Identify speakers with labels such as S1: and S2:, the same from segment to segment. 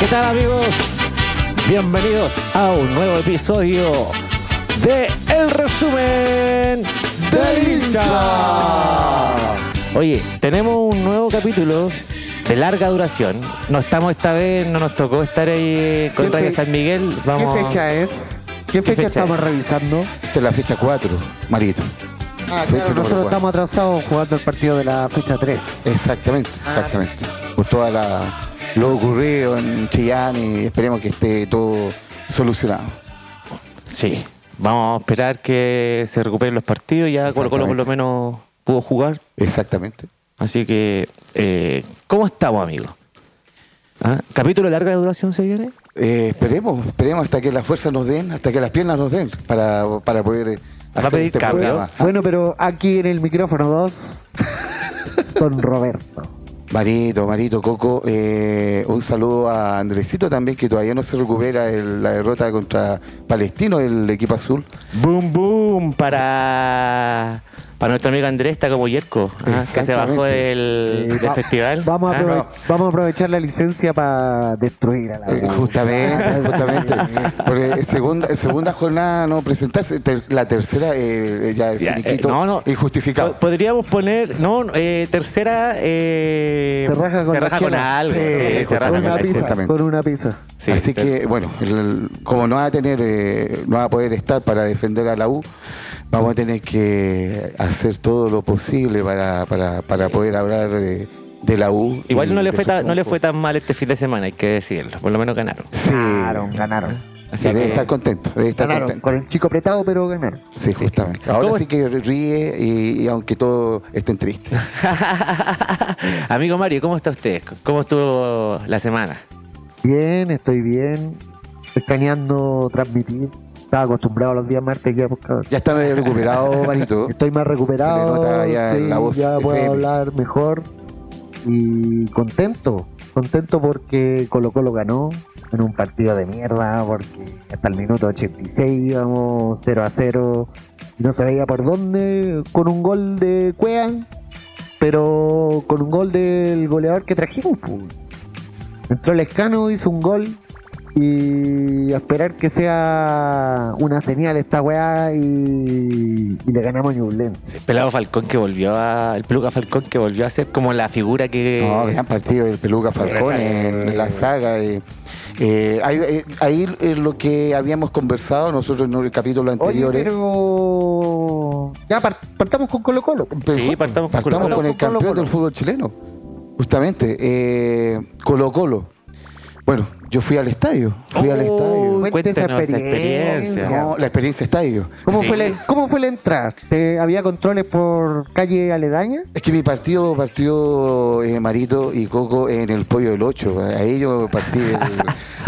S1: ¿Qué tal amigos? Bienvenidos a un nuevo episodio de El Resumen del Hincha. Oye, tenemos un nuevo capítulo de larga duración. No estamos esta vez, no nos tocó estar ahí contra
S2: ¿Qué fe-
S1: San Miguel. Vamos...
S2: ¿Qué fecha es? ¿Qué, fecha,
S1: fecha
S2: estamos
S1: es?
S2: revisando?
S3: Esta es la fecha 4, Marito.
S2: Ah,
S3: Fecha número
S2: nosotros
S3: cuatro.
S2: estamos atrasados jugando el partido de la fecha 3.
S3: Exactamente,
S2: Ah.
S3: exactamente. Por toda la lo ocurrido en Chillán y esperemos que esté todo solucionado.
S1: Sí, vamos a esperar que se recuperen los partidos. Ya Colo Colo por lo menos pudo jugar.
S3: Exactamente.
S1: Así que, eh, ¿cómo estamos, amigos? ¿Ah? ¿Capítulo de larga duración se viene?
S3: Eh, esperemos, esperemos hasta que las fuerzas nos den, hasta que las piernas nos den para, para poder eh,
S1: a pedir cambio?
S3: Ah,
S2: Bueno, pero aquí en el micrófono 2, don Roberto.
S3: Marito, Marito, Coco, eh, un saludo a Andresito también, que todavía no se recupera el- la derrota contra Palestino, el equipo azul.
S1: Boom, boom para, para nuestro amigo Andrés, está como Yerko, ¿ah? que se bajó del,
S2: Eh,
S1: del
S2: va-
S1: festival.
S2: Vamos a,
S1: ¿ah?
S2: aprove- vamos a aprovechar la licencia para destruir a la
S3: Eh, Justamente, justamente. Porque en segunda, en segunda jornada no presentarse, ter- la tercera eh, ya el
S1: Ya, eh,
S3: finiquito
S1: no, no.
S3: injustificado.
S1: Po- Podríamos poner, no, eh, tercera. eh,
S2: Se raja con,
S1: se
S2: la
S1: raja con
S2: chela.
S1: algo.
S2: Sí,
S1: sí, se
S2: con,
S1: raja con
S2: una
S1: algo.
S2: pizza,
S3: justamente.
S2: con una pizza.
S1: Sí,
S3: Así
S1: pero-
S3: que, bueno, el- el- como no va a tener, eh, no va a poder estar para defender a la U, vamos a tener que hacer todo lo posible para, para, para poder hablar eh, de la U.
S1: Igual
S3: y
S1: no le,
S3: de
S1: fue
S3: su
S1: tan, no le
S3: triunfo.
S1: fue tan mal este fin de semana, hay que decirlo. Por lo menos ganaron.
S3: Sí,
S2: Ganaron, ganaron.
S1: Así
S3: debe
S1: que-
S3: estar contento, debe estar
S2: Ganaron,
S3: contento.
S2: con el chico apretado, pero ganaron.
S1: Sí.
S3: Sí, justamente. Ahora
S1: ¿Cómo
S3: sí
S1: es?
S3: que ríe y, y aunque todos estén tristes.
S1: Amigo Mario, ¿cómo está usted? ¿Cómo estuvo la semana?
S2: Bien, estoy bien. Extrañando transmitir. Estaba acostumbrado a los días martes que buscaba-
S3: Ya está medio recuperado, Marito.
S2: Estoy más recuperado.
S3: Se le nota ya
S2: sí,
S3: la voz
S2: ya puedo
S3: FM.
S2: hablar mejor. Y contento. Contento porque Colo Colo ganó en un partido de mierda. Porque hasta el minuto 86 íbamos 0 a 0. No se veía por dónde. Con un gol de Cuea. Pero con un gol del goleador que trajimos. pues. Entró Lescano, hizo un gol. Y a esperar que sea una señal esta weá y, y le ganamos a Ñublense.
S1: El pelado Falcón que volvió a. El peluca Falcón que volvió a ser como la figura que.
S3: No, gran partido del Peluca Falcón en la saga. eh, eh, ahí eh, ahí es lo que habíamos conversado nosotros en el capítulo
S2: Oye,
S3: anterior. eh.
S2: pero... Ya par- partamos con Colo Colo.
S3: Pero
S1: Sí, partamos con Colo-Colo.
S3: con el campeón
S2: Colo-Colo.
S3: del fútbol chileno. Justamente, eh, Colo Colo. Bueno, yo fui al estadio. Fui
S1: Oh,
S3: al estadio.
S1: Uy, Cuéntenos esa
S2: Cuéntese experiencia.
S1: experiencia.
S3: No, la experiencia estadio.
S2: ¿Cómo,
S1: Sí.
S2: fue la, ¿Cómo fue la entrada? ¿Te- ¿Había controles por calle aledaña?
S3: Es que mi partido partió eh, Marito y Coco en el Pollo del 8. Ahí yo partí el-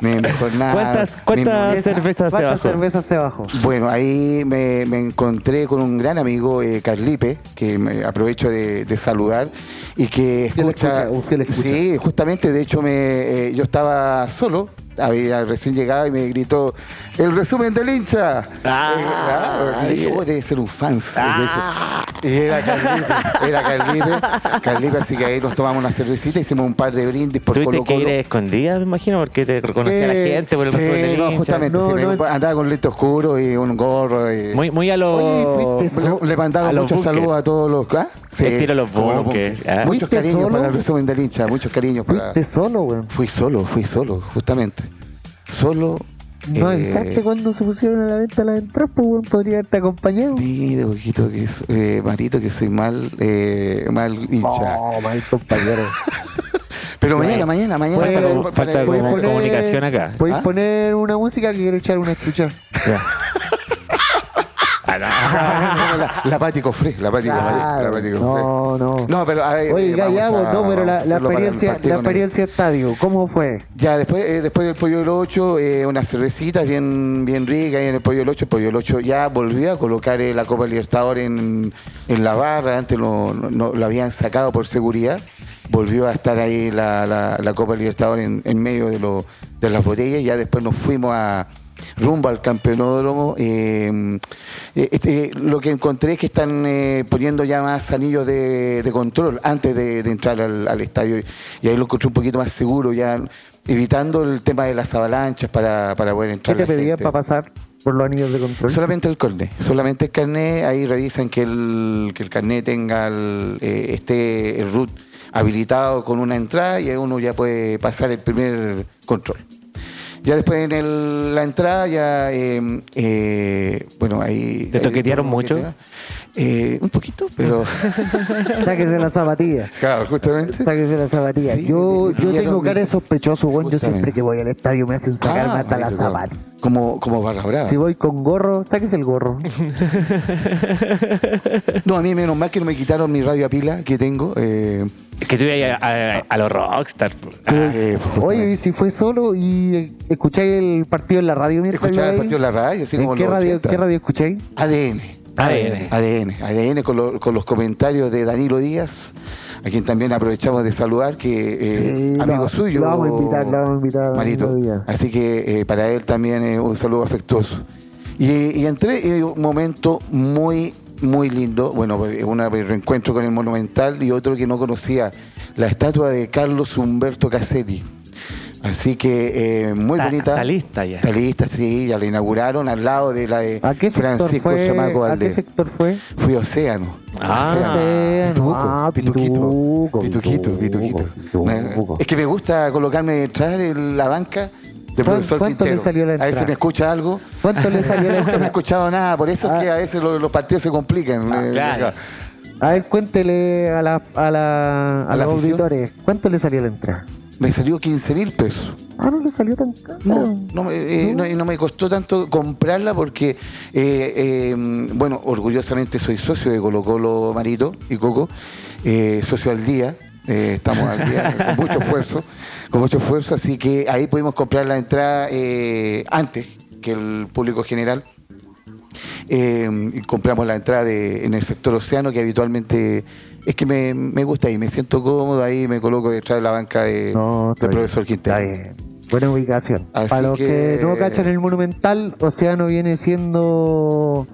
S3: mi, mi jornada.
S1: ¿Cuántas-
S3: mi
S1: cuántas
S3: moneda.
S1: ¿Cuántas cervezas se
S2: ¿Cuántas
S1: bajó?
S2: cervezas se bajó?
S3: Bueno, ahí me, me encontré con un gran amigo, eh, Carlipe, que me aprovecho de, de saludar y que
S2: Fiel
S3: escucha.
S2: escucha, un fiel escucha.
S3: Sí, justamente, de hecho, me, eh, yo estaba solo, había recién llegado y me gritó: ¡El resumen del hincha!
S1: Ah,
S3: Eh, y dije, "Oh, debe ser un fan.
S1: Ah.
S3: Y era Carlipe, era Carlipe, Carlipe, así que ahí nos tomamos una cervecita, hicimos un par de brindis por
S1: Tuviste
S3: Colo
S1: que ir
S3: Colo.
S1: a escondidas, me imagino, porque te reconocía la
S2: Sí,
S1: gente por el
S3: Sí,
S1: resumen del
S3: no,
S1: hincha.
S3: justamente,
S2: No,
S3: sí, me-
S2: no.
S3: andaba con lentes oscuros y un gorro. y-
S1: Muy, muy a los.
S2: Oye, ¿fuiste
S3: le, le
S1: A
S3: mandaron
S1: los
S3: muchos
S1: bunkers.
S3: saludos a todos los. ¿ah?
S1: Estilo los
S3: como
S1: bunkers,
S3: bunkers.
S1: ¿ah?
S3: Muchos
S2: ¿Fuiste
S3: cariños
S2: solo?
S3: para el resumen del hincha, muchos cariños para.
S2: ¿Fuiste solo, weón?
S3: Fui solo, fui solo, justamente. Solo.
S2: ¿No
S3: eh,
S2: avisaste cuando se pusieron a la venta las entradas? Pues, weón, podría haberte acompañado.
S3: Mira, ojito, que, so- eh, Marito, que soy mal, eh, mal hincha.
S2: No, mal compañero.
S3: Pero mañana, mañana, mañana.
S2: Falta
S3: para-
S2: como-
S3: para-
S1: falta
S3: para-
S1: como-
S3: para-
S1: como- comunicación acá.
S2: Podéis
S3: ¿Ah?
S2: poner una música que quiero echar una escucha.
S3: la, la Pati Cofré, la Pati Cofré, la Pati Cofré.
S2: no, no.
S3: No, pero a ver. eh,
S2: Oiga,
S3: vamos
S2: ya,
S3: a-
S2: vos, no, pero
S3: vamos a
S2: la, la
S3: hacerlo para el
S2: experiencia,
S3: partido
S2: la
S3: con el-
S2: experiencia estadio, ¿cómo fue?
S3: Ya, después, eh, después del pollo del 8, eh, unas cervecitas bien, bien ricas ahí en el pollo del 8. El pollo del 8 ya volvió a colocar eh, la Copa Libertadores en, en la barra. Antes lo, no- lo habían sacado por seguridad. Volvió a estar ahí la, la- la Copa Libertadores en, en medio de, lo- de las botellas. Ya después nos fuimos a, rumbo al campeonódromo. Eh, eh, este, lo que encontré es que están eh, poniendo ya más anillos de, de control antes de, de entrar al, al estadio y ahí lo encontré un poquito más seguro, ya evitando el tema de las avalanchas para, para poder
S2: ¿Qué
S3: entrar.
S2: te
S3: la
S2: pedían
S3: gente.
S2: para pasar por los anillos de control?
S3: Solamente el carnet, solamente el carnet, ahí revisan que el, que el carnet tenga el, eh, esté el root habilitado con una entrada y ahí uno ya puede pasar el primer control. Ya después en el- la entrada ya, eh, eh, bueno, ahí...
S1: ¿Te toquetearon
S3: ahí-
S1: mucho?
S3: Eh, un poquito, pero...
S2: Sáquese las zapatillas.
S3: claro, justamente.
S2: Sáquese las zapatillas.
S3: Sí,
S2: yo
S3: me
S2: yo
S3: pillaron
S2: tengo
S3: mi-
S2: cara de sospechoso, weón. Yo
S3: Justamente.
S2: siempre que voy al estadio me hacen sacarme
S3: Ah,
S2: hasta las
S3: mira,
S2: zapatillas.
S3: Como, como barra brava.
S2: Si voy con gorro, sáquese el gorro.
S3: No, a mí menos mal que no me quitaron mi radio a pila que tengo. eh,
S1: Es que tú ibas a, a- a los rockstars.
S3: eh,
S2: Oye,
S3: justamente.
S2: y si fue solo y eh, escucháis el partido en la radio mientras
S3: Escuchaba el
S2: ibais?
S3: partido en la radio, así
S2: ¿En
S3: como
S2: qué
S3: los
S2: radio,
S3: 80.
S2: ¿Qué radio escucháis?
S3: ADN.
S1: ADN.
S3: ADN. ADN con, lo- con los comentarios de Danilo Díaz, a quien también aprovechamos de saludar, que eh,
S2: Sí,
S3: amigo
S2: lo-
S3: suyo.
S2: lo vamos a invitar, lo vamos a invitar a Danilo
S3: Marito.
S2: Díaz.
S3: Así que eh, para él también eh, un saludo afectuoso. Y, y entré en un momento muy, muy lindo. Bueno, pues, un reencuentro con el Monumental y otro que no conocía, la estatua de Carlos Humberto Cassetti. Así que eh, muy
S1: Está-
S3: bonita.
S1: está lista ya.
S3: Está lista, sí, ya la inauguraron al lado de la de
S2: ¿A qué sector
S3: Francisco
S2: fue?
S3: Chamaco
S2: ¿A qué
S3: Valdés.
S2: sector fue?
S3: Fui a Océano.
S1: Ah.
S2: Océano.
S3: Pituco,
S2: Ah,
S3: pituquito,
S2: Pituco,
S3: pituquito, pituquito.
S2: Pituco,
S3: Me-
S2: Pituco.
S3: Es que me gusta colocarme detrás de la banca de
S2: ¿Cuán-
S3: profesor
S2: cuánto le
S3: Quintero.
S2: salió la
S3: a veces
S2: entrada?
S3: me escucha algo.
S2: ¿Cuánto le salió la
S3: Nunca me he
S2: entrada?
S3: escuchado nada, por eso
S2: Ah.
S3: es que a veces lo- los partidos se complican.
S1: Ah,
S3: Eh,
S1: claro.
S2: A ver, cuéntele a, la, a, la, a,
S3: ¿A la
S2: los
S3: afición?
S2: auditores. ¿Cuánto le salió la entrada?
S3: Me salió 15 mil pesos.
S2: Ah, no le salió tan caro.
S3: No, no, me- eh, no- no me costó tanto comprarla porque, eh, eh, bueno, orgullosamente soy socio de Colo Colo Marito y Coco, eh, socio al día. eh, estamos al día con mucho esfuerzo, con mucho esfuerzo, así que ahí pudimos comprar la entrada eh, antes que el público general. Eh, y compramos la entrada de- en el sector océano que habitualmente es que me, me gusta ahí, me siento cómodo ahí, me coloco detrás de la banca de,
S2: No,
S3: del
S2: está bien,
S3: profesor Quintero.
S2: Está bien. Buena ubicación.
S3: Así
S2: Para los que...
S3: que-
S2: no cachan el Monumental, Océano viene siendo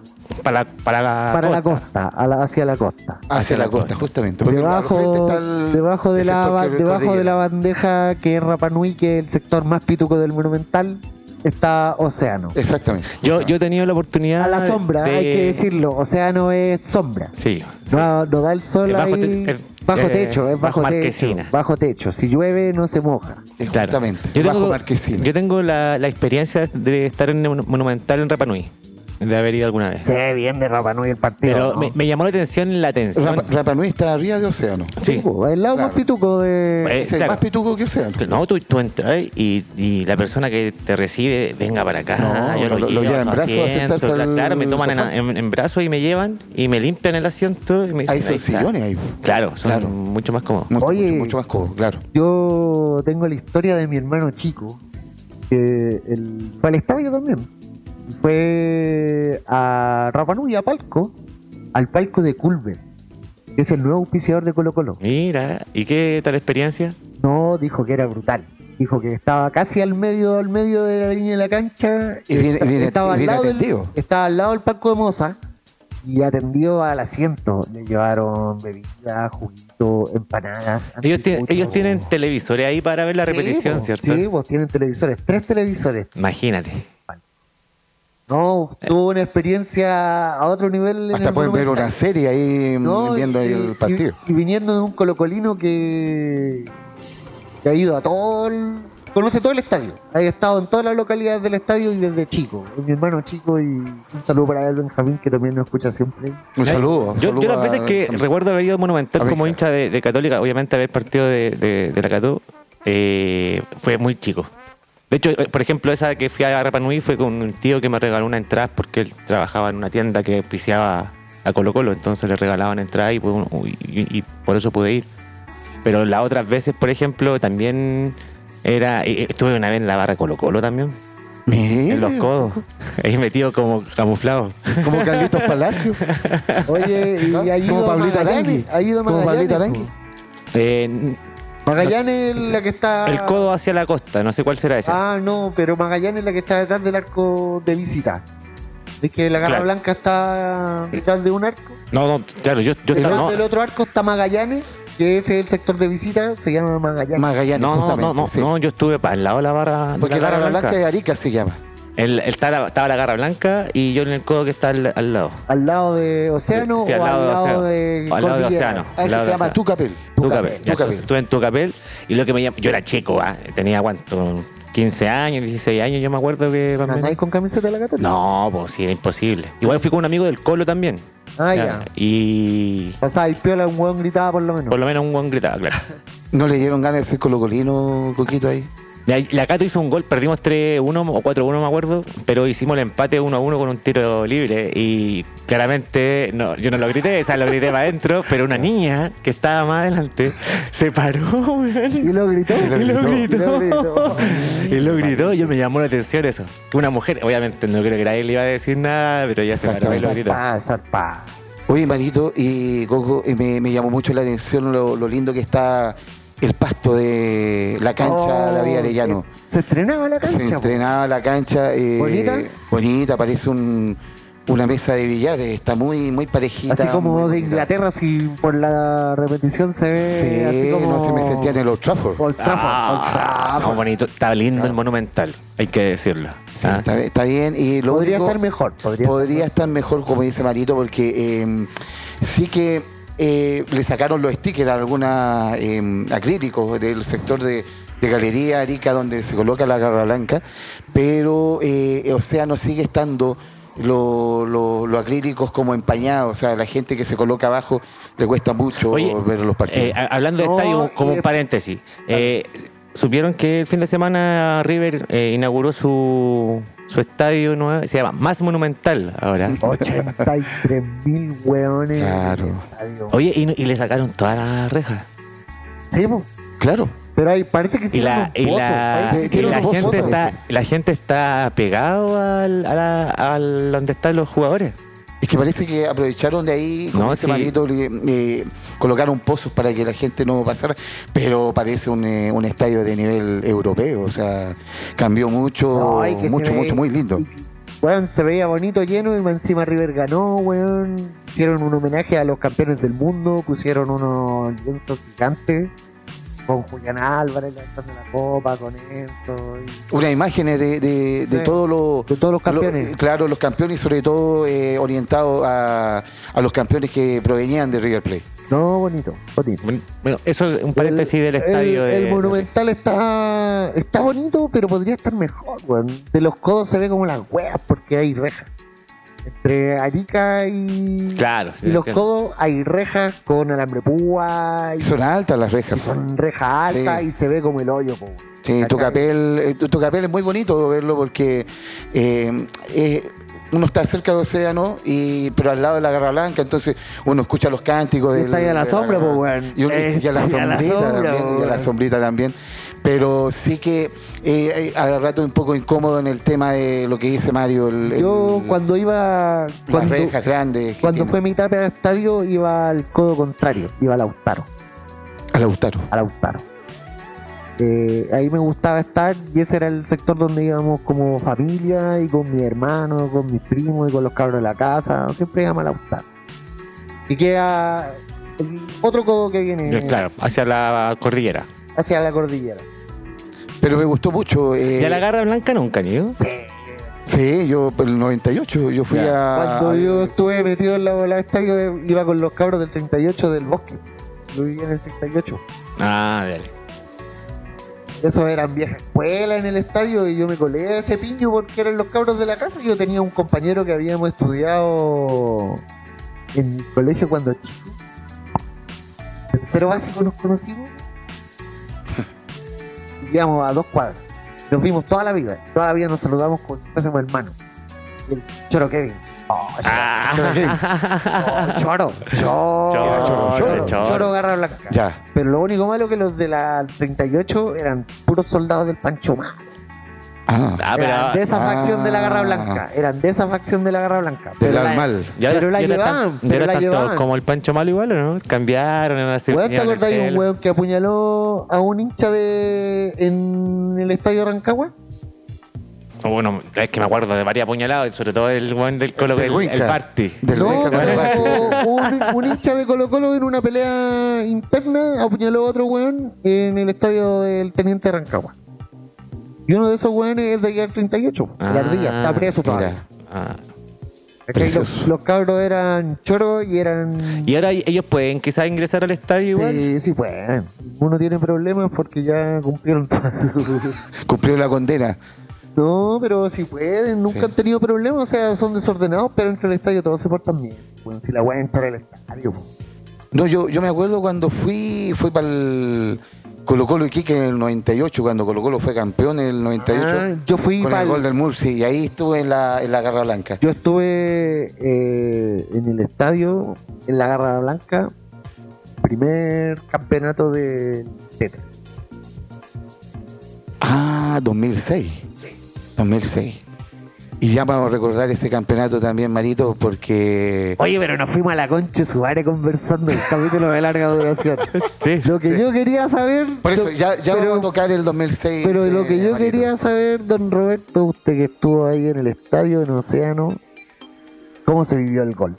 S1: Para, para la
S2: para la
S1: costa.
S2: costa, a la- hacia la costa.
S3: Hacia la costa, justamente. porque al frente
S2: Debajo,
S3: está el-
S2: debajo, de
S3: el
S2: la,
S3: sector
S2: ba-
S3: que-
S2: debajo de la
S3: cordillera.
S2: bandeja que es Rapa Nui, que es el sector más pituco del Monumental, está Océano.
S3: Eh, Exactamente.
S1: Yo, yo he tenido la oportunidad.
S2: A la sombra,
S1: de-
S2: hay que decirlo. Océano es sombra.
S1: Sí.
S2: No, no da el sol
S1: Es bajo
S2: ahí.
S1: te- es-
S2: bajo
S1: eh,
S2: techo, es
S1: bajo
S2: bajo, techo.
S1: marquesina.
S2: Bajo techo. Si llueve, no se moja.
S3: Es
S1: Claro.
S3: Justamente.
S1: Yo
S3: bajo
S1: tengo,
S3: Marquesina.
S1: yo tengo la, la experiencia de estar en el Monu- Monumental en Rapa Nui, de haber ido alguna vez.
S2: Se ve bien de Rapa Nui el partido.
S1: Pero
S2: ¿no?
S1: me, me llamó la atención la tensión.
S3: Rapa, Rapa Nui está arriba de Océano.
S1: sí.
S2: Pituco, El lado más
S3: Claro.
S2: pituco de.
S1: Eh,
S3: es el
S1: claro.
S3: más pituco que Océano.
S1: No, tú, tú entras y, y la persona que te recibe, venga para acá.
S3: No, lo- lo lleva en
S1: su
S3: brazos a
S1: asiento,
S3: sentarse
S1: cla-
S3: al
S1: Claro, me toman en,
S3: sofá.
S1: en, en brazos y me llevan y me limpian el asiento. Y me dicen,
S3: Hay
S1: "Ahí
S3: sus
S1: está".
S3: sillones ahí.
S1: Claro, son
S3: Claro. Mm.
S1: mucho más cómodos.
S3: Mucho,
S2: Oye.
S3: mucho, mucho más cómodo, claro.
S2: Yo tengo la historia de mi hermano chico, que el, fue al estadio también. Fue a Rapa Nui, a Palco, al Palco de Culver, que es el nuevo auspiciador de Colo Colo.
S1: Mira, ¿y qué tal experiencia?
S2: No, dijo que era brutal. Dijo que estaba casi al medio, al medio de la línea de la cancha.
S3: Y bien- y bien-
S2: estaba,
S3: y bien
S2: al lado del,
S3: atendido.
S2: estaba al lado del Palco de Moza y atendió al asiento. Le llevaron bebidas, juguito, empanadas.
S1: Ellos, tienen-
S2: anticuchos.
S1: ellos tienen televisores ahí para ver la
S2: Sí,
S1: repetición,
S2: po,
S1: ¿cierto?
S2: Sí, vos tienen televisores, tres televisores.
S1: Imagínate.
S2: No, tuvo una experiencia a otro nivel. en
S3: Hasta
S2: el
S3: pueden ver
S2: Monumental.
S3: una serie ahí
S2: No,
S3: viendo
S2: y-
S3: el partido.
S2: Y, y viniendo de un colocolino que, que ha ido a todo el- Conoce todo el estadio. Ha estado en todas las localidades del estadio y desde chico. Es mi hermano chico y un saludo para él, Benjamín, que también nos escucha siempre.
S3: Un saludo. un
S1: Yo, yo
S3: saludo
S1: las veces
S3: a-
S1: que recuerdo haber ido al Monumental
S3: a
S1: como
S3: Benja.
S1: hincha de, de Católica, obviamente haber partido de, de- de la Cató, eh, fue muy chico. De hecho, eh, por ejemplo, esa que fui a Rapa Nui fue con un tío que me regaló una entrada porque él trabajaba en una tienda que auspiciaba a Colo Colo, entonces le regalaban entrada y, pues, uno- y- y por eso pude ir. Pero las otras veces, por ejemplo, también era... eh, Estuve una vez en la barra Colo Colo también,
S3: Mire,
S1: en los codos, ahí metido como camuflado.
S3: Como Carlitos Palacio.
S2: Oye, y
S3: ¿No?
S2: ha ido
S3: Como
S2: a
S3: Pablito
S2: Magallanes,
S3: Arangui.
S2: Ha ido a
S3: Como
S2: Magallanes,
S3: Pablito Arangui.
S2: po.
S1: Eh,
S2: Magallanes es la que está.
S1: El codo hacia la costa, no sé cuál será ese.
S2: Ah, no, pero Magallanes es la que está detrás del arco de visita. Es que la Garra
S1: Claro.
S2: Blanca está detrás de un arco.
S1: No, no, claro, yo, yo
S2: detrás
S1: estaba- no,
S2: del otro arco está Magallanes, que ese es el sector de visita, se llama Magallanes.
S3: Magallanes,
S1: no, no, no,
S3: justamente,
S1: no,
S3: sí.
S1: no, yo estuve para el lado de la barra. de
S3: Porque la Garra Blanca de Arica se llama.
S1: El- el- estaba, la, estaba la garra blanca y yo en el codo que está al, al lado.
S2: al lado de Océano
S1: Sí,
S2: o al lado de,
S1: Océano. O al lado de
S2: Cordillera.
S1: Océano.
S3: Ah,
S1: Al
S3: eso
S1: lado
S3: se
S1: de
S3: llama
S1: esa.
S3: Tucapel.
S1: Tucapel. Ya,
S3: Tucapel.
S1: entonces, Estuve en Tucapel y lo que me llam- Yo era chico, ¿ah? tenía cuánto, 15 años, 16 años, yo me acuerdo que... más o menos-
S2: ¿Andáis con camiseta de la Católica?
S1: No, pues sí, es imposible. Igual fui con un amigo del Colo también.
S2: Ah, ya.
S1: Y
S2: Pasáis piola, un hueón gritaba por lo menos.
S1: por lo menos un buen gritaba, claro.
S3: ¿No le dieron ganas de ser colocolino, Coquito, ahí?
S1: La, la Cato hizo un gol, perdimos 3-1 o 4-1, no me acuerdo, pero hicimos el empate 1-1 con un tiro libre. Y claramente, no, yo no lo grité, o sea, lo grité para adentro, pero una niña que estaba más adelante se paró,
S2: Y
S1: weón,
S2: lo gritó.
S1: Y lo
S2: Y lo
S1: gritó.
S2: gritó.
S1: Y lo gritó, y me llamó la atención eso. Que una mujer, obviamente, no creo que nadie le iba a decir nada, pero ella se paró y lo gritó.
S2: Ah, zarpa.
S3: Oye, Marito y Coco, eh, me, me llamó mucho la atención lo, lo lindo que está el pasto de la cancha
S2: Oh,
S3: de la Vía Arellano.
S2: Se, se estrenaba la
S3: Se
S2: cancha. po.
S3: entrenaba la cancha. eh,
S2: ¿Bonita?
S3: Bonita, parece un- una mesa de billar. eh, Está muy, muy parejita.
S2: Así como
S3: muy
S2: de
S3: bonita.
S2: Inglaterra, si por la repetición se ve
S3: Sí,
S2: así como...
S3: no se me sentía en el Old Trafford.
S2: Old Trafford, Old
S1: Ah,
S2: Trafford.
S1: no, bonito, está lindo el monumental, hay que decirlo.
S3: Sí,
S1: Ah.
S3: está, está bien. Y lo
S2: Podría
S3: único-
S2: estar mejor. Podría,
S3: podría estar mejor, como dice Marito, porque eh, sí que eh, le sacaron los stickers a algunos acrílicos del sector de, de Galería Arica, donde se coloca la garra blanca, pero eh, o sea, no sigue estando lo- lo- los acrílicos como empañados, o sea, la gente que se coloca abajo le cuesta mucho
S1: Oye,
S3: ver los partidos.
S1: eh, ha- hablando de
S2: No,
S1: estadio, como
S2: y
S1: un
S2: de-
S1: paréntesis. eh, Supieron que el fin de semana River eh, inauguró su, su estadio nuevo, se llama Más Monumental ahora.
S2: 83 mil hueones. en el
S3: Claro.
S2: estadio.
S1: Oye, y, no- y le sacaron todas las rejas.
S2: Sí, po.
S3: claro.
S2: pero ahí parece que
S1: Y
S2: hicieron
S1: la,
S2: un
S1: y
S2: pozo,
S1: la,
S2: parece que
S1: y
S2: hicieron
S1: la
S2: un pozo,
S1: gente
S2: parece.
S1: está, la gente está pegado al, a la- al donde están los jugadores.
S3: Es que parece que aprovecharon de ahí, como
S1: No,
S3: ese
S1: sí.
S3: marito, le- eh, colocaron pozos para que la gente no pasara, pero parece un, eh, un estadio de nivel europeo, o sea, cambió mucho,
S2: No, y que se
S3: mucho,
S2: ve-
S3: mucho, muy lindo.
S2: Weón, se veía bonito, lleno, y encima River ganó, weón. Hicieron un homenaje a los campeones del mundo, pusieron unos lienzos gigantes con Julián Álvarez lanzando la copa, con esto, y
S3: Unas imágenes de, de, de
S2: Sí.
S3: todos los...
S2: de todos los campeones.
S3: lo- claro, los campeones y sobre todo eh, orientados a, a los campeones que provenían de River Plate.
S2: no, bonito, bonito.
S1: Bueno, bueno, eso es un paréntesis del estadio.
S2: el, el
S1: de-
S2: monumental está está bonito, pero podría estar mejor, weón. De los codos se ve como las weas porque hay rejas. Entre Arica y,
S1: Claro, sí,
S2: y los
S1: entiendo.
S2: codos hay rejas con alambre púa y
S3: Son altas las rejas.
S2: son rejas altas
S3: Sí.
S2: y se ve como el hoyo, po.
S3: Sí,
S2: ¿Cachai?
S3: Tucapel, eh, Tu- Tucapel es muy bonito verlo porque eh, eh, uno está cerca del océano, y, pero al lado de la Garra Blanca, entonces uno escucha los cánticos.
S2: Y
S3: del-
S2: está ahí a la
S3: de
S2: sombra, po, weón.
S3: Y, uno- y a la
S2: Está ahí a la
S3: sombrita
S2: sombra,
S3: también,
S2: po,
S3: y a la
S2: weón.
S3: sombrita también. Pero sí que eh, eh, al rato un poco incómodo en el tema de lo que dice Mario. El, el-
S2: Yo cuando iba
S3: las
S2: cuando,
S3: rejas grandes. que
S2: cuando
S3: tiene.
S2: fue mi etapa de estadio iba al codo contrario, iba al Lautaro,
S3: A Lautaro.
S2: a Lautaro. Eh, ahí me gustaba estar y ese era el sector donde íbamos como familia y con mi hermano, con mis primos y con los cabros de la casa, siempre íbamos a Lautaro. Y queda el otro codo que viene
S1: de- Claro, hacia la cordillera.
S2: hacia la cordillera.
S3: Pero me gustó mucho. eh,
S1: ¿Y a la Garra Blanca nunca han ido?
S3: Sí, yo, el 98, yo fui
S1: Ya.
S3: a.
S2: Cuando
S3: al-
S2: yo estuve metido en la bola de estadio, iba con los cabros del 38 del bosque. Yo vivía en el 38.
S1: Ah, dale.
S2: Esos eran viejas escuelas en el estadio y yo me colé a ese piño porque eran los cabros de la casa. Yo tenía un compañero que habíamos estudiado en el colegio cuando chico. Tercero básico nos conocimos. Vivíamos a dos cuadras. Nos vimos toda la vida. Toda la vida nos saludamos como si fuésemos hermanos. Y el Choro Kevin. Oh, Choro, Choro Kevin. Oh, choro, choro,
S1: Choro,
S2: choro,
S1: choro.
S2: choro, garra blanca.
S3: Ya.
S2: Pero lo único malo que los de la 38 eran puros soldados del Pancho Más.
S3: Ah,
S4: Ah, pero.
S2: eran de esa
S3: ah.
S2: facción de la Garra Blanca. Eran de esa facción de la Garra Blanca.
S3: del
S2: Pero la-
S3: Almal.
S4: Ya
S2: pero la
S4: ya tan-
S2: llevaban,
S4: ya
S2: pero la
S4: tanto
S2: llevaban.
S4: como el Pancho Malo igual, ¿o ¿no? Cambiaron en una
S2: Weón, ¿Te
S4: ceremonia en el
S2: acordás de un
S4: pelo.
S2: weón que apuñaló a un hincha de en el estadio Rancagua?
S4: Oh, Bueno, es que me acuerdo de varias apuñaladas, sobre todo el weón del Colo,
S3: Del
S4: el, el
S3: Winca.
S4: party.
S3: Del
S2: no,
S3: Benja con el
S2: pero
S3: Vázquez.
S2: un, un hincha de Colo Colo en una pelea interna apuñaló a otro weón en el estadio del Teniente Rancagua. Y uno de esos weones es de allá del 38,
S4: Ah,
S2: la ardilla, está preso todavía.
S3: Mira,
S4: Ah.
S2: ¿Cachai? Los,
S3: precioso.
S2: los cabros eran choros y eran...
S4: Y ahora ellos pueden quizás ingresar al estadio igual.
S2: Sí, sí, pues. Uno tiene problemas porque ya cumplieron todas sus...
S3: Cumplió la condena.
S2: No, pero si pueden, nunca
S3: Sí.
S2: han tenido problemas, o sea, son desordenados, pero entre el estadio todos se portan bien. Bueno, si la weá entra al estadio, po.
S3: No, yo, yo me acuerdo cuando fui, fui para el Colo Colo Iquique en el 98, cuando Colo Colo fue campeón en el 98.
S2: Ah, yo fui
S3: con el
S2: pa'l-
S3: gol del Murci y ahí estuve en la, en la Garra Blanca.
S2: Yo estuve eh, en el estadio, en la Garra Blanca, primer campeonato de Tete.
S3: Ah, 2006. 2006. Y ya vamos a recordar este campeonato también, Marito, porque...
S2: Oye, pero nos fuimos a la concha de su madre conversando el capítulo de larga duración.
S4: Sí.
S2: Lo que yo quería saber.
S3: Por eso,
S2: lo-
S3: ya, ya
S2: pero-
S3: vamos a tocar el 2006.
S2: Pero
S3: eh,
S2: lo que yo
S3: Marito.
S2: quería saber, don Roberto, usted que estuvo ahí en el estadio en Océano, ¿cómo se vivió el gol?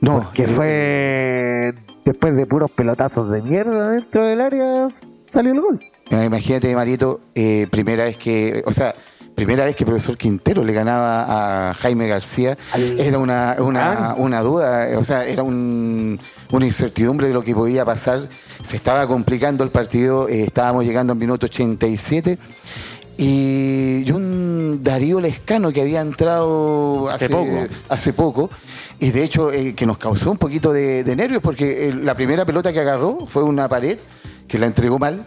S3: No,
S2: Que fue después de puros pelotazos de mierda dentro del área, salió el gol.
S3: Eh, Imagínate, Marito, eh, primera vez que, o sea, primera vez que profesor Quintero le ganaba a Jaime García,
S2: Al-
S3: era una, una,
S2: Ah.
S3: una duda, eh, o sea, era un- una incertidumbre de lo que podía pasar. Se estaba complicando el partido, eh, estábamos llegando al minuto 87 y y un Darío Lescano que había entrado
S4: Hace
S3: hace,
S4: poco.
S3: hace poco, y de hecho eh, que nos causó un poquito de, de nervios porque eh, la primera pelota que agarró fue una pared que la entregó mal.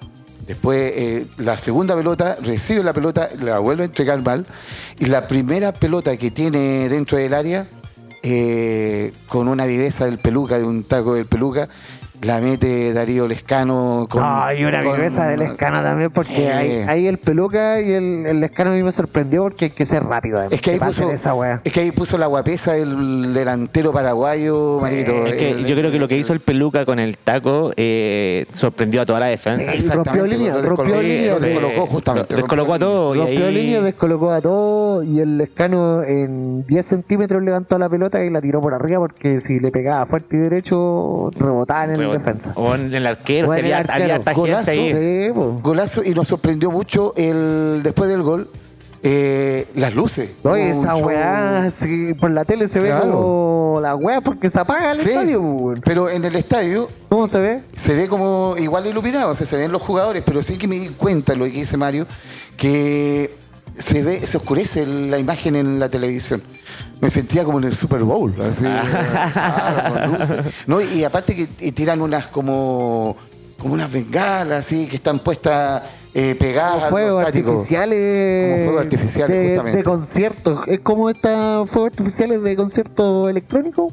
S3: Después eh, la segunda pelota recibe la pelota, la vuelve a entregar mal. Y la primera pelota que tiene dentro del área, eh, con una viveza del peluca, de un taco del peluca, la mete Darío Lescano con.
S2: Ay, una
S3: con-
S2: viveza del escano también, porque
S3: Eh.
S2: ahí, ahí el peluca y el, el escano a mí me sorprendió porque hay que ser rápido. además,
S3: Es que, ahí
S2: pasen
S3: puso,
S2: esa wea.
S3: es que ahí puso la guapeza el delantero paraguayo, Marito.
S4: Es que
S3: El-
S4: yo creo que lo que hizo el peluca con el taco eh, sorprendió a toda la defensa.
S2: Sí, rompió línea,
S3: lo
S2: rompió
S3: descolocó,
S2: línea,
S3: lo descolocó
S4: eh,
S3: justamente.
S4: lo Descolocó a todos. y
S2: Rompió
S4: ahí-
S2: línea, descolocó a todo y el escano en 10 centímetros levantó la pelota y la tiró por arriba porque si le pegaba fuerte y derecho, rebotaba en el
S4: Weón,
S2: defensa.
S4: O en el arquero,
S2: O en
S4: si
S2: el
S4: había,
S2: arquero.
S4: había harta
S3: Golazo.
S4: gente ahí.
S2: Sí, po.
S3: Golazo y nos sorprendió mucho el después del gol eh, las luces.
S2: No,
S3: Hubo un
S2: esa
S3: show-
S2: weá, sí, por la tele se ve
S3: Claro.
S2: como la weá porque se apaga el
S3: Sí,
S2: estadio. weón.
S3: pero en el estadio
S2: ¿Cómo se ve?
S3: se ve como igual iluminado, o sea, se ven los jugadores, pero sí que me di cuenta lo que dice Mario, que se ve, se oscurece la imagen en la televisión. Me sentía como en el Super Bowl, así, claro, con luces. No, y aparte que t- tiran unas como, como unas bengalas, así, que están puestas eh, pegadas.
S2: Como
S3: a
S2: fuegos
S3: los táticos.
S2: artificiales.
S3: Como fuegos artificiales,
S2: de,
S3: justamente.
S2: de conciertos. Es como estas fuegos artificiales de concierto electrónico.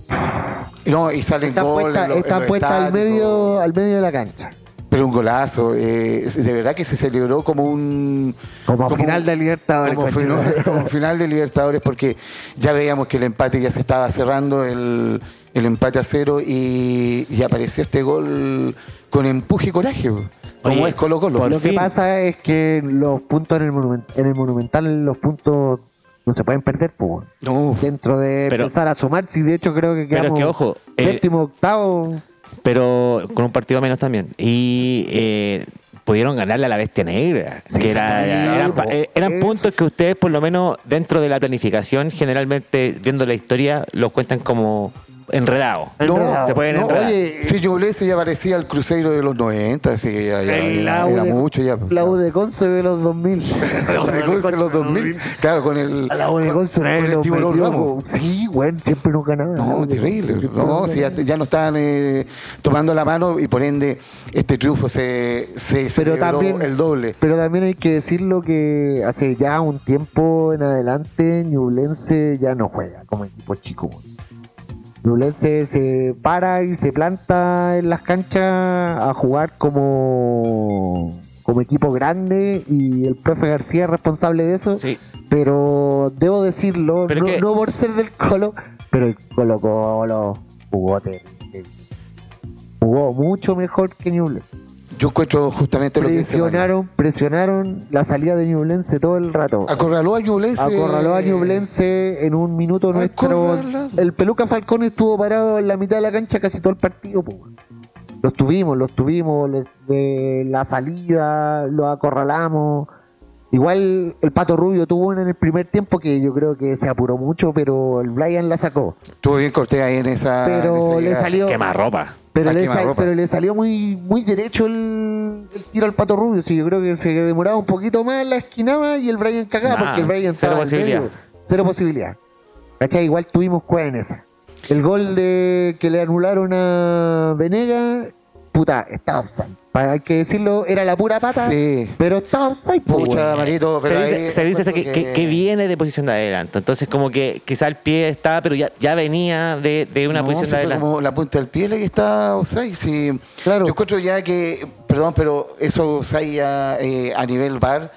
S3: No, y salen
S2: Están
S3: goles.
S2: puestas
S3: lo-
S2: están
S3: lo
S2: puestas al
S3: estático.
S2: medio, al medio de la cancha.
S3: Pero un golazo. eh, de verdad que se celebró como un.
S2: Como final
S3: un-
S2: de Libertadores,
S3: Como,
S2: coño.
S3: final- como final de Libertadores, porque ya veíamos que el empate ya se estaba cerrando, el, el empate a cero, y, y apareció este gol con empuje y coraje. po. Como
S4: Oye,
S3: es Colo Colo.
S4: por-
S2: Lo que
S4: fin.
S2: pasa es que los puntos en el, monumen- en el Monumental, los puntos no se pueden perder, pues. weón.
S3: No,
S2: Dentro de
S4: Pero-
S2: empezar a sumar, si de hecho creo que
S4: Pero es
S2: quedamos
S4: que, ojo, eh,
S2: séptimo, octavo.
S4: Pero con un partido menos también. Y eh, pudieron ganarle a la bestia negra. que era,
S2: claro,
S4: eran, pa- eh, eran
S2: eso.
S4: puntos que ustedes, por lo menos dentro de la planificación, generalmente viendo la historia, los cuentan como enredados.
S2: Enredado.
S3: no,
S4: se pueden
S3: no,
S4: enredar.
S3: Oye, si yo hubiese ya parecía el Cruzeiro de los 90, así que ya, ya-
S2: El
S3: ya
S2: Lau
S3: era
S2: de-
S3: mucho. Ya,
S2: La U de Conce de los 2000.
S3: Los de Conce en los 2000. Claro, con el.
S2: La U de Conce una
S3: con
S2: vez
S3: el
S2: nos
S3: tiburón
S2: metió
S3: Ramos.
S2: como- Sí, güey, siempre nos ganaban. La U
S3: No,
S2: de
S3: terrible.
S2: Conce siempre
S3: No,
S2: nos
S3: si ya,
S2: ganaban.
S3: ya no están eh, tomando la mano y por ende este triunfo se, se
S2: Pero
S3: celebró
S2: también-
S3: el doble.
S2: Pero también hay que decirlo que hace ya un tiempo en adelante Ñublense ya no juega como equipo chico. güey. Ñublense se para y se planta en las canchas a jugar como como equipo grande y el profe García es responsable de eso.
S4: Sí.
S2: Pero debo decirlo,
S4: Pero
S2: no,
S4: que-
S2: no por ser del Colo, pero el Colo Colo jugó terrible. Jugó mucho mejor que Newell's.
S3: Yo encuentro justamente lo que dice Mario.
S2: Presionaron, presionaron la salida de Ñublense todo el rato.
S3: Acorraló a Ñublense.
S2: Acorraló a Ñublense en un minuto nuestro.
S3: Acorralado.
S2: El Peluca Falcón estuvo parado en la mitad de la cancha casi todo el partido. po. Los tuvimos, los tuvimos, les- de la salida, los acorralamos. Igual el Pato Rubio tuvo una en el primer tiempo que yo creo que se apuró mucho, pero el Brian la sacó.
S3: eh, Estuvo bien Cortés ahí en esa. en
S2: Pero
S3: esa
S2: le
S3: llegada.
S2: salió,
S4: Quema ropa.
S2: pero
S3: a
S2: le,
S3: quemarropa.
S2: sal- pero le salió muy, muy derecho el, el tiro al Pato Rubio. Sí, yo creo que se demoraba un poquito más, la esquinaba y el Brian cagaba
S4: Nada,
S2: porque el
S4: cero
S2: Brian estaba en
S4: posibilidad.
S2: medio. Cero posibilidad. ¿Cachai? Igual tuvimos cueva en esa. El gol de que le anularon a Venega, puta, estaba offside. Para- Hay que decirlo, era la pura pata,
S3: Sí.
S2: pero estaba offside. po,
S3: Pucha,
S2: weón.
S3: Marito, pero
S4: se dice,
S3: ahí
S4: se dice que,
S3: encuentro
S4: que- que viene de posición de adelanto. Entonces, como que quizá el pie está, pero ya, ya venía de, de una
S3: No,
S4: posición
S3: si
S4: de
S3: fue
S4: adelanto.
S3: como la punta del pie la que está Osai. Sí.
S2: Claro.
S3: Yo encuentro ya que, perdón, pero eso Osai ya, eh, a nivel bar,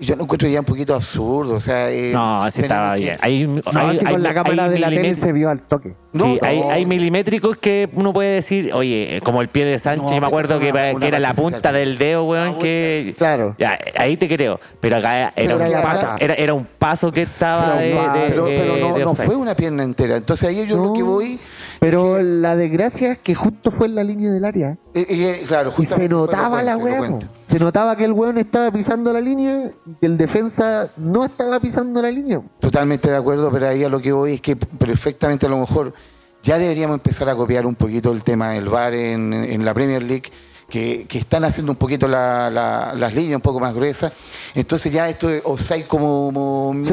S3: yo lo encuentro ya un poquito absurdo. O sea, eh,
S4: No, sí
S3: tenemos
S4: estaba
S3: que-
S4: bien. Hay,
S2: No,
S4: hay-
S2: así
S4: hay-
S2: con la cámara
S4: hay
S2: de la tele
S4: milimet-
S2: se vio al toque.
S3: No,
S4: sí, hay,
S3: no.
S4: hay milimétricos que uno puede decir, oye, eh, como el pie de Sánchez,
S3: No,
S4: yo me acuerdo que,
S3: pero una-
S4: que
S3: una
S4: era la
S3: parte
S4: punta
S3: central.
S4: del dedo, weón, que...
S2: Claro.
S4: Ya, ahí te creo, pero acá era,
S3: Pero
S4: un,
S3: acá-
S4: paso, era, era un paso que estaba de,
S2: Pero
S4: de-
S2: no,
S4: de-
S3: Pero, pero no,
S4: de
S3: no
S4: offside.
S3: fue una pierna entera. Entonces ahí yo lo que
S2: No,
S3: voy.
S2: Pero la desgracia es que justo fue en la línea del área.
S3: eh, eh, claro,
S2: Y se
S3: justamente fue lo
S2: notaba la
S3: cuento, lo
S2: weá. po.
S3: cuento.
S2: Se notaba que el weón estaba pisando la línea y que el defensa no estaba pisando la línea.
S3: Totalmente de acuerdo, pero ahí a lo que voy es que perfectamente a lo mejor ya deberíamos empezar a copiar un poquito el tema del VAR en, en la Premier League, que, que están haciendo un poquito la- la- las líneas un poco más gruesas. Entonces ya esto de offside como, como
S2: Sí,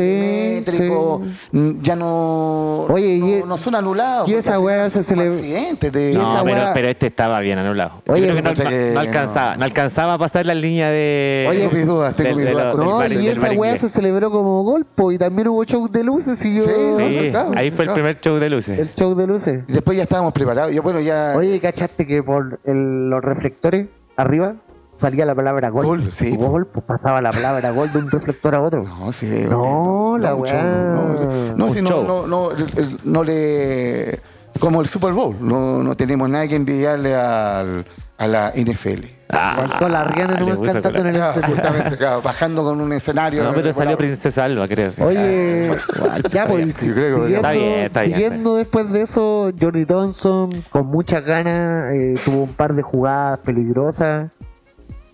S3: milimétrico, mm, ya no,
S2: Oye,
S3: no,
S2: y e-
S3: no son anulados.
S2: y
S3: porque
S2: esa
S3: al
S2: weá
S3: final
S2: se
S3: son
S2: cele-
S3: accidentes de-
S2: esa
S4: No, pero,
S2: weá-
S4: pero este estaba bien anulado. Yo
S2: Oye,
S4: creo que no,
S3: pucha
S4: no-
S3: que
S4: no alcanzaba, no. alcanzaba a pasar la línea de.
S3: Oye, mis dudas, tengo
S4: del-
S3: mis
S4: de
S3: dudas
S4: lo-
S3: con
S4: del
S3: Ah, el
S2: No,
S4: bar-
S2: y
S4: del
S2: esa
S4: bar
S2: weá
S4: inglés.
S2: se celebró como golpe y también hubo show de luces y yo.
S3: Sí,
S4: Sí,
S3: Claro,
S4: ahí fue el
S3: claro.
S4: primer show de luces.
S2: El show de luces.
S3: Y Después ya estábamos preparados. Yo, bueno, ya.
S2: Oye, ¿cachaste que por el- los reflectores arriba salía la palabra gol?
S3: Gol, sí.
S2: Gol, pues pasaba la palabra gol de un reflector a otro.
S3: No, sí,
S2: No, la
S3: un
S2: weá.
S3: show, No, no,
S4: Un
S3: si no,
S4: show.
S3: no, no, el- el- no le. Como el Super Bowl, no, no tenemos nada que envidiarle al, a la NFL.
S2: Faltó la Rihanna
S4: Ah,
S3: Ah,
S4: le
S2: nomás
S4: puso
S2: cantando en el
S3: Claro,
S2: escenario.
S3: justamente, claro, bajando con un escenario.
S4: No, pero salió
S3: Bueno,
S4: Princesa Alba, creo. Ah.
S2: Oye, ya pues,
S3: Yo creo que-
S2: siguiendo,
S4: Está bien, está bien,
S2: siguiendo después de eso, Johnny Thompson con muchas ganas eh, tuvo un par de jugadas peligrosas.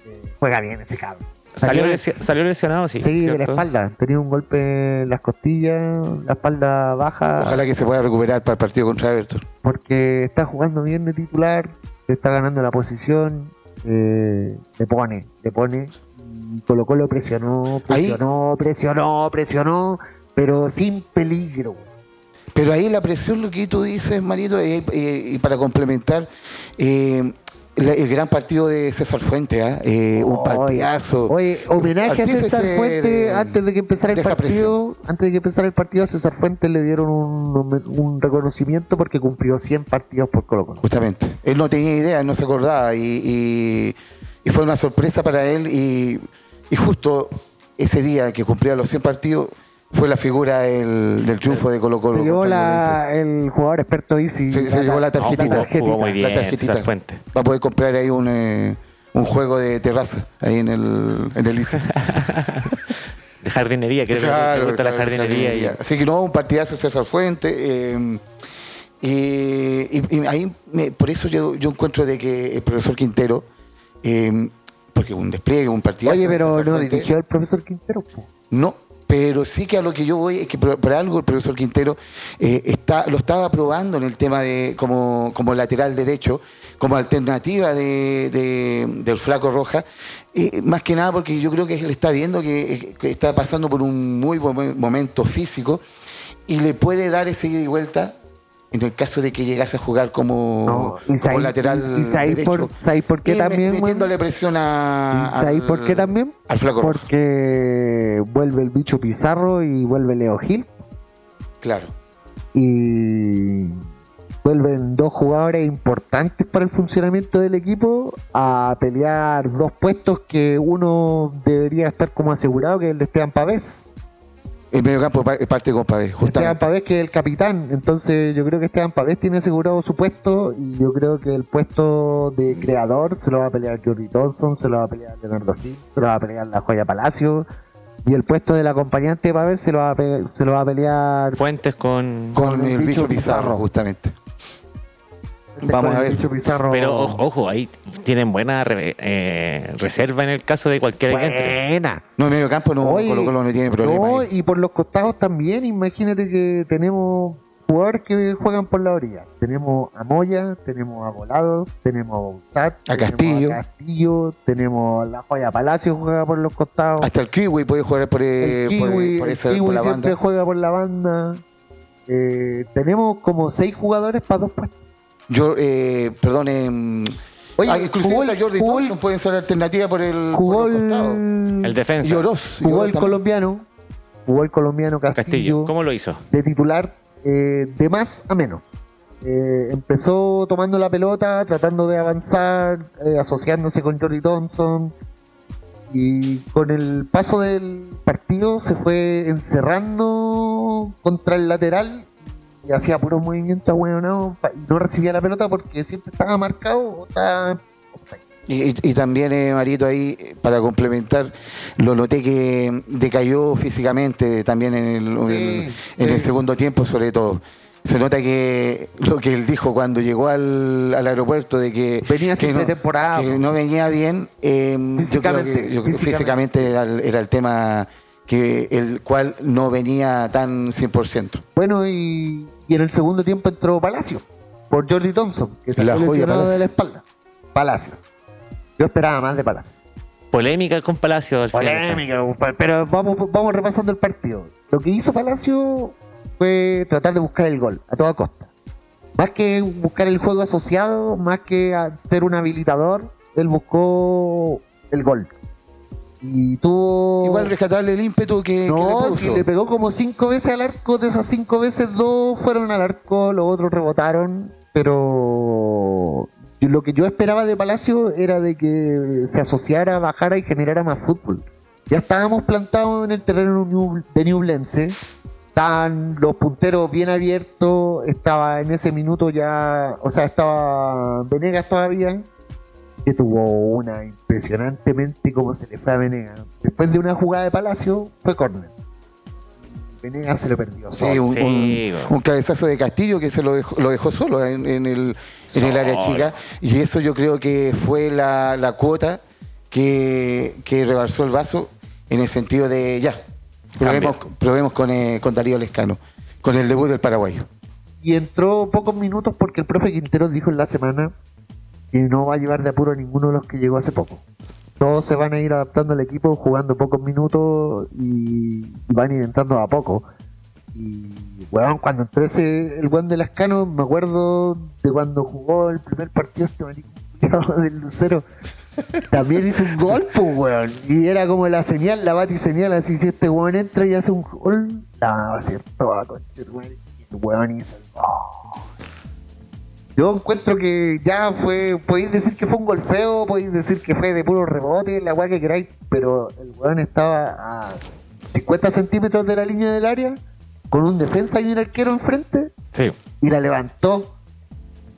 S2: Eh, Juega bien ese cabrón.
S4: Salió,
S2: Salió-
S4: lesio- salió lesionado, sí.
S2: Sí, de la
S4: ¿cierto?
S2: espalda. Tenía un golpe en las costillas, la espalda baja,
S3: Ojalá que se pueda recuperar para el partido contra Everton.
S2: porque está jugando bien de titular, está ganando la posición, eh, le pone, le pone. Y Colo Colo presionó,
S3: Ahí-
S2: presionó, presionó, presionó, pero sin peligro.
S3: Pero ahí la presión, lo que tú dices, Marito, eh, eh, y para complementar, eh, la- el gran partido de César Fuente, ¿ah? Eh, un partidazo.
S2: Oye, homenaje a
S3: Artífice
S2: César Fuente
S3: de-
S2: antes de que empezara el
S3: de esa
S2: partido. Antes de que empezara el partido, a César Fuente le dieron un, un reconocimiento porque cumplió 100 partidos por Colo Colo.
S3: Justamente. Él no tenía idea, no se acordaba y, y- y fue una sorpresa para él y, y justo ese día que cumplía los 100 partidos fue la figura del, del triunfo de Colo Colo.
S2: Se llevó
S3: contra
S2: la, el jugador experto Easy.
S3: Ñublense. Se- se llevó la
S4: No,
S3: tarjetita.
S4: jugó, jugó muy bien,
S3: La tarjetita.
S4: César Fuente.
S3: Va a poder comprar ahí un, eh, un juego de terraza ahí en el, en el Liceo.
S4: De jardinería, creo que le gusta la
S3: claro,
S4: jardinería. y-
S3: Así que no, un partidazo César Fuente. eh, y, y- y ahí, me- por eso yo, yo encuentro de que el profesor Quintero, eh, porque un despliegue, un partidazo.
S2: Oye,
S3: de
S2: pero
S3: César
S2: no
S3: Fuente,
S2: dirigió el profesor Quintero. po.
S3: No, pero sí que a lo que yo voy es que por, por algo el profesor Quintero eh, está, lo estaba probando en el tema de como, como lateral derecho, como alternativa de, de- del flaco Roja, eh, más que nada porque yo creo que él está viendo que, eh, que está pasando por un muy buen mo- momento físico y le puede dar ese ida y vuelta en el caso de que llegase a jugar como,
S2: No, y
S3: como
S2: sabe-
S3: lateral
S2: y- y sabe
S3: derecho.
S2: por- sabe por qué
S3: Y met-
S2: también,
S3: metiéndole presión a,
S2: ¿Y sabéis
S3: al-
S2: por qué también?
S3: al flaco Roja,
S2: Porque vuelve el bicho Pizarro y vuelve Leo Gil.
S3: claro.
S2: Y vuelven dos jugadores importantes para el funcionamiento del equipo a pelear dos puestos que uno debería estar como asegurado, que es el de Esteban Pavés.
S3: El mediocampo pa- parte con Pavés,
S2: Esteban
S3: justamente.
S2: Pavés, que es el capitán. Entonces, yo creo que Esteban Pavés tiene asegurado su puesto y yo creo que el puesto de creador se lo va a pelear Jordi Thompson, se lo va a pelear Leonardo Gil, se lo va a pelear la Joya Palacio y el puesto del acompañante de Pavés se lo va a, pe- se lo va a pelear
S4: Fuentes con...
S3: Con el bicho Pizarro,
S2: Pizarro.
S3: justamente. Vamos
S2: con
S3: a
S2: el
S3: ver.
S2: Bicho Pizarro.
S4: Pero ojo, ojo, ahí tienen buena re- eh, reserva en el caso de cualquiera que entre.
S2: Buena.
S3: No, el mediocampo no,
S2: Oye,
S3: Colo Colo no tiene problema.
S2: no,
S3: ahí.
S2: y por los costados también, imagínate que tenemos jugadores que juegan por la orilla. Tenemos a Moya, tenemos a Volado, tenemos a Bonsat, tenemos
S3: Castillo.
S2: a Castillo, tenemos a La Joya Palacio juega por los costados.
S3: Hasta el Kiwi puede jugar por, eh,
S2: el
S3: por-
S2: Kiwi,
S3: por
S2: el
S3: esa-
S2: Kiwi
S3: por la
S2: siempre
S3: banda.
S2: juega por la banda. Eh, tenemos como seis jugadores para dos puestos.
S3: Yo, eh, perdón, em,
S2: Oye,
S3: ah, inclusive
S2: jugó
S3: hasta
S2: el-
S3: Jordi
S2: jugó el-
S3: Thompson puede ser alternativa por el
S2: Jugó
S3: por los costados.
S2: el,
S4: El defensa.
S3: Y Oroz,
S2: jugó
S3: Oroz
S2: el
S3: también.
S2: colombiano, jugó el colombiano
S4: Castillo, ¿cómo lo hizo?
S2: de titular eh, de más a menos. Eh, empezó tomando la pelota, tratando de avanzar, eh, asociándose con Jordi Thompson. Y con el paso del partido se fue encerrando contra el lateral y hacía puros movimientos, bueno, no, no recibía la pelota porque siempre estaba marcado o estaba
S3: Y, y- y también, eh, Marito, ahí, eh, para complementar, lo noté que eh, decayó físicamente también en el, en- en el
S2: sí.
S3: segundo tiempo, sobre todo. Se nota que lo que él dijo cuando llegó al, al aeropuerto de que,
S2: Venía
S3: que,
S2: sin pretemporada.
S3: que no venía bien, eh, yo creo que
S2: Físicamente,
S3: yo creo que
S2: físicamente.
S3: físicamente era, el- era el tema que el cual no venía tan 100%.
S2: Bueno, y, y en el segundo tiempo entró Palacio por Jordi Thompson, que
S3: La
S2: salió
S3: joya
S2: lesionado
S3: Palacio.
S2: de la espalda. Palacio. Yo esperaba más de Palacio.
S4: Polémica con Palacio al final.
S2: Polémica, compadre, pero vamos, vamos repasando el partido. Lo que hizo Palacio fue tratar de buscar el gol a toda costa. Más que buscar el juego asociado, más que a- ser un habilitador, él buscó el gol. Y tuvo...
S3: Igual rescatarle el ímpetu que, que le
S2: Oh. No,
S3: puso.
S2: si le pegó como cinco veces al arco, de esas cinco veces dos fueron al arco, los otros rebotaron, pero yo- lo que yo esperaba de Palacio era de que se asociara, bajara y generara más fútbol. Ya estábamos plantados en el terreno Ñu- de ¿eh? Newblense, estaban los punteros bien abiertos, estaba en ese minuto ya, o sea, estaba Venegas todavía, que tuvo una impresionantemente como se le fue a Venegas. Después de una jugada de Palacio, fue córner. Venegas se lo perdió.
S3: Sí, un,
S4: Sí,
S3: un-
S4: bueno.
S3: un cabezazo de Castillo que se lo dejó, lo dejó solo en, en el, en el área
S4: Solo.
S3: chica. Y eso yo creo que fue la, la cuota que, que rebalsó el vaso en el sentido de ya. Probemos, probemos con, eh, con Darío Lescano, con el debut del paraguayo.
S2: Y entró pocos minutos porque el profe Quintero dijo en la semana que no va a llevar de apuro a ninguno de los que llegó hace poco. Todos se van a ir adaptando al equipo, jugando pocos minutos y van intentando a poco. Y, weón, cuando entró ese, el weón de Lascano, me acuerdo de cuando jugó el primer partido este marico del Lucero. También hizo un gol, pues, weón. Y era como la señal, la bati señal, así si este weón entra y hace un gol, la va a hacer toda, conchetumare. Y el weón hizo el gol. Yo encuentro que ya fue, podéis decir que fue un gol feo, podéis decir que fue de puro rebote, la weá que queráis, pero el weón estaba a 50 centímetros de la línea del área, con un defensa y un arquero enfrente,
S4: Sí.
S2: y la levantó.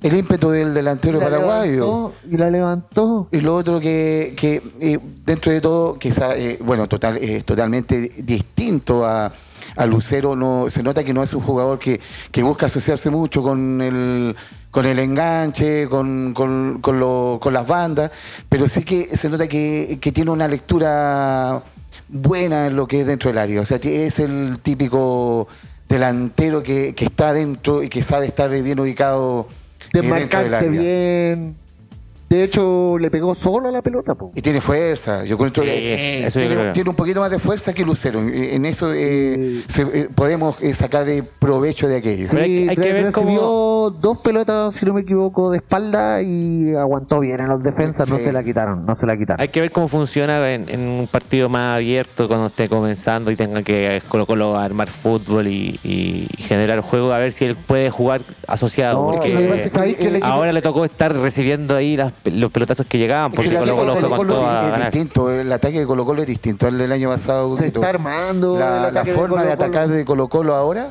S3: El ímpetu del
S2: Y
S3: delantero
S2: la
S3: paraguayo.
S2: levantó, y la levantó.
S3: Y lo otro que, que, eh, dentro de todo, quizá, eh, bueno, total, es totalmente distinto a, a Lucero, no, se nota que no es un jugador que, que busca asociarse mucho con el, con el enganche, con, con, con lo- con las bandas, pero sí que se nota que, que tiene una lectura buena en lo que es dentro del área. O sea, que es el típico delantero que, que está dentro y que sabe estar bien ubicado. eh, dentro del
S2: Desmarcarse
S3: área.
S2: bien. De hecho, le pegó solo a la pelota, po.
S3: Y tiene fuerza. Yo creo
S4: Sí,
S3: que
S4: eso yo
S3: tiene,
S4: creo.
S3: tiene un poquito más de fuerza que Lucero. Eh, En eso eh, se- eh, podemos eh, sacar eh, provecho de aquello.
S4: Pero hay que- hay que
S2: re-
S4: ver cómo-
S2: recibió dos pelotas, si no me equivoco, de espalda y aguantó bien en los defensas. No
S3: Sí.
S2: se la quitaron, no se la quitaron.
S4: Hay que ver cómo funciona en, en un partido más abierto cuando esté comenzando y tenga que Colo Colo armar fútbol y, y- y generar juego, a ver si él puede jugar asociado.
S2: No,
S4: porque
S2: lo que pasa es que ahí que el equipo-
S4: ahora le tocó estar recibiendo ahí las- los pelotazos que llegaban,
S3: Es que
S4: porque
S3: el
S4: Colo
S3: ataque
S4: Colo
S3: de
S4: fue con
S3: Colo-Colo
S4: todo a
S3: es- es
S4: ganar.
S3: distinto. El ataque de Colo Colo es distinto al del año pasado.
S2: se
S3: Guito.
S2: está armando el
S3: la, la
S2: ataque
S3: forma de
S2: Colo-Colo.
S3: atacar de Colo Colo ahora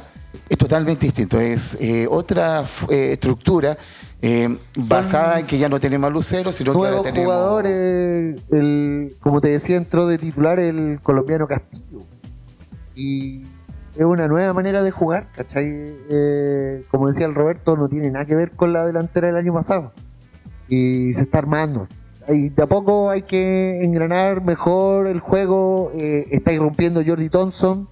S3: es totalmente distinto. Es eh, otra f- eh, estructura eh, basada en que ya no tenemos a Lucero, sino que ahora
S2: Nuevos
S3: tenemos...
S2: jugadores, el, como te decía, entró de titular el colombiano Castillo. Y es una nueva manera de jugar, ¿cachai? Eh, como decía el Roberto, no tiene nada que ver con la delantera del año pasado. Y se está armando. Y de a poco hay que engranar mejor el juego. eh, está irrumpiendo Jordi Thompson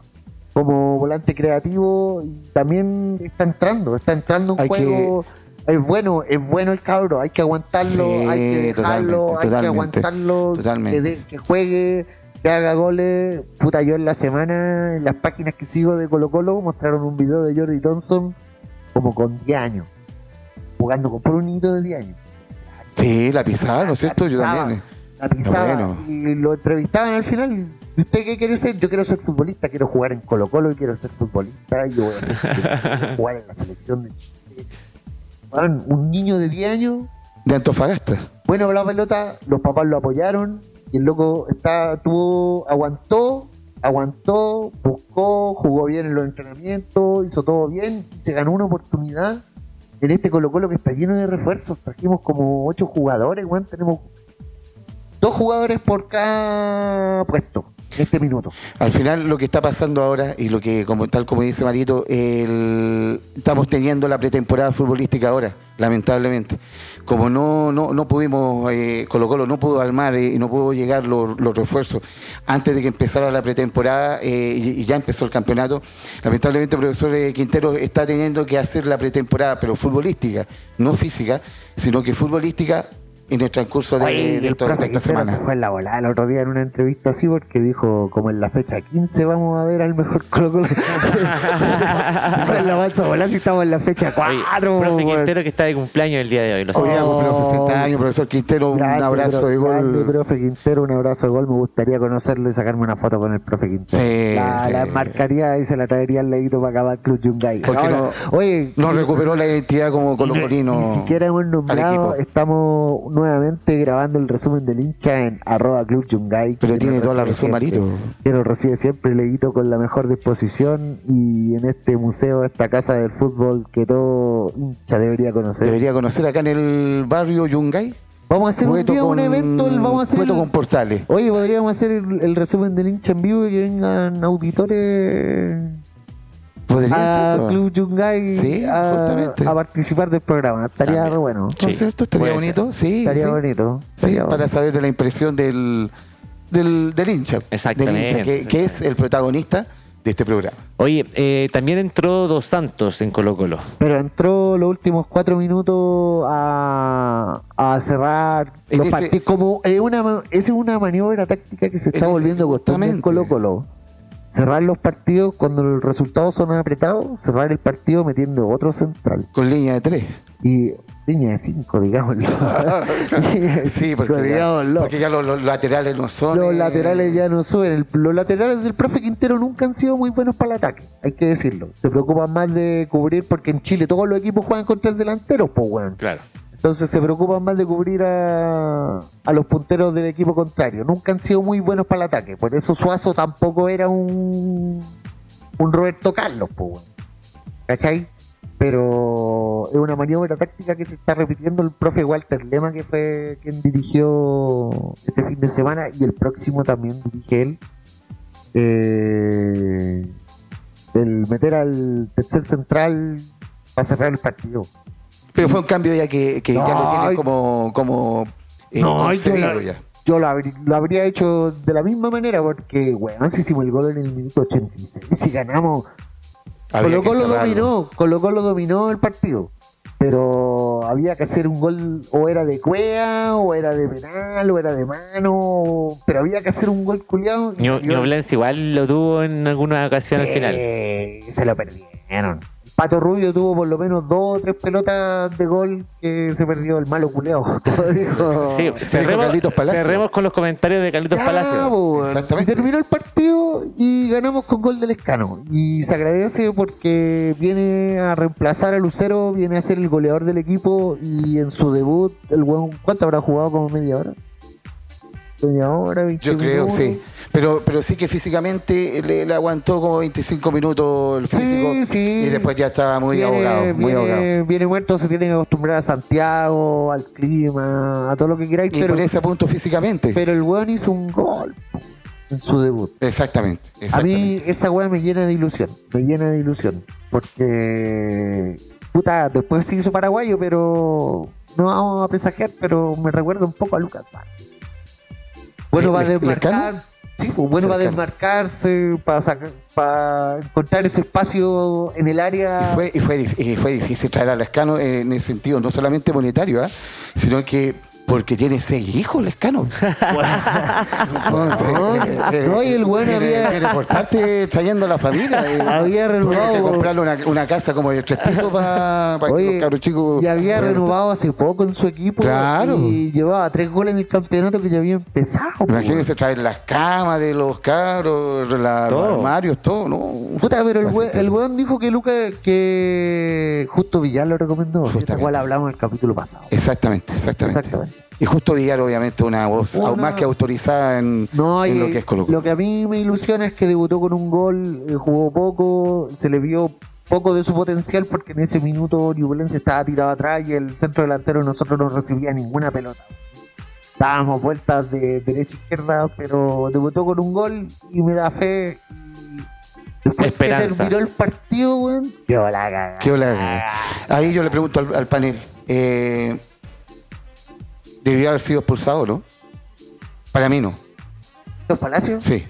S2: como volante creativo. Y también está entrando, está entrando un
S3: Hay que-
S2: juego. Es bueno, es bueno el cabro, hay que aguantarlo,
S3: Sí,
S2: hay que dejarlo,
S3: totalmente,
S2: hay que
S3: totalmente,
S2: aguantarlo,
S3: totalmente.
S2: Que, de- que juegue, que haga goles. Puta, yo en la semana, en las páginas que sigo de Colo Colo, mostraron un video de Jordi Thompson como con 10 años, jugando con por un niñito de 10 años.
S3: Sí, la pizarra, ¿no es cierto? Yo
S2: pisaba,
S3: también.
S2: La pisaba
S3: Bueno.
S2: y lo entrevistaban al final. ¿Y usted qué quiere ser? Yo quiero ser futbolista, quiero jugar en Colo Colo y quiero ser futbolista. y Yo voy a ser futbolista, quiero jugar en la selección de Chile. Weón, un niño de 10 años
S3: eh, De Antofagasta.
S2: bueno la pelota, los papás lo apoyaron y el loco está, tuvo, aguantó, aguantó, buscó, jugó bien en los entrenamientos, hizo todo bien, y se ganó una oportunidad en este Colo Colo que está lleno de refuerzos, trajimos como ocho jugadores, weón, tenemos dos jugadores por cada puesto en este minuto.
S3: Al final lo que está pasando ahora y lo que como tal como dice Marito, el- estamos teniendo la pretemporada futbolística ahora, lamentablemente. Como no no, no pudimos eh, Colo Colo no pudo armar eh, y no pudo llegar los, los refuerzos antes de que empezara la pretemporada eh, y, y ya empezó el campeonato. Lamentablemente el profesor eh, Quintero está teniendo que hacer la pretemporada, pero futbolística, no física, sino que futbolística en el transcurso de,
S2: Oye,
S3: de
S2: el
S3: esto-
S2: profe
S3: de esta
S2: Quintero
S3: semana.
S2: se fue en la volada el otro día en una entrevista así porque dijo como en la fecha 15 vamos a ver al mejor Colo Colo. se fue en la bolsa volada si estamos en la fecha
S4: Oye,
S2: 4.
S4: profe Quintero que está de cumpleaños el día de hoy. Lo
S3: Hoy
S4: sé.
S3: día cumple 60
S2: Oh,
S3: años, profesor Quintero, un abrazo de gol.
S2: profe Quintero, un abrazo de gol. Me gustaría conocerlo y sacarme una foto con el profe Quintero.
S3: Sí,
S2: la,
S3: sí.
S2: la marcaría y se la traería al leído para acabar Club Yungay.
S3: Porque
S2: Ahora,
S3: no-
S2: oye,
S3: No recuperó la identidad como colocolino.
S2: Ni siquiera hemos nombrado,
S3: al equipo.
S2: estamos nuevamente grabando el resumen del hincha en arroba club yungay.
S3: Pero
S2: que
S3: tiene
S2: nos
S3: toda la
S2: recibe
S3: razón,
S2: siempre.
S3: Marito.
S2: Que nos recibe siempre Leguito con la mejor disposición y en este museo, esta casa del fútbol que todo hincha debería conocer.
S3: Debería conocer acá en el barrio Yungay.
S2: Vamos a hacer un
S3: Cueto
S2: día un
S3: con-
S2: evento, el- vamos a hacer...
S3: Cueto
S2: el-
S3: con portales.
S2: Oye, podríamos hacer el, el resumen del hincha en vivo y que vengan auditores
S3: Podría
S2: a
S3: ser.
S2: Ah, Club Yungay
S3: pues. Sí,
S2: a,
S3: justamente.
S2: a participar del programa. Estaría
S4: También.
S2: re bueno.
S3: ¿No es
S4: Sí,
S3: cierto? Estaría
S4: puede
S3: bonito. Sí,
S2: Estaría
S3: sí.
S2: bonito.
S3: Sí,
S2: estaría
S3: para
S2: bonito.
S3: saber de la impresión del, del, del hincha.
S4: Exactamente,
S3: Del hincha, que, que es el protagonista de este programa.
S4: Oye, eh, también entró Dos Santos en Colo Colo.
S2: Pero entró los últimos cuatro minutos a, a cerrar
S3: En
S2: los
S3: ese-
S2: partidos. Como es una, ma- es una maniobra táctica que se está
S3: ese-
S2: volviendo costumbre en Colo
S3: justamente.
S2: Colo. Cerrar los partidos cuando los resultados son apretados, cerrar el partido metiendo otro central.
S3: Con línea de tres.
S2: Y línea de cinco, digámoslo. Línea de
S3: sí,
S2: cinco,
S3: porque ya,
S2: digámoslo.
S3: porque ya los, los laterales no son.
S2: Los
S3: eh,
S2: laterales ya no suben. El- los laterales del profe Quintero nunca han sido muy buenos para el ataque, hay que decirlo. Se preocupan más de cubrir porque en Chile todos los equipos juegan contra el delantero, pues weón.
S4: Claro.
S2: Entonces se preocupan más de cubrir a, a los punteros del equipo contrario. Nunca han sido muy buenos para el ataque. Por eso Suazo tampoco era un, un Roberto Carlos, pues weón. ¿Cachai? Pero es una maniobra táctica que se está repitiendo el profe Walter Lema, que fue quien dirigió este fin de semana, y el próximo también dirige él. Eh, el meter al tercer central para cerrar el partido.
S3: Pero fue un cambio ya que, que ya lo tienen
S2: Ay.
S3: como, como eh,
S2: No, yo
S3: concebido
S2: la-
S3: ya.
S2: Yo lo, habrí- lo habría hecho de la misma manera, porque, weón, si hicimos el gol en el minuto 86, si ganamos Colo
S3: Habría que
S2: Colo
S3: cerrarlo.
S2: dominó, Colo Colo dominó el partido. pero había que hacer un gol o era de cuea, o era de penal, o era de mano, pero había que hacer un gol culiado. y
S4: New,
S2: yo-
S4: Newlands igual lo tuvo en alguna ocasión al final.
S2: Eh, Se lo perdieron. Pato Rubio tuvo por lo menos dos o tres pelotas de gol que se perdió el malo culeado.
S4: Sí, cerremos,
S3: Carlitos Palacios.
S4: cerremos con los comentarios de Carlitos Palacios.
S3: Exactamente.
S2: pues, Terminó el partido y ganamos con gol del Escano. Y se agradece porque viene a reemplazar a Lucero, viene a ser el goleador del equipo y en su debut, el weón, ¿cuánto habrá jugado? ¿Como media hora? ¿Media hora? 20
S3: Yo creo,
S2: minutos.
S3: sí. Pero, pero sí que físicamente le, le aguantó como 25 minutos el
S2: Sí,
S3: físico.
S2: sí.
S3: Y después ya estaba muy ahogado, muy
S2: viene,
S3: ahogado.
S2: viene muerto, se tiene que acostumbrar a Santiago, al clima, a todo lo que queráis,
S3: Y
S2: pero,
S3: por ese punto físicamente.
S2: pero el weón hizo un gol en su debut.
S3: exactamente,
S2: A
S3: exactamente.
S2: mí esa weá me llena de ilusión, me llena de ilusión, porque puta, después se hizo paraguayo, pero no vamos a presagiar, pero me recuerda un poco a Lucas Vázquez. Bueno,
S3: ¿Le-
S2: va a
S3: le-
S2: desmarcar,
S3: Lescano?
S2: sí, pues, bueno, va a
S3: Cercano.
S2: desmarcarse, para sacar- para encontrar ese espacio en el área.
S3: Y fue, y fue, dif- y fue difícil traer a Lescano eh, en el sentido no solamente monetario, ¿ah? sino que porque tiene seis hijos Lescano. eh,
S2: No, y el bueno había-
S3: reportarte trayendo a la familia. eh.
S2: Había
S3: Tuvieron que
S2: renovado.
S3: comprarle una, una casa como de tres pisos para que
S2: Oye,
S3: los cabros chicos.
S2: Y había renovado hace poco en su equipo.
S3: Claro.
S2: Y llevaba tres goles en el campeonato que ya había empezado. pues,
S3: Imagínense traer las camas de los cabros, la-
S4: Todo.
S3: los armarios, todo, ¿no?
S2: Puta, pero el,
S3: Así
S2: we-
S3: que-
S2: el weón dijo que Lucas, que justo Villar lo recomendó.
S3: Justamente.
S2: Esa cual hablamos en el capítulo pasado.
S3: Exactamente, exactamente,
S2: Exactamente.
S3: Y justo Villar, obviamente, una voz
S2: Una-
S3: aún más que autorizada en,
S2: No,
S3: en
S2: y
S3: lo que es Colo Colo.
S2: lo que a mí me ilusiona es que debutó con un gol, eh, jugó poco, se le vio poco de su potencial porque en ese minuto Newblense estaba tirado atrás y el centro delantero de nosotros no recibía ninguna pelota. Dábamos vueltas de derecha a izquierda, pero debutó con un gol y me da fe. Y Después
S4: Esperanza.
S2: que terminó el partido, weón. Quedó la cagada.
S3: ¿Qué hola? Ahí yo le pregunto al, al panel, eh, ¿debió haber sido expulsado no? Para mí no,
S2: Los Palacios.
S3: sí.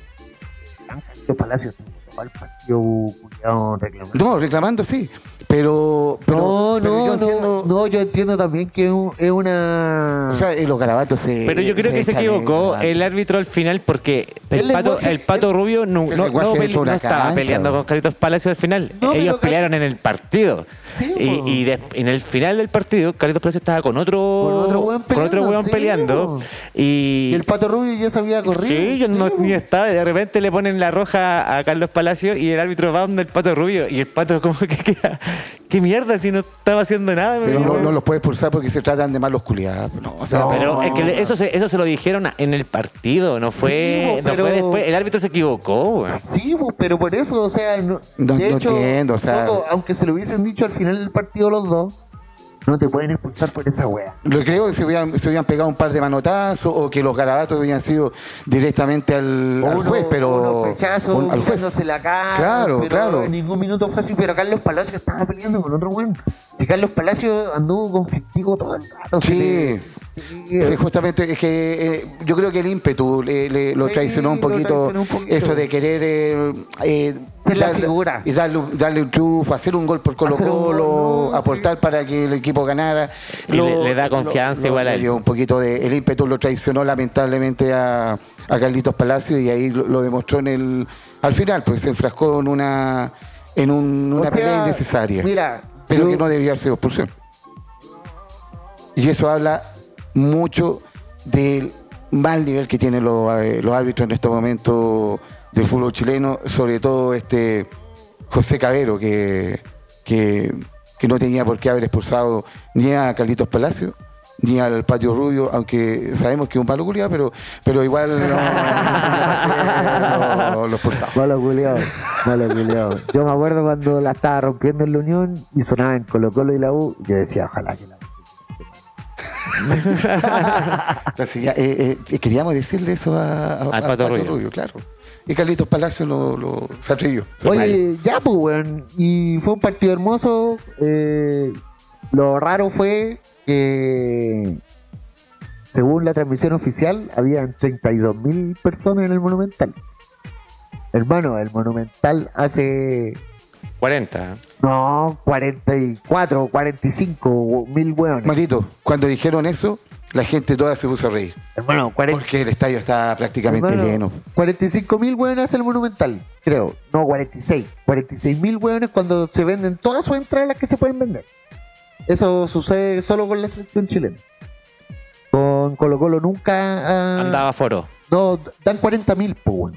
S2: Los Palacios. ¿Cuál partido culiao reclamando?
S3: No, reclamando sí, pero... pero-
S2: No,
S3: pero
S2: no,
S3: yo entiendo-
S2: no, no, yo entiendo también que es un- es una...
S3: O sea, eh, los garabatos se...
S4: Pero yo creo que se
S3: echan, eh,
S4: equivocó el árbitro al final porque el
S2: El
S4: pato,
S2: lenguaje-
S4: el pato rubio no,
S3: el
S4: no-
S3: lenguaje
S4: no
S3: dentro
S4: pele-
S3: de una
S4: no estaba
S3: cancha,
S4: peleando
S3: bro.
S4: con Carlitos Palacios al final.
S2: No, pero
S4: Ellos
S2: Car-
S4: pelearon en el partido.
S2: Sí,
S4: y
S2: bro.
S4: y des- en el final del partido, Carlitos Palacios estaba con otro,
S2: Con otro weón
S4: con otro
S2: peleando,
S4: weón
S2: sí,
S4: peleando.
S2: bro.
S4: Y,
S2: Y el Pato Rubio ya se había corrido.
S4: Sí, yo no,
S2: Sí,
S4: ni estaba. De repente le ponen la roja a Carlos Palacios y el árbitro va donde el pato rubio. Y el pato, como que queda. ¿Qué mierda? Si no estaba haciendo nada. me
S3: Pero
S4: venía
S3: no,
S4: a-
S3: no los puede expulsar porque se tratan de malos culiados. No, o sea,
S2: No,
S4: Pero es que le- eso se, eso se lo dijeron en el partido, no fue,
S2: Sí,
S4: no fue
S2: pero-
S4: después. El árbitro se equivocó, weón.
S2: Sí, pues, pero por eso, o sea, no,
S3: No-
S2: de
S3: no
S2: hecho,
S3: entiendo, o sea-
S2: loco, aunque se lo hubiesen dicho al final del partido los dos, no te pueden expulsar por esa wea.
S3: Lo creo que se hubieran, se hubieran pegado un par de manotazos o que los garabatos hubieran sido directamente al, al
S2: Uno-
S3: juez, pero...
S2: unos flechazos,
S3: un- al juez.
S2: mirándose la cara.
S3: Claro,
S2: pero
S3: claro.
S2: En ningún minuto fue así, pero Carlos Palacios estaba peleando con otro weón. Si Carlos Palacios anduvo conflictivo todo el rato. se
S3: Sí.
S2: le-
S3: Sí, justamente es que eh, yo creo que el ímpetu le- le- lo
S2: Sí,
S3: traicionó un
S2: lo
S3: poquito,
S2: traicionó un poquito.
S3: eso de querer eh, eh,
S2: Ser la
S3: dar-
S2: figura.
S3: y darle, un- darle un triunfo, hacer un gol por Colo
S2: Hacer un gol,
S3: Colo,
S2: no,
S3: aportar para que el equipo ganara.
S4: Y le- le da confianza igual a
S3: le
S4: él.
S3: dio Un poquito de el ímpetu lo traicionó lamentablemente a, a Carlitos Palacio y ahí lo, lo demostró en el al final, pues se enfrascó en una en un-
S2: O
S3: una
S2: sea,
S3: pelea innecesaria
S2: Mira,
S3: pero
S2: yo-
S3: que no debía ser expulsión. Y eso habla mucho del mal nivel que tienen los, eh, los árbitros en este momento del fútbol chileno, sobre todo este José Cabero, que, que, que no tenía por qué haber expulsado ni a Carlitos Palacio ni al patio rubio, aunque sabemos que es un palo culiado, pero, pero igual no, no- no- lo expulsaba.
S2: Malo culiao, malo culiao. Yo me acuerdo cuando la estaba rompiendo en la Unión y sonaba en Colo Colo y la U, yo decía, ojalá que la U.
S3: Entonces ya, eh, eh, queríamos decirle eso a, a-
S4: Pato Rubio.
S3: claro. Y Carlitos Palacio lo, lo- se atrevió. Se atrevió.
S2: Oye, ya pues, weón. Y fue un partido hermoso. eh, lo raro fue que, según la transmisión oficial, habían 32.000 personas en el Monumental. Hermano, el Monumental hace
S1: 40. ¿eh?
S2: No, 44, 45 mil hueones.
S3: Marito, cuando dijeron eso, la gente toda se puso a reír.
S2: Hermano, 40,
S3: Porque el estadio estaba prácticamente
S2: hermano,
S3: lleno.
S2: 45 mil hueones hace el Monumental, creo. No, 46. 46 mil hueones cuando se venden todas sus entradas las que se pueden vender. Eso sucede solo con la selección chilena. Con Colo Colo nunca... ah,
S1: Andaba foro.
S2: No, dan 40 mil, pues, weón.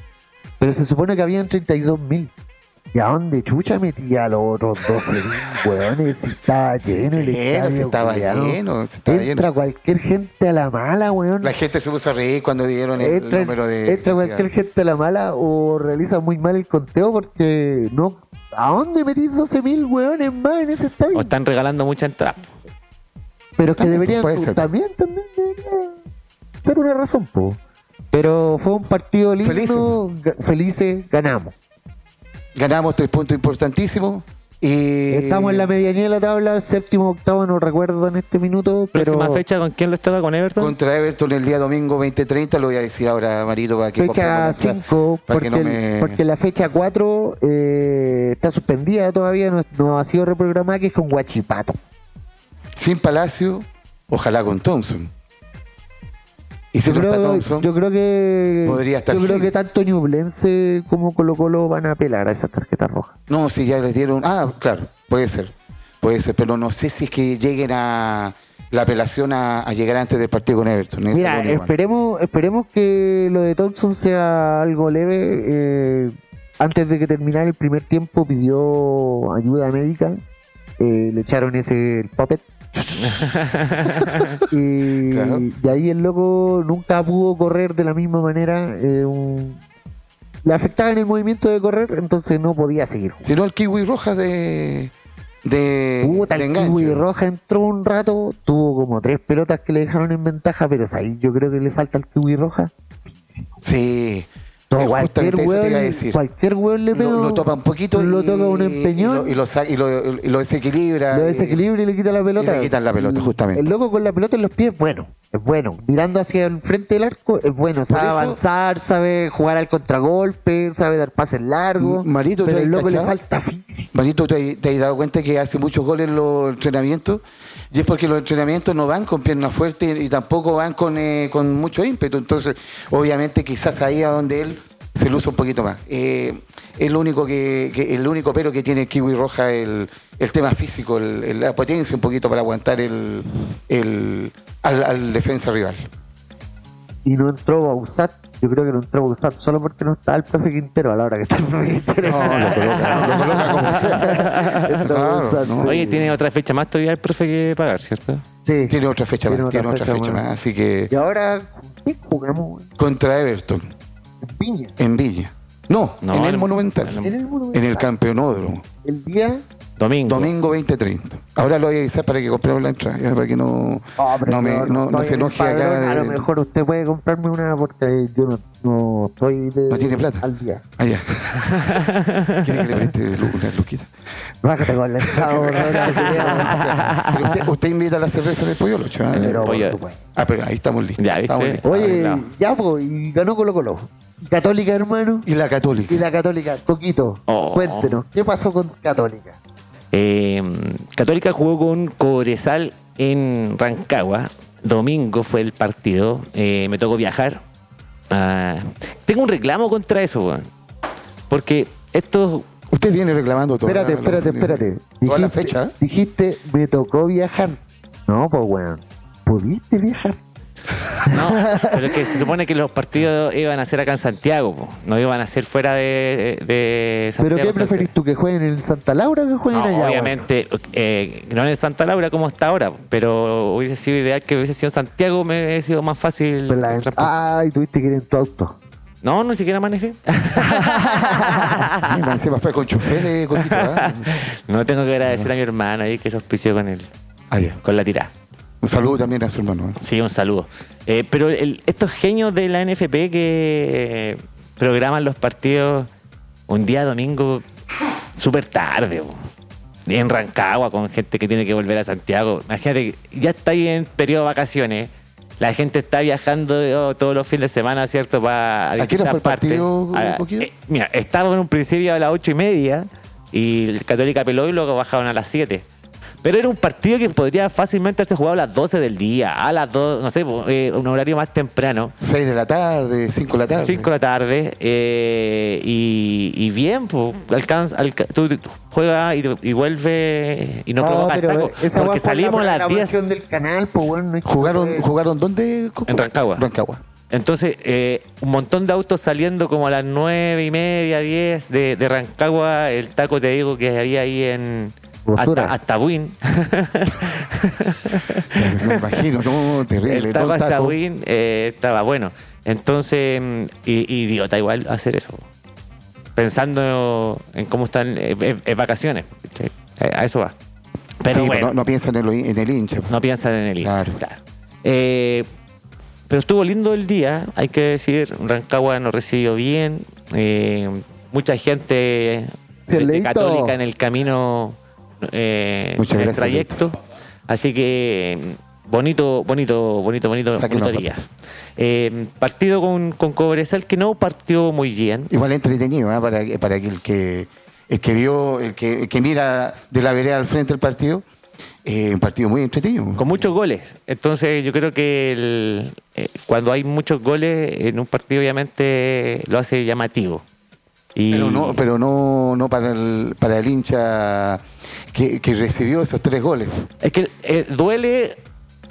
S2: Pero se supone que habían 32 mil. ¿Y a dónde chucha metía a los otros 12 mil, weón? Si estaba lleno el
S3: Lleno, se
S2: estadio,
S3: estaba
S2: culiao.
S3: lleno, se estaba
S2: Entra
S3: lleno.
S2: cualquier gente a la mala, weón.
S3: La gente se puso a reír cuando dieron el
S2: entra,
S3: número de.
S2: entra cualquier gente a la mala o realiza muy mal el conteo porque no... ¿A dónde metís 12 mil weones más en ese estadio?
S1: O están regalando mucha entrada.
S2: Pero que
S3: También
S2: deberían
S3: puede ser.
S2: también, también debería ser una razón, po. Pero fue un partido lindo,
S3: Felices.
S2: ga- felices, ganamos.
S3: Ganamos tres puntos importantísimos. Y
S2: Estamos en la medianía de la tabla, séptimo, octavo, no recuerdo en este minuto, pero
S1: Próxima fecha, ¿con quién les toca? ¿Con Everton?
S3: Contra Everton el día domingo 20-30, lo voy a decir ahora, Marito, para que
S2: fecha
S3: compremos nuestra-
S2: 5,
S3: para que
S2: porque,
S3: no
S2: el-
S3: me-
S2: porque la fecha 4 está suspendida todavía, no, no ha sido reprogramada, que es con Guachipato.
S3: Sin Palacio, ojalá con Thompson. Y si
S2: Yo
S3: no está
S2: creo,
S3: Thompson,
S2: yo creo que
S3: Podría estar
S2: yo creo
S3: Gil.
S2: que tanto Ñublense como Colo Colo van a apelar a esas tarjetas rojas.
S3: no, si ya les dieron. Ah, claro, puede ser. Puede ser, pero no sé si es que lleguen a la apelación a, a llegar antes del partido con Everton. Eso
S2: Mira, eh,
S3: es lo único.
S2: esperemos, esperemos que lo de Thompson sea algo leve. eh, antes de que terminara el primer tiempo pidió ayuda médica. eh, le echaron ese el puppet. y
S3: Claro.
S2: de ahí el loco nunca pudo correr de la misma manera. eh, un- le afectaba en el movimiento de correr, entonces no podía seguir. jugando.
S3: Si no, el kiwi roja de. de.
S2: Puta,
S3: de
S2: el
S3: enganche.
S2: Kiwi Roja entró un rato, tuvo como tres pelotas que le dejaron en ventaja, pero ahí yo creo que le falta al Kiwi Roja.
S3: Sí.
S2: No,
S3: Eh,
S2: cualquier
S3: justamente eso te iba a
S2: hueón,
S3: decir.
S2: cualquier hueón le pega.
S3: Lo, lo topa un poquito.
S2: Lo
S3: y-
S2: toca un
S3: Y lo,
S2: empeñón.
S3: y lo sa- y lo- y lo desequilibra.
S2: Lo
S3: y-
S2: desequilibra y le quita la pelota.
S3: y le quitan la pelota, justamente.
S2: El loco con la pelota en los pies, bueno, es bueno. Mirando hacia el frente del arco, es bueno. Sabe
S3: eso-
S2: avanzar, sabe jugar al contragolpe, sabe dar pases largos.
S3: M- Marito,
S2: pero
S3: ¿tú
S2: el
S3: has
S2: loco le
S3: cachado?
S2: falta físico.
S3: Manito, ¿te, te has dado cuenta que hace muchos goles los entrenamientos? Y es porque los entrenamientos no van con pierna fuerte y tampoco van con, eh, con mucho ímpetu. Entonces, obviamente, quizás ahí a donde él se luce un poquito más. Eh, es lo único que, que- el único pero que tiene el Kiwi Roja el, el tema físico, el- el- la potencia un poquito para aguantar el, el- al, al defensa rival.
S2: Y no entró Bausat. Yo creo que no entró Bausat solo porque no estaba el profe Quintero a la hora que está el profe Quintero.
S3: No, lo coloca, lo coloca como sea.
S2: Entró
S3: Claro,
S2: Bausat,
S3: no.
S2: sí.
S1: Oye, tiene otra fecha más todavía el profe que pagar, ¿cierto?
S2: Sí.
S3: Tiene otra fecha
S2: Tiene
S3: más,
S2: otra
S3: tiene otra
S2: fecha
S3: fecha
S2: más.
S3: más. Así que
S2: Y ahora, ¿con quién jugamos? güey?
S3: contra Everton.
S2: En Viña.
S3: En Villa. No,
S1: No,
S3: en el,
S1: en-
S3: Monumental.
S1: en
S2: En el,
S3: En el
S2: Monumental.
S3: Campeonódromo.
S2: el día
S1: Domingo.
S3: Domingo 20-30. Ahora lo voy a avisar para que compremos la entrada, ya, para que no,
S2: Ah, pero
S3: no, me,
S2: yo
S3: no, no
S2: estoy en el
S3: se enoje
S2: padrón.
S3: acá.
S2: A lo
S3: de-
S2: mejor usted puede comprarme una porque yo no, no estoy de,
S3: No tiene plata.
S2: al día.
S3: Allá. Ah, ¿Quiere que le preste lu- una luquita?
S2: Bájate con la
S3: Pero usted, usted invita a la cerveza del pollo, Locho, ¿ah?
S2: Pero por
S1: Oye.
S2: supuesto.
S3: Ah, pero ahí estamos listos.
S1: Ya, ¿viste?
S3: estamos listos.
S2: Oye,
S1: arreglado.
S2: ya, pues, y ganó Colo Colo. Católica, hermano.
S3: Y la católica.
S2: Y la Católica, Coquito.
S1: Oh.
S2: Cuéntenos, ¿qué pasó con Católica?
S1: Eh, Católica jugó con Cobresal en Rancagua. Domingo fue el partido. Eh, me tocó viajar. Ah, tengo un reclamo contra eso, weón. Porque estos.
S3: Usted viene reclamando todo.
S2: espérate, espérate, espérate.
S3: Toda la fecha. ¿eh?
S2: Dijiste, me tocó viajar. No, pues, weón. ¿Pudiste viajar?
S1: No, pero es que se supone que los partidos iban a ser acá en Santiago, po. no iban a ser fuera de, de Santiago.
S2: ¿Pero qué
S1: entonces-
S2: preferís tú? ¿Que jueguen en Santa Laura o que jueguen
S1: No,
S2: allá? weón?
S1: obviamente, eh, no en Santa Laura como está ahora, pero hubiese sido ideal que hubiese sido en Santiago, me hubiese sido más fácil.
S2: Pero la- Ah.
S1: el transporte.
S2: Ay, tuviste que ir en tu auto.
S1: No, no siquiera manejé.
S3: Y más Encima fue con choferes, con ¿eh?
S1: no tengo que agradecer a mi hermana ahí que se auspició con el,
S3: Allá.
S1: con la tirada.
S3: Ah, Un saludo también a su hermano. ¿eh?
S1: Sí, un saludo. Eh, pero el- estos genios de la NFP que eh, programan los partidos un día domingo súper tarde, po. en Rancagua, con gente que tiene que volver a Santiago. Imagínate, que ya está ahí en periodo de vacaciones. La gente está viajando oh, todos los fines de semana, ¿cierto? Para ah, eh,
S3: ¿A qué hora fue el partido, eh, Coquillo?
S1: mira, estaba en un principio a las ocho y media. Y el Católica peló y luego bajaron a las 7. Pero era un partido que podría fácilmente haberse jugado a las 12 del día, a las 2, no sé, eh, un horario más temprano.
S3: 6 de la tarde, 5 de la tarde.
S1: 5 de la tarde. eh, y, y bien, pues, alcanza, alca- tú, tú- tú juegas y, y vuelve y no, provoca el taco.
S2: esa
S1: Porque
S2: weá fue
S1: salimos
S2: una
S1: a las 10.
S2: grabación del canal, pues weón. no es que-
S3: ¿Jugaron, ¿Jugaron dónde? Coco?
S1: En Rancagua.
S3: Rancagua.
S1: Entonces, eh, un montón de autos saliendo como a las 9 y media, 10 de, de Rancagua. El taco, te digo, que había ahí en.
S2: Basura.
S1: Hasta, hasta Buin.
S3: Me imagino, no,
S1: El
S3: terrible.
S1: taco
S3: todo
S1: hasta
S3: taco.
S1: Buin eh, estaba bueno. Entonces, mm, y, y idiota igual hacer eso. Pensando en cómo están eh, eh, eh, vacaciones. ¿cachai? Eh, a eso va. Pero
S3: Sí, pues,
S1: bueno,
S3: no, no piensan en, lo hin- en el hincha.
S1: no piensan en el hincha,
S3: Claro.
S1: claro. Eh, pero estuvo lindo el día, hay que decir, Rancagua nos recibió bien, eh, mucha gente de- de
S2: Cielito.
S1: católica en el camino, eh,
S3: Muchas
S1: en el
S3: gracias,
S1: trayecto, así que bonito, bonito, bonito, bonito,
S3: Sáquenos
S1: bonito día. Eh, partido con, con Cobresal que no partió muy bien,
S3: Igual entretenido, ¿eh? para, para que el que el que vio, el que, el que mira de la vereda al frente del partido, eh, un partido muy entretenido.
S1: con muchos goles. Entonces yo creo que el- eh, cuando hay muchos goles en un partido obviamente lo hace llamativo. Y
S3: Pero no, pero no, no para el para el hincha que, que recibió esos tres goles.
S1: es que eh, duele,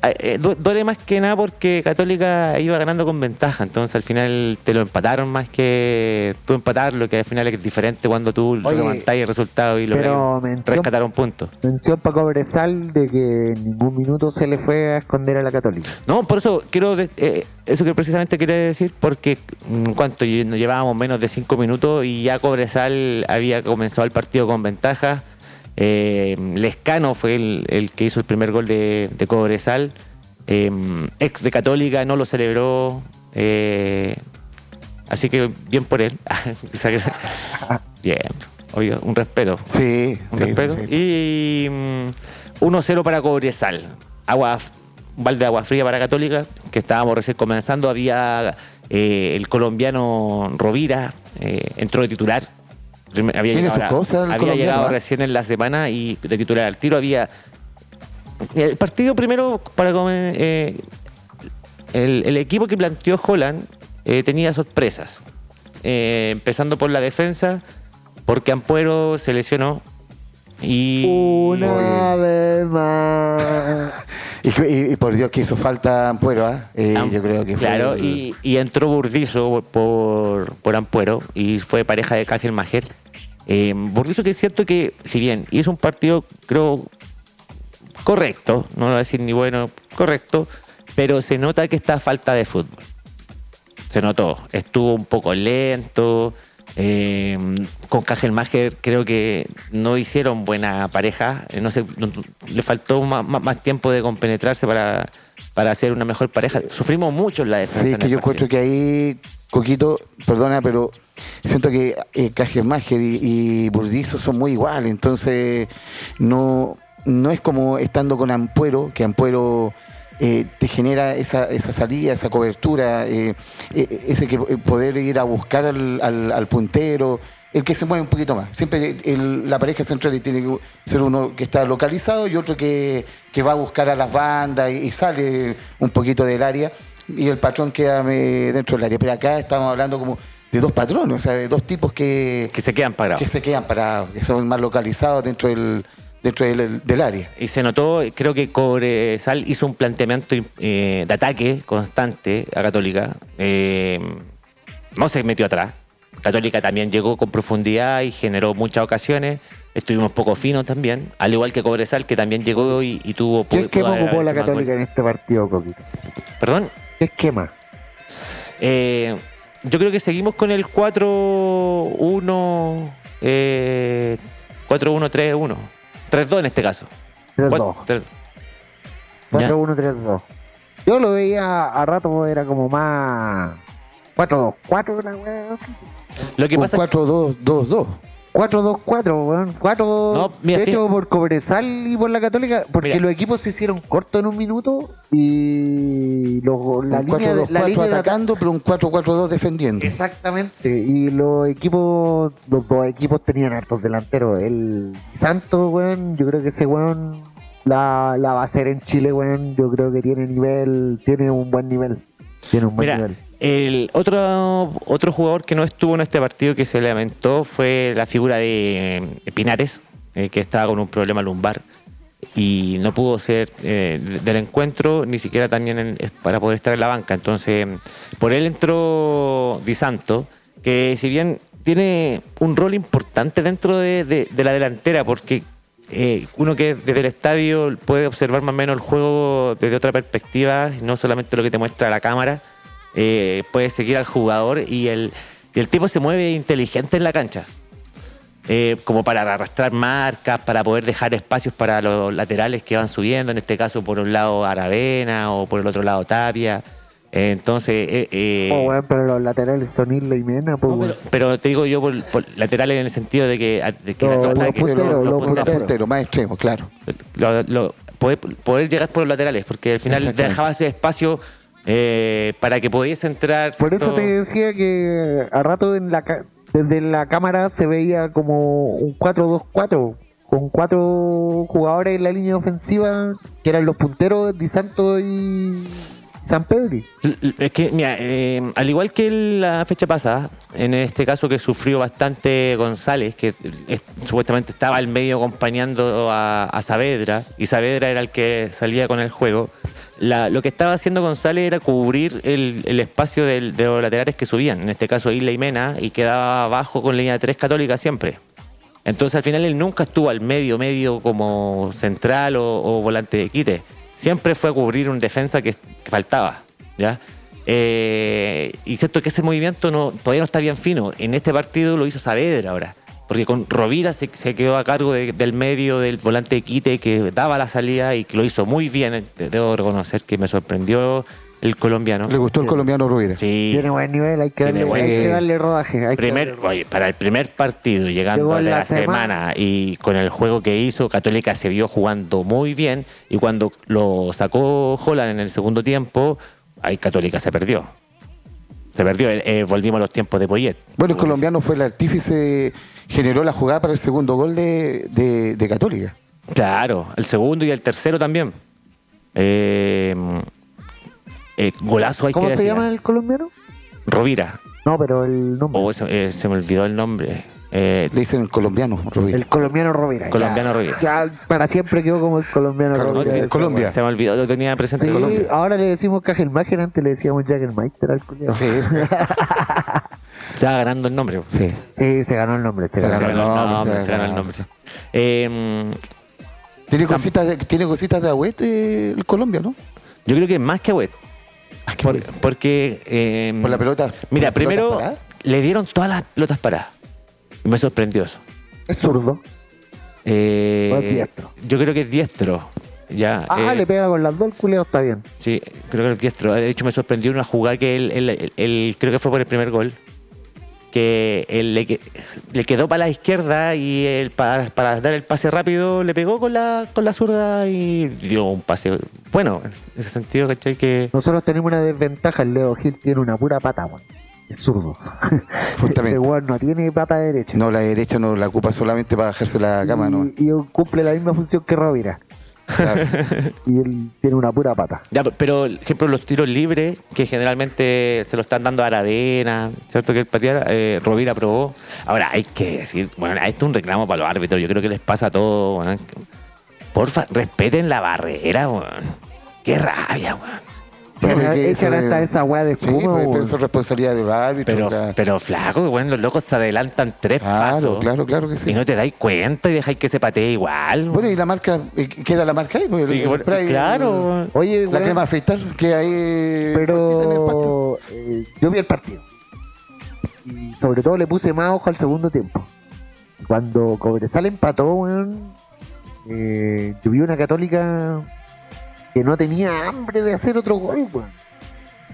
S1: eh, eh, du- duele más que nada porque Católica iba ganando con ventaja. Entonces al final te lo empataron más que tú empatarlo, que al final es diferente cuando tú
S2: Oye,
S1: levantás el resultado y
S2: pero
S1: logras
S2: mención-
S1: rescatar un punto.
S2: Mención para Cobresal de que en ningún minuto se le fue a esconder a la Católica.
S1: No, por eso quiero de- eh, eso que precisamente quería decir porque mm, cuánto Lle- nos llevábamos menos de cinco minutos y ya Cobresal había comenzado el partido con ventaja. Eh, Lescano fue el, el que hizo el primer gol de, de Cobresal. Eh, ex de Católica no lo celebró. eh, así que bien por él. bien. Oye, un respeto
S3: Sí,
S1: un
S3: sí,
S1: respeto.
S3: sí.
S1: Y mm, 1-0 para Cobresal. Agua, f- un balde de agua fría para Católica, que estábamos recién comenzando. Había eh, el colombiano Rovira, eh, entró de titular. Prim- Había
S3: Tiene
S1: llegado,
S3: sus
S1: ahora-
S3: cosas el
S1: había
S3: colombiano,
S1: llegado
S3: ¿eh?
S1: recién en la semana y de titular al tiro había... El partido primero para come- eh, el, el equipo que planteó Holland eh, tenía sorpresas. Eh, empezando por la defensa, porque Ampuero se lesionó. Y.
S2: Una vez más.
S3: Y, y- y por Dios que hizo falta Ampuero, ¿ah? Eh,
S1: Am-
S3: yo creo que fue
S1: Claro,
S3: el-
S1: y, y entró Burdizo por, por Ampuero y fue pareja de Cajel Majer. Eh, Burdizo, que es cierto que, si bien hizo un partido, creo, correcto, no lo voy a decir ni bueno, correcto, pero se nota que está a falta de fútbol. Se notó, estuvo un poco lento. eh, con Cajelmacher creo que no hicieron buena pareja. eh, No sé, no- le faltó ma- ma- más, tiempo de compenetrarse para, para hacer una mejor pareja. Sufrimos mucho en la defensa.
S3: Sí,
S1: en
S3: que
S1: el
S3: yo
S1: partido.
S3: encuentro que ahí, Coquito, perdona, pero siento que eh, Cajermacher y, y Burdizo son muy iguales, entonces no, no es como estando con Ampuero, que Ampuero eh, te genera esa, esa salida, esa cobertura, eh, eh, ese que eh, poder ir a buscar al, al- al puntero. El que se mueve un poquito más. Siempre el- la pareja central tiene que ser uno que está localizado y otro que, que va a buscar a las bandas y- y sale un poquito del área y el patrón queda eh, dentro del área. Pero acá estamos hablando como de dos patrones, o sea, de dos tipos que,
S1: Que se quedan parados.
S3: que se quedan parados, que son más localizados dentro del, dentro del, del área.
S1: Y se notó, creo que Cobresal hizo un planteamiento eh, de ataque constante a Católica. Eh, no se metió atrás. Católica también llegó con profundidad y generó muchas ocasiones. Estuvimos poco finos también, al igual que Cobresal, que también llegó y, y tuvo...
S2: ¿Qué esquema
S1: pudo
S2: ocupó
S1: haber
S2: la
S1: hecho más
S2: Católica en este partido, Coquito?
S1: goles. Perdón.
S2: ¿Qué esquema?
S1: Eh, yo creo que seguimos con el 4-1... eh, 4-1-3-1. 3-2 en este caso.
S2: 3-2.
S1: 3 Ya.
S2: 4-1-3-2. Yo lo veía a rato, era como más. 4-2-4, una weá así.
S1: Lo que
S3: Un
S1: pasa
S3: 4-2-2-2.
S2: 4-2-4, weón. 4
S1: No, mira,
S2: de hecho,
S1: tiene-
S2: por Cobresal y por la Católica, porque
S1: Mira.
S2: los equipos se hicieron cortos en un minuto y los, go- la
S3: un
S2: línea de- la línea
S3: 4-2-4
S2: de ataque-
S3: atacando, pero un 4-4-2 defendiendo.
S2: Exactamente, y los equipos, los dos equipos tenían hartos delanteros. El Santos, weón, yo creo que ese weón la, la va a hacer en Chile, weón. Yo creo que tiene nivel, tiene un buen nivel. Tiene un buen
S1: Mira,
S2: nivel.
S1: el otro, otro jugador que no estuvo en este partido que se lamentó fue la figura de eh, Pinares, eh, que estaba con un problema lumbar y no pudo ser eh, de- del encuentro ni siquiera también en- es- para poder estar en la banca. Entonces, por él entró Di Santo, que si bien tiene un rol importante dentro de, de- de la delantera, porque eh, uno que desde el estadio puede observar más o menos el juego desde otra perspectiva, no solamente lo que te muestra la cámara, eh, puedes seguir al jugador y el, y el tipo se mueve inteligente en la cancha. Eh, como para arrastrar marcas, para poder dejar espacios para los laterales que van subiendo, en este caso por un lado Aravena o por el otro lado Tapia. Eh, entonces, eh, eh,
S2: Oh, weón, pero los laterales son Isla y Mena, pues,
S1: no, pero,
S2: weón.
S1: pero te digo yo por, por laterales en el sentido de que, de que
S2: Los-
S1: los
S2: los
S1: ataques-
S2: punteros,
S1: los- los
S2: los
S1: punteros.
S2: punteros.
S3: Puntero, más extremo, claro.
S1: Lo- lo- poder, poder llegar por los laterales, porque al final
S3: Exactamente.
S1: dejaba ese espacio eh, para que pudiese entrar.
S2: Por eso
S1: ¿cierto?
S2: te decía que a rato en la ca- desde la cámara se veía como un 4-2-4, con cuatro jugadores en la línea ofensiva, que eran los punteros Di Santo y San Pedri.
S1: L- l- Es que, mira, eh, al igual que la fecha pasada, en este caso que sufrió bastante González, que es- supuestamente estaba al medio acompañando a, a Saavedra, y Saavedra era el que salía con el juego, la- lo que estaba haciendo González era cubrir el, el espacio del- de los laterales que subían, en este caso Isla y Mena, y quedaba abajo con línea de tres católica siempre. Entonces al final él nunca estuvo al medio, medio como central o, o volante de quite. Siempre fue a cubrir un defensa que, que faltaba, ¿ya? Eh, y cierto que ese movimiento no, todavía no está bien fino. En este partido lo hizo Saavedra ahora. Porque con Rovira se, se quedó a cargo de- del medio del volante de quite que daba la salida y que lo hizo muy bien. Debo reconocer que me sorprendió el colombiano.
S3: Le gustó el colombiano Ruiz.
S1: Sí.
S2: Tiene buen nivel, hay que
S1: Tiene
S2: darle,
S1: buen
S2: hay que
S3: nivel.
S2: darle rodaje. hay que
S1: Primer-
S2: darle rodaje.
S1: oye, para el primer partido, llegando
S2: Llegó
S1: a
S2: en
S1: la,
S2: la
S1: semana,
S2: semana.
S1: y con el juego que hizo, Católica se vio jugando muy bien y cuando lo sacó Holland en el segundo tiempo, ahí Católica se perdió. Se perdió, Eh, eh, volvimos a los tiempos de Poyet.
S3: Bueno, el colombiano fue el artífice, generó la jugada para el segundo gol de, de- de Católica.
S1: Claro, el segundo y el tercero también. Eh, eh, golazo hay
S2: ¿Cómo
S1: que
S2: se
S1: decir.
S2: llama el colombiano?
S1: Rovira.
S2: No, pero el nombre.
S1: Oh, se, eh, se me olvidó el nombre. Eh,
S3: Le dicen el colombiano Ruiz.
S2: El colombiano Rovira.
S1: Colombiano Rovira.
S2: Ya para siempre quedó como el colombiano
S3: Claro,
S2: Rovira.
S3: sí,
S2: Ese
S3: Colombia.
S2: weón.
S1: se me olvidó, lo tenía presente
S2: Sí,
S1: en Colombia.
S2: ahora le decimos Cajelmacher, antes le decíamos Jagelmeister al culiao.
S3: Sí,
S1: Estaba ganando el nombre. pues.
S3: sí.
S2: Sí, se ganó el nombre, se
S3: Se
S2: ganó
S1: Se
S2: el
S3: ganó.
S1: ganó
S2: nombre.
S1: el nombre,
S3: nombre,
S1: se ganó el nombre. Eh,
S3: Tiene
S1: Sam-
S3: cositas, de, tiene cositas de agüete el Colombia, ¿no?
S1: yo creo que más que Agüet. Por- porque. eh,
S3: Por la pelota.
S1: Mira,
S3: por la pelota
S1: primero
S3: parada.
S1: le dieron todas las pelotas paradas. Y me sorprendió eso.
S2: Es zurdo.
S1: Eh,
S2: ¿O es diestro?
S1: Yo creo que es diestro. Ya,
S2: Ah,
S1: eh,
S2: le pega con las dos, el culiao está bien.
S1: Sí, creo que el diestro. De hecho, me sorprendió una jugada que él, él- él- él- creo que fue por el primer gol, que él le, que- le quedó para la izquierda y él para, para dar el pase rápido le pegó con la, con la zurda y dio un pase. Bueno, en ese sentido, ¿cachai? Que
S2: Nosotros tenemos una desventaja, el Leo Gil tiene una pura pata, weón. Es zurdo.
S3: Justamente.
S2: Ese weón no tiene pata derecha.
S3: No, la derecha no la ocupa solamente para bajarse la cama, ¿no?
S2: Y, y cumple la misma función que Rovira.
S3: Claro.
S2: Y él tiene una pura pata.
S1: Ya, pero, por ejemplo, los tiros libres, que generalmente se lo están dando a Aravena, ¿cierto? Que el patear, eh, Rovira probó. Ahora, hay que decir, bueno, esto es un reclamo para los árbitros, yo creo que les pasa a todos, weón. Porfa, respeten la barrera, weón. Qué rabia, weón.
S3: Pero
S2: Echan-
S3: que-
S2: echan
S3: eso-
S2: hasta esa weá de
S3: Sí,
S2: espuma,
S3: pero- pues, pero
S2: weón.
S3: eso es responsabilidad del árbitro.
S1: Pero,
S3: o sea,
S1: pero flaco, weón, los locos se adelantan tres
S3: claro,
S1: pasos.
S3: claro, claro que sí.
S1: Y no te dais cuenta y dejáis que se patee igual.
S3: Bueno,
S1: weón.
S3: y la marca, eh, queda la marca ahí. pues, el-
S1: Y
S3: el
S1: bueno,
S3: spray,
S1: claro,
S3: el-
S1: weón.
S2: Oye,
S3: la
S2: weón,
S3: crema afeitar que ahí. cortita en el
S2: pero
S3: pasto.
S2: eh, yo vi el partido. Y sobre todo le puse más ojo al segundo tiempo. Cuando Cobresal empató, weón, eh, yo vi una católica que no tenía hambre de hacer otro gol, weón.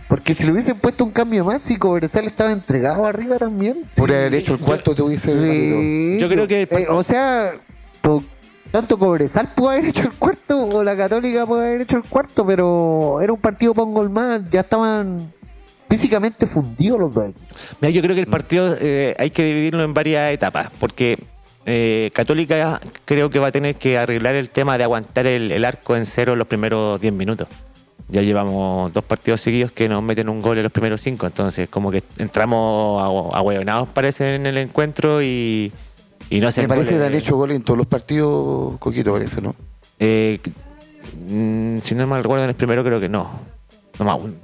S2: Porque si le hubiesen puesto un cambio más, si Cobresal estaba entregado arriba también.
S3: Por haber hecho el cuarto te hubiese valido.
S2: Sí,
S1: yo creo que-
S2: eh, o sea, po- tanto Cobresal pudo haber hecho el cuarto, o la Católica pudo haber hecho el cuarto, pero era un partido para un gol más. Ya estaban físicamente fundidos los dos. equipos.
S1: Mira, yo creo que el partido eh, hay que dividirlo en varias etapas, porque eh, Católica creo que va a tener que arreglar el tema de aguantar el, el arco en cero los primeros 10 minutos. Ya llevamos dos partidos seguidos que nos meten un gol en los primeros cinco, entonces como que entramos agu- ahueonados parece en el encuentro y, y no se
S3: Me parece que le han hecho goles en todos los partidos, Coquito, parece, ¿no?
S1: eh, mm, si no me recuerdo en el primero, creo que no. No me acuerdo.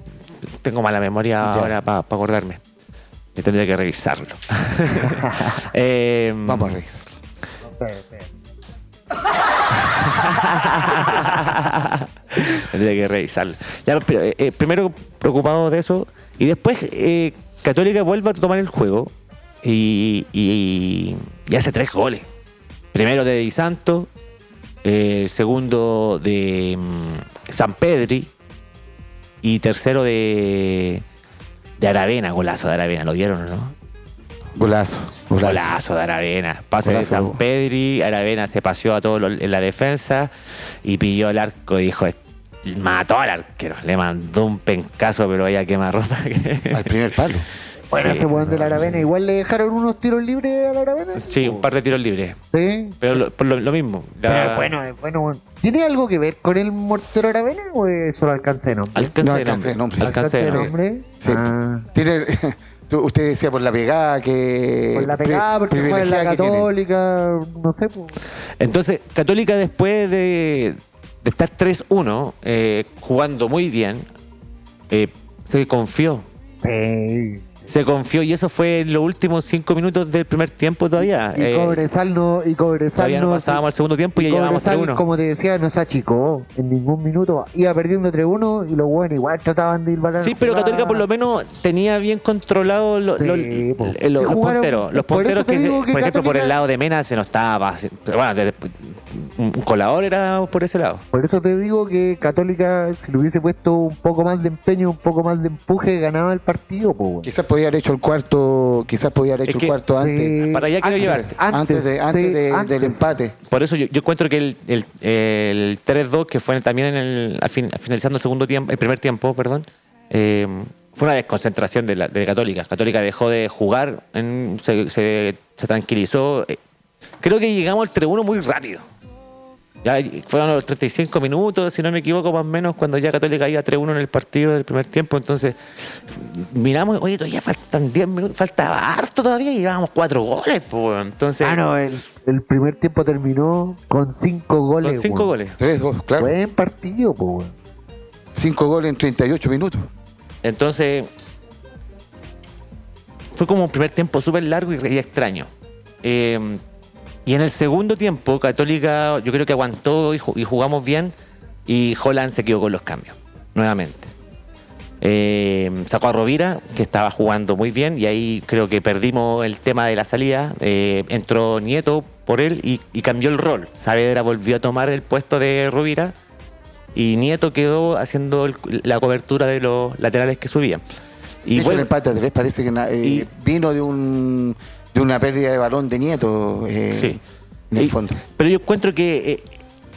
S1: Tengo mala memoria
S3: Ya.
S1: ahora para acordarme. Yo tendría que revisarlo. Eh,
S3: Vamos a revisar.
S1: Tendría que revisarlo. Ya, pero, eh, eh, primero preocupado de eso y después eh, Católica vuelve a tomar el juego y, y- y hace tres goles. Primero de Di Santo, eh, segundo de mm, San Pedri y tercero de, de Aravena, golazo de Aravena, ¿lo vieron o no?
S3: Golazo, golazo.
S1: Golazo de Aravena. Pase de
S3: Golazo.
S1: San Pedri. Aravena se paseó a todos los- en la defensa y pilló el arco y dijo: "Es- Mató al arquero. Le mandó un pencazo, pero vaya quemarropa.
S3: Al primer palo.
S2: Bueno,
S1: Sí.
S2: ese weón de la Aravena, igual le dejaron unos tiros libres a la Aravena.
S1: sí, un par de tiros libres.
S2: Sí.
S1: Pero lo, por lo, lo mismo. la-
S2: Pero es bueno, es bueno, weón. ¿Tiene algo que ver con el mortero Aravena o es solo alcance de nombre?
S1: Alcance
S3: No,
S1: de
S3: alcance
S1: nombre.
S3: de nombre.
S1: Alcance de nombre.
S2: nombre.
S3: Sí.
S2: Ah.
S3: Tiene, tú- usted decía por la pegada que.
S2: Por la pegada,
S3: Eh, pri-
S2: porque juega en la
S3: privilegiada que tiene.
S2: católica, no sé. pues.
S1: Entonces, Católica después de, de estar 3-1, eh, jugando muy bien, eh, se confió.
S2: Sí.
S1: Se confió y eso fue en los últimos cinco minutos del primer tiempo todavía.
S2: Y
S1: Eh,
S2: Cobresal no, y Cobresal
S1: Todavía no pasábamos al segundo tiempo y ya llevábamos
S2: Cobresal,
S1: 3-1.
S2: como te decía, no se achicó en ningún minuto. Iba perdiendo 3-1 y los buenos igual trataban de ir para
S1: Sí, pero Católica por lo menos tenía bien controlado lo-
S2: Sí,
S1: lo-
S2: po.
S1: eh, los, los
S2: Jugaron-
S1: punteros. Los
S2: por
S1: punteros
S2: eso te
S1: que, se-
S2: digo que
S1: por ejemplo, por
S2: Católica-
S1: el lado de Mena se nos estaba. se- Bueno, de- un un colador era por ese lado.
S2: Por eso te digo que Católica, si le hubiese puesto un poco más de empeño, un poco más de empuje, ganaba el partido, pues. weón.
S3: Quizás podía haber hecho el cuarto, quizás podía
S1: Es
S3: haber hecho
S1: que-
S3: el cuarto antes.
S2: Sí.
S1: Para allá quiero
S2: Antes,
S1: llevarse.
S3: Antes, de- antes
S2: sí,
S3: de-
S2: antes.
S3: del empate.
S1: Por eso yo, yo encuentro que el, el- el 3-2, que fue también en el, al fin- finalizando el segundo tiempo, el primer tiempo, perdón, eh, fue una desconcentración de, la, de Católica. Católica dejó de jugar, en- se, se- se tranquilizó. Eh, Creo que llegamos al 3-1 muy rápido. Ya fueron los 35 minutos, si no me equivoco, más o menos, cuando ya Católica iba 3-1 en el partido del primer tiempo. Entonces, miramos, oye, todavía faltan 10 minutos, faltaba harto todavía y llevábamos 4 goles. Pues. Entonces,
S2: Ah, no, el, el primer tiempo terminó con 5 goles.
S1: con 5
S2: weón.
S1: goles.
S3: Tres, dos, claro.
S2: Buen partido, pues. weón.
S3: Cinco goles en 38 minutos.
S1: Entonces, fue como un primer tiempo súper largo y, re- y extraño. Eh, y en el segundo tiempo, Católica yo creo que aguantó y, ju- y jugamos bien y Holland se quedó con los cambios, nuevamente. Eh, sacó a Rovira, que estaba jugando muy bien, y ahí creo que perdimos el tema de la salida. Eh, entró Nieto por él y, y cambió el rol. Saavedra volvió a tomar el puesto de Rovira y Nieto quedó haciendo el- la cobertura de los laterales que subían.
S3: Y
S1: Y
S3: el
S1: bueno,
S3: empate a tres parece que na- eh,
S1: Y-
S3: vino de un de una pérdida de balón de Nieto eh,
S1: Sí.
S3: en el
S1: Y-
S3: fondo.
S1: Pero yo encuentro que eh,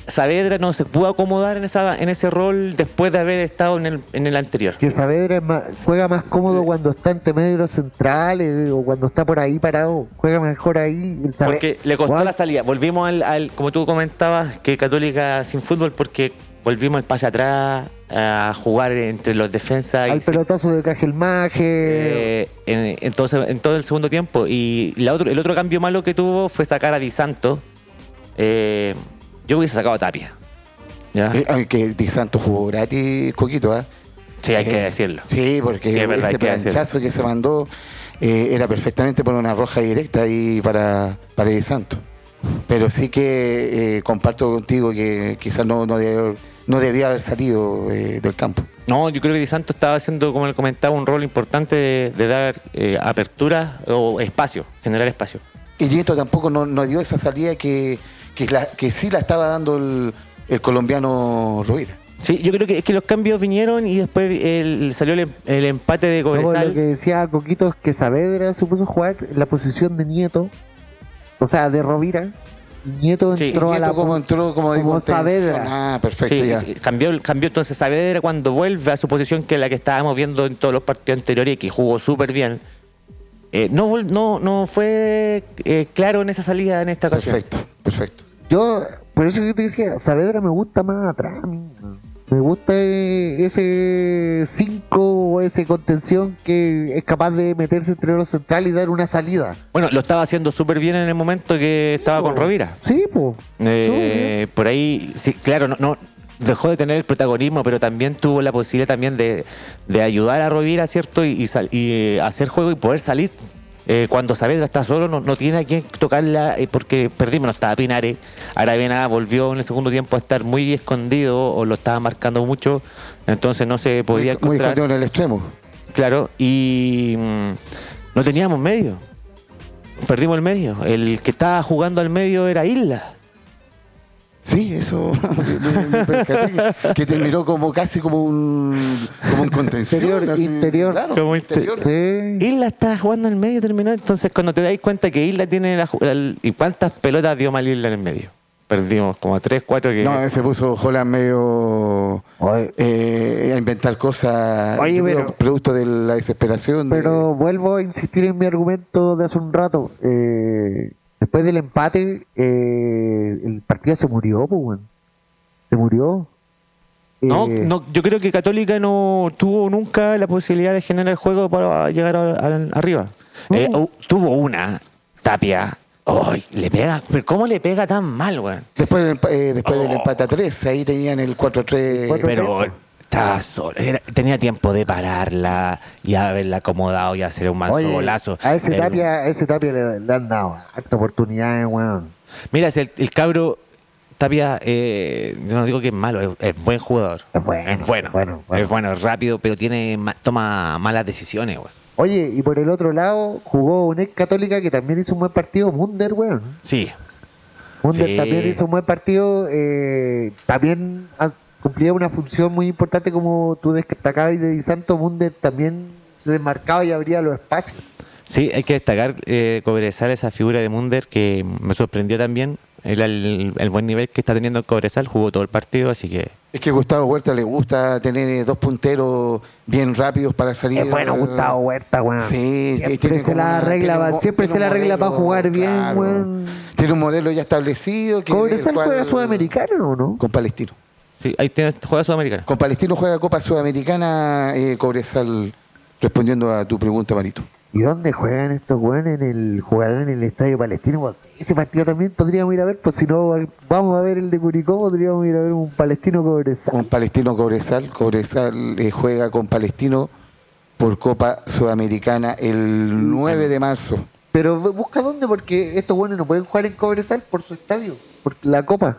S1: Saavedra no se pudo acomodar en, esa, en ese rol después de haber estado en el, en el anterior.
S2: Que Saavedra es más- juega más cómodo cuando está entre medio de los centrales eh, o cuando está por ahí parado. Juega mejor ahí. El Saavedra-
S1: Porque le costó
S2: Juan,
S1: la salida. Volvimos al, al- como tú comentabas, que Católica sin fútbol porque volvimos al pase atrás a jugar entre los defensas. y
S2: Al
S1: se-
S2: pelotazo de Cajelmaje.
S1: eh, en, entonces, en todo el segundo tiempo. Y la otro, el otro cambio malo que tuvo fue sacar a Di Santo. Eh, yo hubiese sacado a Tapia. ¿Ya?
S3: Eh, aunque Di Santo jugó gratis, Coquito, ¿ah?
S1: Sí, hay que
S3: eh,
S1: decirlo.
S3: Sí, porque
S1: Sí, es verdad, hay
S3: ese
S1: que
S3: planchazo que se mandó eh, era perfectamente por una roja directa ahí para, para Di Santo. Pero sí que eh, comparto contigo que quizás no, no, debe- no debía haber salido eh, del campo.
S1: No, yo creo que Di Santo estaba haciendo, como le comentaba, un rol importante de, de dar eh, apertura o espacio, generar espacio.
S3: Y Nieto tampoco no, no dio esa salida que, que, la- que sí la estaba dando el, el colombiano Ruiz.
S1: Sí, yo creo que es que los cambios vinieron y después el- salió el, el empate de
S2: Luego,
S1: Cobresal.
S2: lo que decía Coquito es que Saavedra se puso a jugar en la posición de Nieto, o sea, de Rovira. y Nieto
S1: Sí, y
S2: entró a la.
S3: como
S2: pun-
S3: entró, como,
S2: como
S3: digo,
S2: Saavedra.
S3: Ah, perfecto,
S1: Sí,
S3: ya.
S1: sí, cambió, cambió entonces Saavedra cuando vuelve a su posición que es la que estábamos viendo en todos los partidos anteriores y que jugó súper bien. Eh, no, vol- no, no fue eh, claro en esa salida en esta ocasión.
S3: Perfecto, perfecto.
S2: Yo, por eso yo te decía, Saavedra me gusta más atrás. a mí. Me gusta eh, ese 5 o ese contención que es capaz de meterse entre los centrales y dar una salida.
S1: Bueno, lo estaba haciendo súper bien en el momento que estaba con Rovira.
S2: Sí, pues.
S1: Eh, por ahí, sí, claro, no, no dejó de tener el protagonismo, pero también tuvo la posibilidad también de, de ayudar a Rovira, ¿cierto? Y, y sal- y, eh, hacer juego y poder salir. Eh, cuando Saavedra está solo, no, no tiene a quién tocarla eh, porque perdimos, no estaba Pinares. Aravena volvió en el segundo tiempo a estar muy escondido o lo estaba marcando mucho, entonces no se podía
S3: muy, muy
S1: encontrar.
S3: escondido en el extremo.
S1: Claro, y mm, no teníamos medio. Perdimos el medio. El que estaba jugando al medio era Isla.
S3: Sí, eso. me- me percaté que, que te miró como casi como un, como un contención.
S2: Interior,
S3: así,
S2: interior.
S3: Claro,
S1: Como inte-
S3: interior.
S2: Sí.
S1: Isla estaba jugando al medio terminó. Entonces, cuando te dais cuenta que Isla tiene la. ju- el- ¿Y cuántas pelotas dio mal Isla en el medio? Perdimos como tres, cuatro que.
S2: eh,
S3: No, se puso Jolan medio
S2: Oye,
S3: eh, a inventar cosas
S2: Oye,
S3: yo creo,
S2: pero-
S3: producto de la desesperación. de-
S2: Pero vuelvo a insistir en mi argumento de hace un rato. Eh, después del empate, eh, el partido se murió, pues, weón. Se murió.
S1: No,
S2: Eh,
S1: no, yo creo que Católica no tuvo nunca la posibilidad de generar juego para llegar a- a- arriba. Eh,
S2: No.
S1: u- tuvo una, Tapia. Ay, le pega. ¿Pero cómo le pega tan mal, weón?
S3: Después, del, empa- eh, después del
S1: Oh.
S3: empate a 3, ahí tenían el 4-3.
S1: Pero estaba solo. Era- tenía tiempo de pararla y haberla acomodado y hacer un manso
S2: oye,
S1: golazo. Eh,
S2: A ese
S1: Pero-
S2: tapia, a ese tapia le, le han dado harta oportunidades, weón.
S1: Mira, si el, el cabro Tapia, eh, yo no digo que es malo, es, es buen jugador.
S2: Es bueno,
S1: Es bueno,
S2: es bueno, bueno.
S1: es bueno, es rápido, pero tiene ma- toma malas decisiones, güey.
S2: Oye, y por el otro lado, jugó un ex católica que también hizo un buen partido, Munder, weón.
S1: Sí.
S2: Munder
S1: Sí.
S2: también hizo un buen partido. eh, también ha- cumplía una función muy importante como tú destacabas de Di Santo. Munder también se desmarcaba y abría los espacios.
S1: Sí, hay que destacar, eh, Cobresal, esa figura de Munder que me sorprendió también. El, el- el buen nivel que está teniendo Cobresal, jugó todo el partido, así que.
S3: Es que Gustavo Huerta le gusta tener eh, dos punteros bien rápidos para salir.
S2: Es Eh, bueno, Gustavo Huerta, weón.
S3: eh, Sí, sí,
S2: siempre
S3: tiene
S2: se
S3: como
S2: la
S3: una-
S2: arregla,
S3: tiene
S2: va-
S3: un mo-
S2: siempre
S3: tiene
S2: se la
S3: un
S2: arregla para
S3: modelo,
S2: jugar bien,
S3: claro.
S2: weón.
S3: Tiene un modelo ya establecido. Que
S2: Cobresal
S3: el cual-
S2: juega sudamericano, ¿o ¿no?
S3: Con Palestino.
S1: Sí, ahí tienes, juega Sudamericana.
S3: Con Palestino juega Copa Sudamericana, eh, Cobresal, respondiendo a tu pregunta, Marito.
S2: ¿Y dónde juegan estos weones? En el jugarán en el Estadio Palestino. weón. Ese partido también podríamos ir a ver, pues si no vamos a ver el de Curicó, podríamos ir a ver un Palestino Cobresal.
S3: Un Palestino Cobresal. Cobresal eh, juega con Palestino por Copa Sudamericana el 9 de marzo.
S2: Pero bu- busca dónde, porque estos buenos no pueden jugar en Cobresal por su estadio, por la copa.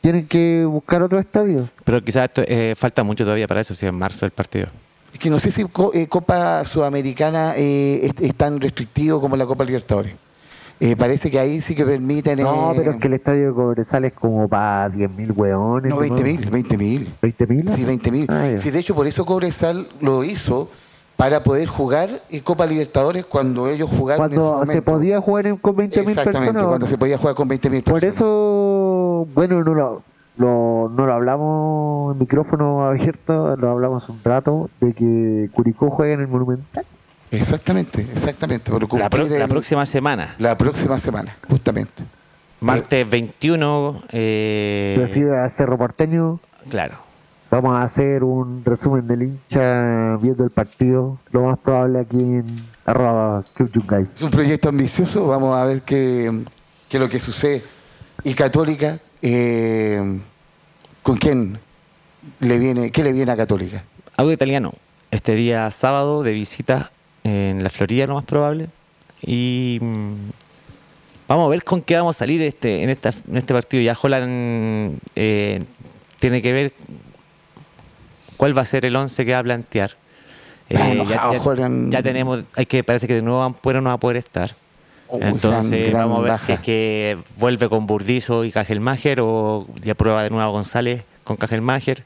S2: Tienen que buscar otro estadio.
S1: Pero quizás esto, eh, falta mucho todavía para eso, si en marzo el partido.
S3: Es que no sé si co- eh, Copa Sudamericana eh, es, es tan restrictivo como la Copa Libertadores. Eh, parece que ahí sí que permiten...
S2: No,
S3: eh,
S2: pero es que el estadio de Cobresal es como para 10.000 hueones.
S3: No, 20 mil, 20 mil.
S2: ¿20 mil? Ah,
S3: Sí, 20 mil. Sí, de hecho, por eso Cobresal lo hizo para poder jugar eh, Copa Libertadores cuando ellos jugaron en su
S2: cuando se
S3: momento.
S2: podía jugar en- con 20.000 personas.
S3: Exactamente, cuando se podía jugar con 20 mil personas.
S2: Por eso, bueno, no lo, lo- no lo hablamos en micrófono abierto, lo hablamos un rato, de que Curicó juega en el Monumental.
S3: Exactamente, exactamente. por
S1: La, pro-
S3: cumplir
S1: la
S3: el-
S1: próxima semana,
S3: la próxima semana, justamente.
S1: martes 21. eh,
S2: Yo así a Cerro Porteño,
S1: Claro.
S2: Vamos a hacer un resumen del hincha viendo el partido. Lo más probable aquí en arroba Club Yungay.
S3: Es un proyecto ambicioso, vamos a ver qué, qué es lo que sucede. Y Católica, eh, ¿con quién le viene, qué le viene a Católica?
S1: Algo italiano. Este día sábado de visita en la Florida, lo más probable. Y mm, vamos a ver con qué vamos a salir este, en, esta, en este partido. Ya Holland eh, tiene que ver cuál va a ser el 11 que va a plantear. Eh,
S3: Ah, enojado,
S1: ya, ya-
S3: Haaland.
S1: ya tenemos, hay que parece que de nuevo Ampuero no va a poder estar.
S3: Oh,
S1: Entonces
S3: gran- gran
S1: vamos a ver
S3: baja.
S1: si es que vuelve con Burdizo y Cajelmacher o ya prueba de nuevo a González con Cajelmacher.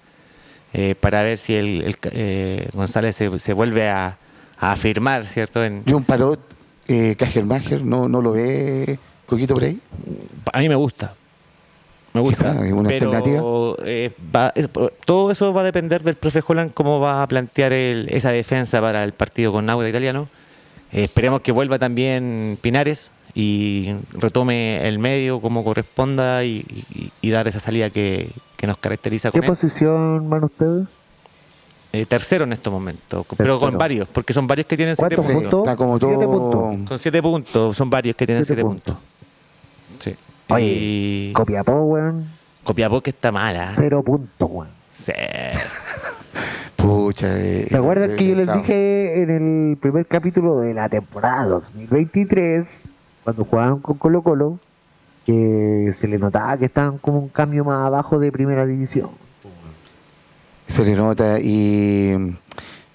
S1: eh, para ver si el, el, eh, González se, se vuelve a, a afirmar, ¿cierto? En,
S3: John Parot, eh, Kajelmacher, ¿no, ¿no lo ve Coquito por ahí?
S1: a mí me gusta. Me gusta.
S3: Ah, ¿hay una
S1: pero, eh, va- es- todo eso va a depender del profe Holland, cómo va a plantear el- esa defensa para el partido con Nauda italiano. Eh, esperemos que vuelva también Pinares y retome el medio como corresponda y, y- y dar esa salida que, que nos caracteriza
S2: ¿Qué
S1: con él.
S2: posición van ustedes?
S1: Eh, tercero en estos momentos, co- pero
S2: Tercero.
S1: con varios, porque son varios que tienen siete
S2: ¿Cuántos
S1: puntos.
S2: puntos?
S3: Está como todo-
S2: Siete puntos.
S1: Son siete puntos, son varios que tienen
S2: Siete
S1: siete,
S2: puntos.
S1: puntos. Sí.
S2: Oye,
S1: y
S2: Copiapó, weón,
S1: Copiapó que está mala.
S2: cero puntos, weón.
S1: Sí.
S3: Pucha, eh,
S2: ¿Se acuerdan
S3: eh,
S2: que yo les
S3: claro.
S2: dije en el primer capítulo de la temporada 2023, cuando jugaban con Colo Colo, que se le notaba que estaban como un cambio más abajo de primera división?
S3: Se le nota y.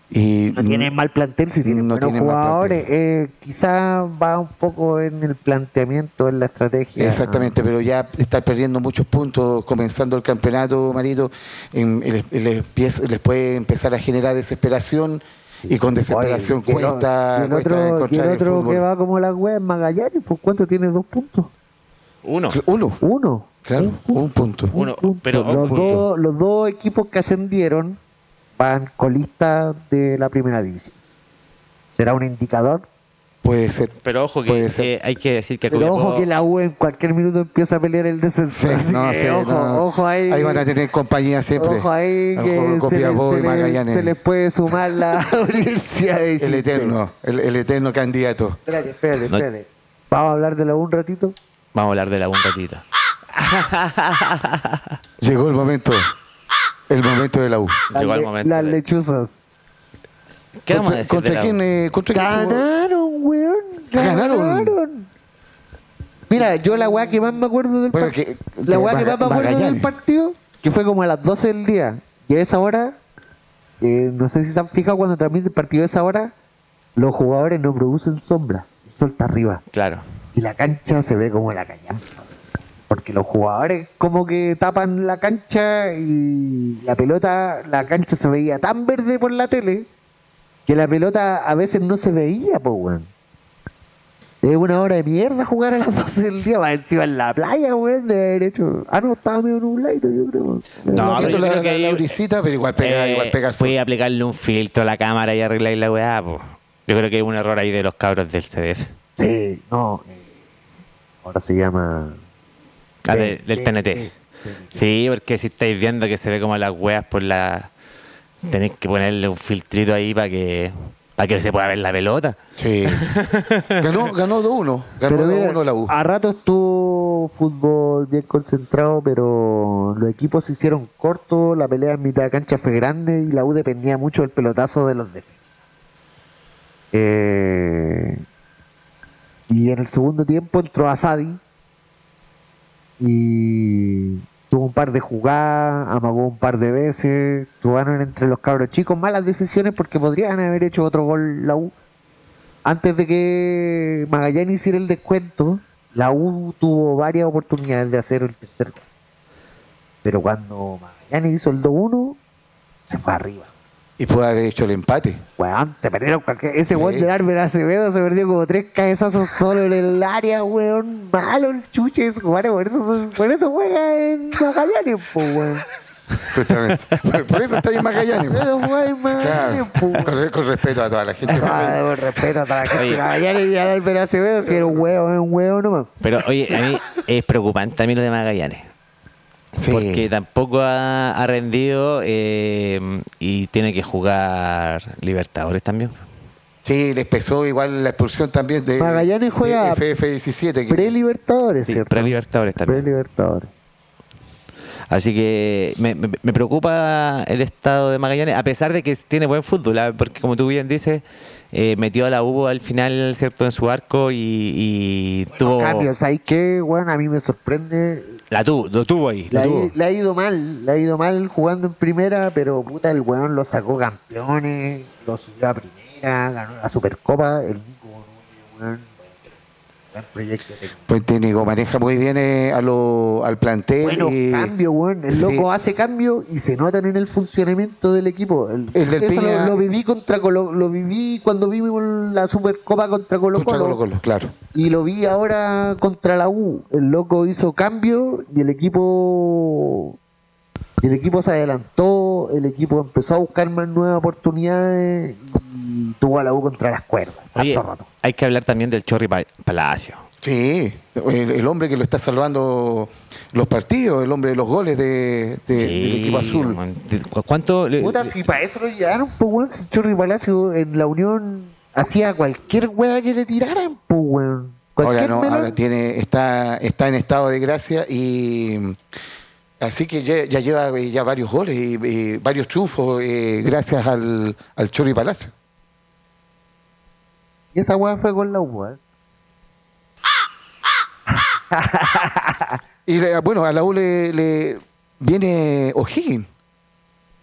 S3: y mm,
S2: No tienen mal plantel, si tienen
S3: No
S2: buenos
S3: tienen mal
S2: jugadores. Eh, quizá va un poco en el planteamiento, en la estrategia.
S3: Exactamente, pero ya estar perdiendo muchos puntos, comenzando el campeonato, Marito, en- les, les empie- les puede empezar a generar desesperación y con desesperación
S2: Oye, y el o-
S3: cuesta,
S2: y el
S3: cuesta
S2: otro,
S3: encontrar
S2: y el
S3: el
S2: otro
S3: fútbol.
S2: que va como la web Magallanes, pues ¿cuánto tiene? Dos puntos.
S1: Uno.
S3: Uno,
S2: Uno.
S3: claro,
S2: Un punto.
S3: un punto.
S1: Uno,
S2: Punto.
S1: pero
S2: los,
S1: ojo que-
S2: dos, los dos equipos que ascendieron van colistas de la primera división. Será un indicador.
S3: Puede ser.
S1: pero ojo
S3: Puede
S1: que
S3: ser.
S1: eh, hay que decir que
S2: Pero
S1: Copiapó-
S2: ojo que la U en cualquier minuto empieza a pelear el descenso. Así
S3: No,
S2: que
S3: sí,
S2: ojo,
S3: no.
S2: ojo ahí.
S3: van a tener compañía siempre.
S2: Ojo ahí
S3: Ojo
S2: que
S3: con
S2: se, le-
S3: Piabó
S2: se
S3: y
S2: le-
S3: Magallanes.
S2: se les puede sumar la Universidad de
S3: El
S2: Chile.
S3: eterno, el, el eterno candidato.
S2: Espérate, espérate,
S1: No-
S2: espérate. Vamos a hablar de la U un ratito.
S1: Vamos a hablar de la un ratito.
S3: Llegó el momento. El momento de la U.
S2: Las
S1: Llegó el
S2: le-
S1: momento.
S2: Las
S1: de-
S2: lechuzas.
S1: ¿Qué vamos a
S3: ¿Contra,
S1: decir
S3: contra
S1: de la U? Ah,
S3: quién? eh, ¿Contra quién jugó?
S2: Ganaron, weón.
S3: Ah, Ganaron.
S2: Ganaron. Mira, yo la weá que más me acuerdo del
S3: Bueno,
S2: par-
S3: que-
S2: La weá que
S3: Maga-
S2: más me acuerdo del
S3: Magallanes.
S2: partido, que fue como a las 12 del día. Y a esa hora, eh, no sé si se han fijado cuando transmite el partido a esa hora, los jugadores no producen sombra. El sol está arriba.
S1: Claro.
S2: Y la cancha se ve como la callampa. Porque los jugadores como que tapan la cancha y la pelota, la cancha se veía tan verde por la tele que la pelota a veces no se veía, po, weón. Es una hora de mierda jugar a las 12 del día, más encima en la playa, weón, de haber hecho... Ah, no, estaba medio nubladito, yo creo.
S1: No,
S3: Un
S1: pero
S3: poquito
S1: yo
S3: la,
S1: creo que
S3: la- la
S1: ahí-
S3: brisita, pero igual pega,
S1: Eh,
S3: igual pega sol.
S1: fui a aplicarle un filtro a la cámara y arreglar la weá, po. Yo creo que hay un error ahí de los cabros del CDF.
S2: Sí, no. eh, ahora se llama...
S1: Ah,
S2: Sí,
S1: de- del
S2: sí,
S1: TNT.
S2: sí,
S1: Sí, porque si estáis viendo que se ve como las weas por la. Tenéis que ponerle un filtrito ahí para que. Para que se pueda ver la pelota.
S3: Sí. Ganó, ganó 2-1. Ganó
S2: Pero mira, ah.
S3: 2-1 la U.
S2: A rato estuvo fútbol bien concentrado, pero los equipos se hicieron cortos, la pelea en mitad de cancha fue grande y la U dependía mucho del pelotazo de los defensas. Eh, y en el segundo tiempo entró Asadi y tuvo un par de jugadas, amagó un par de veces, jugaron entre los cabros chicos, malas decisiones porque podrían haber hecho otro gol la U antes de que Magallanes hiciera el descuento, la U tuvo varias oportunidades de hacer el tercer gol. Pero cuando Magallanes hizo el 2-1, se fue arriba.
S3: Y pudo haber hecho el empate.
S2: Weón, se perdieron cualquier... Ese gol
S3: Sí.
S2: del árbitro Acevedo se perdió como tres cabezazos solo en el área, weón. Malo el chuche de su madre, por eso, son- por eso juega en Magallanes, po, weón.
S3: Justamente. Por- Por eso está ahí en Magallanes.
S2: Por eso juega en Magallanes,
S3: Claro.
S2: po, weón.
S3: Con, con respeto a toda la gente.
S2: Ah, con respeto para que
S1: Oye.
S2: Magallanes y al árbitro Acevedo, si era un huevo, es un huevo nomás.
S1: Pero oye, a mí es preocupante a mí lo de Magallanes.
S3: Sí.
S1: Porque tampoco ha, ha rendido eh, y tiene que jugar Libertadores también.
S3: Sí, les pesó igual la expulsión también de.
S2: Magallanes
S3: de
S2: juega
S3: FF17. que-
S2: Pre-Libertadores,
S1: Sí,
S2: ¿cierto?
S1: pre-Libertadores también.
S2: Pre-Libertadores.
S1: Así que me, me- me preocupa el estado de Magallanes, a pesar de que tiene buen fútbol, ¿ah? porque como tú bien dices, eh, metió a la U al final, ¿cierto?, en su arco y, y tuvo...
S2: Cambios, ¿sabes qué? Bueno, a mí me sorprende.
S1: La tuvo, lo tuvo ahí, lo
S2: Le ha,
S1: tuvo.
S2: i- le ha ido mal, le ha ido mal jugando en primera, pero puta, el weón lo sacó campeones, lo subió a primera, ganó la Supercopa, el Nico Núñez, weón. Gran proyecto técnico.
S3: Pues técnico, maneja muy bien eh, a lo- al plantel.
S2: Bueno,
S3: y
S2: eh, cambio, weón. El loco
S3: Sí.
S2: hace cambio y se notan en el funcionamiento del equipo. El,
S3: El del
S2: eso
S3: Piña-
S2: lo, lo viví contra Colo, lo viví cuando vimos la Supercopa contra Colo
S3: contra
S2: Colo,
S3: Colo-Colo, claro.
S2: y lo vi ahora contra la U. El loco hizo cambio y el equipo el equipo se adelantó, el equipo empezó a buscar más nuevas oportunidades y tuvo a la U contra las cuerdas.
S1: Oye,
S2: harto rato.
S1: hay que hablar también del Chorri Pa- Palacio.
S3: Sí, el, el hombre que lo está salvando los partidos, el hombre de los goles de, de-
S1: Sí,
S3: del equipo azul.
S1: man. ¿Cu- ¿Cuánto? le-
S2: Puta, si para eso lo llevaron, pues, weón. Si Chorri Palacio en la Unión hacía cualquier weá que le tiraran, pues, weón.
S3: Ahora
S2: Cualquier
S3: no,
S2: melón.
S3: ahora tiene, está, está en estado de gracia y así que ya, ya lleva eh, ya varios goles y, y varios triunfos eh, gracias al, al Chorri Palacio.
S2: Y esa weá fue con la U, weón.
S3: Y le- bueno, a la U le, le viene O'Higgins.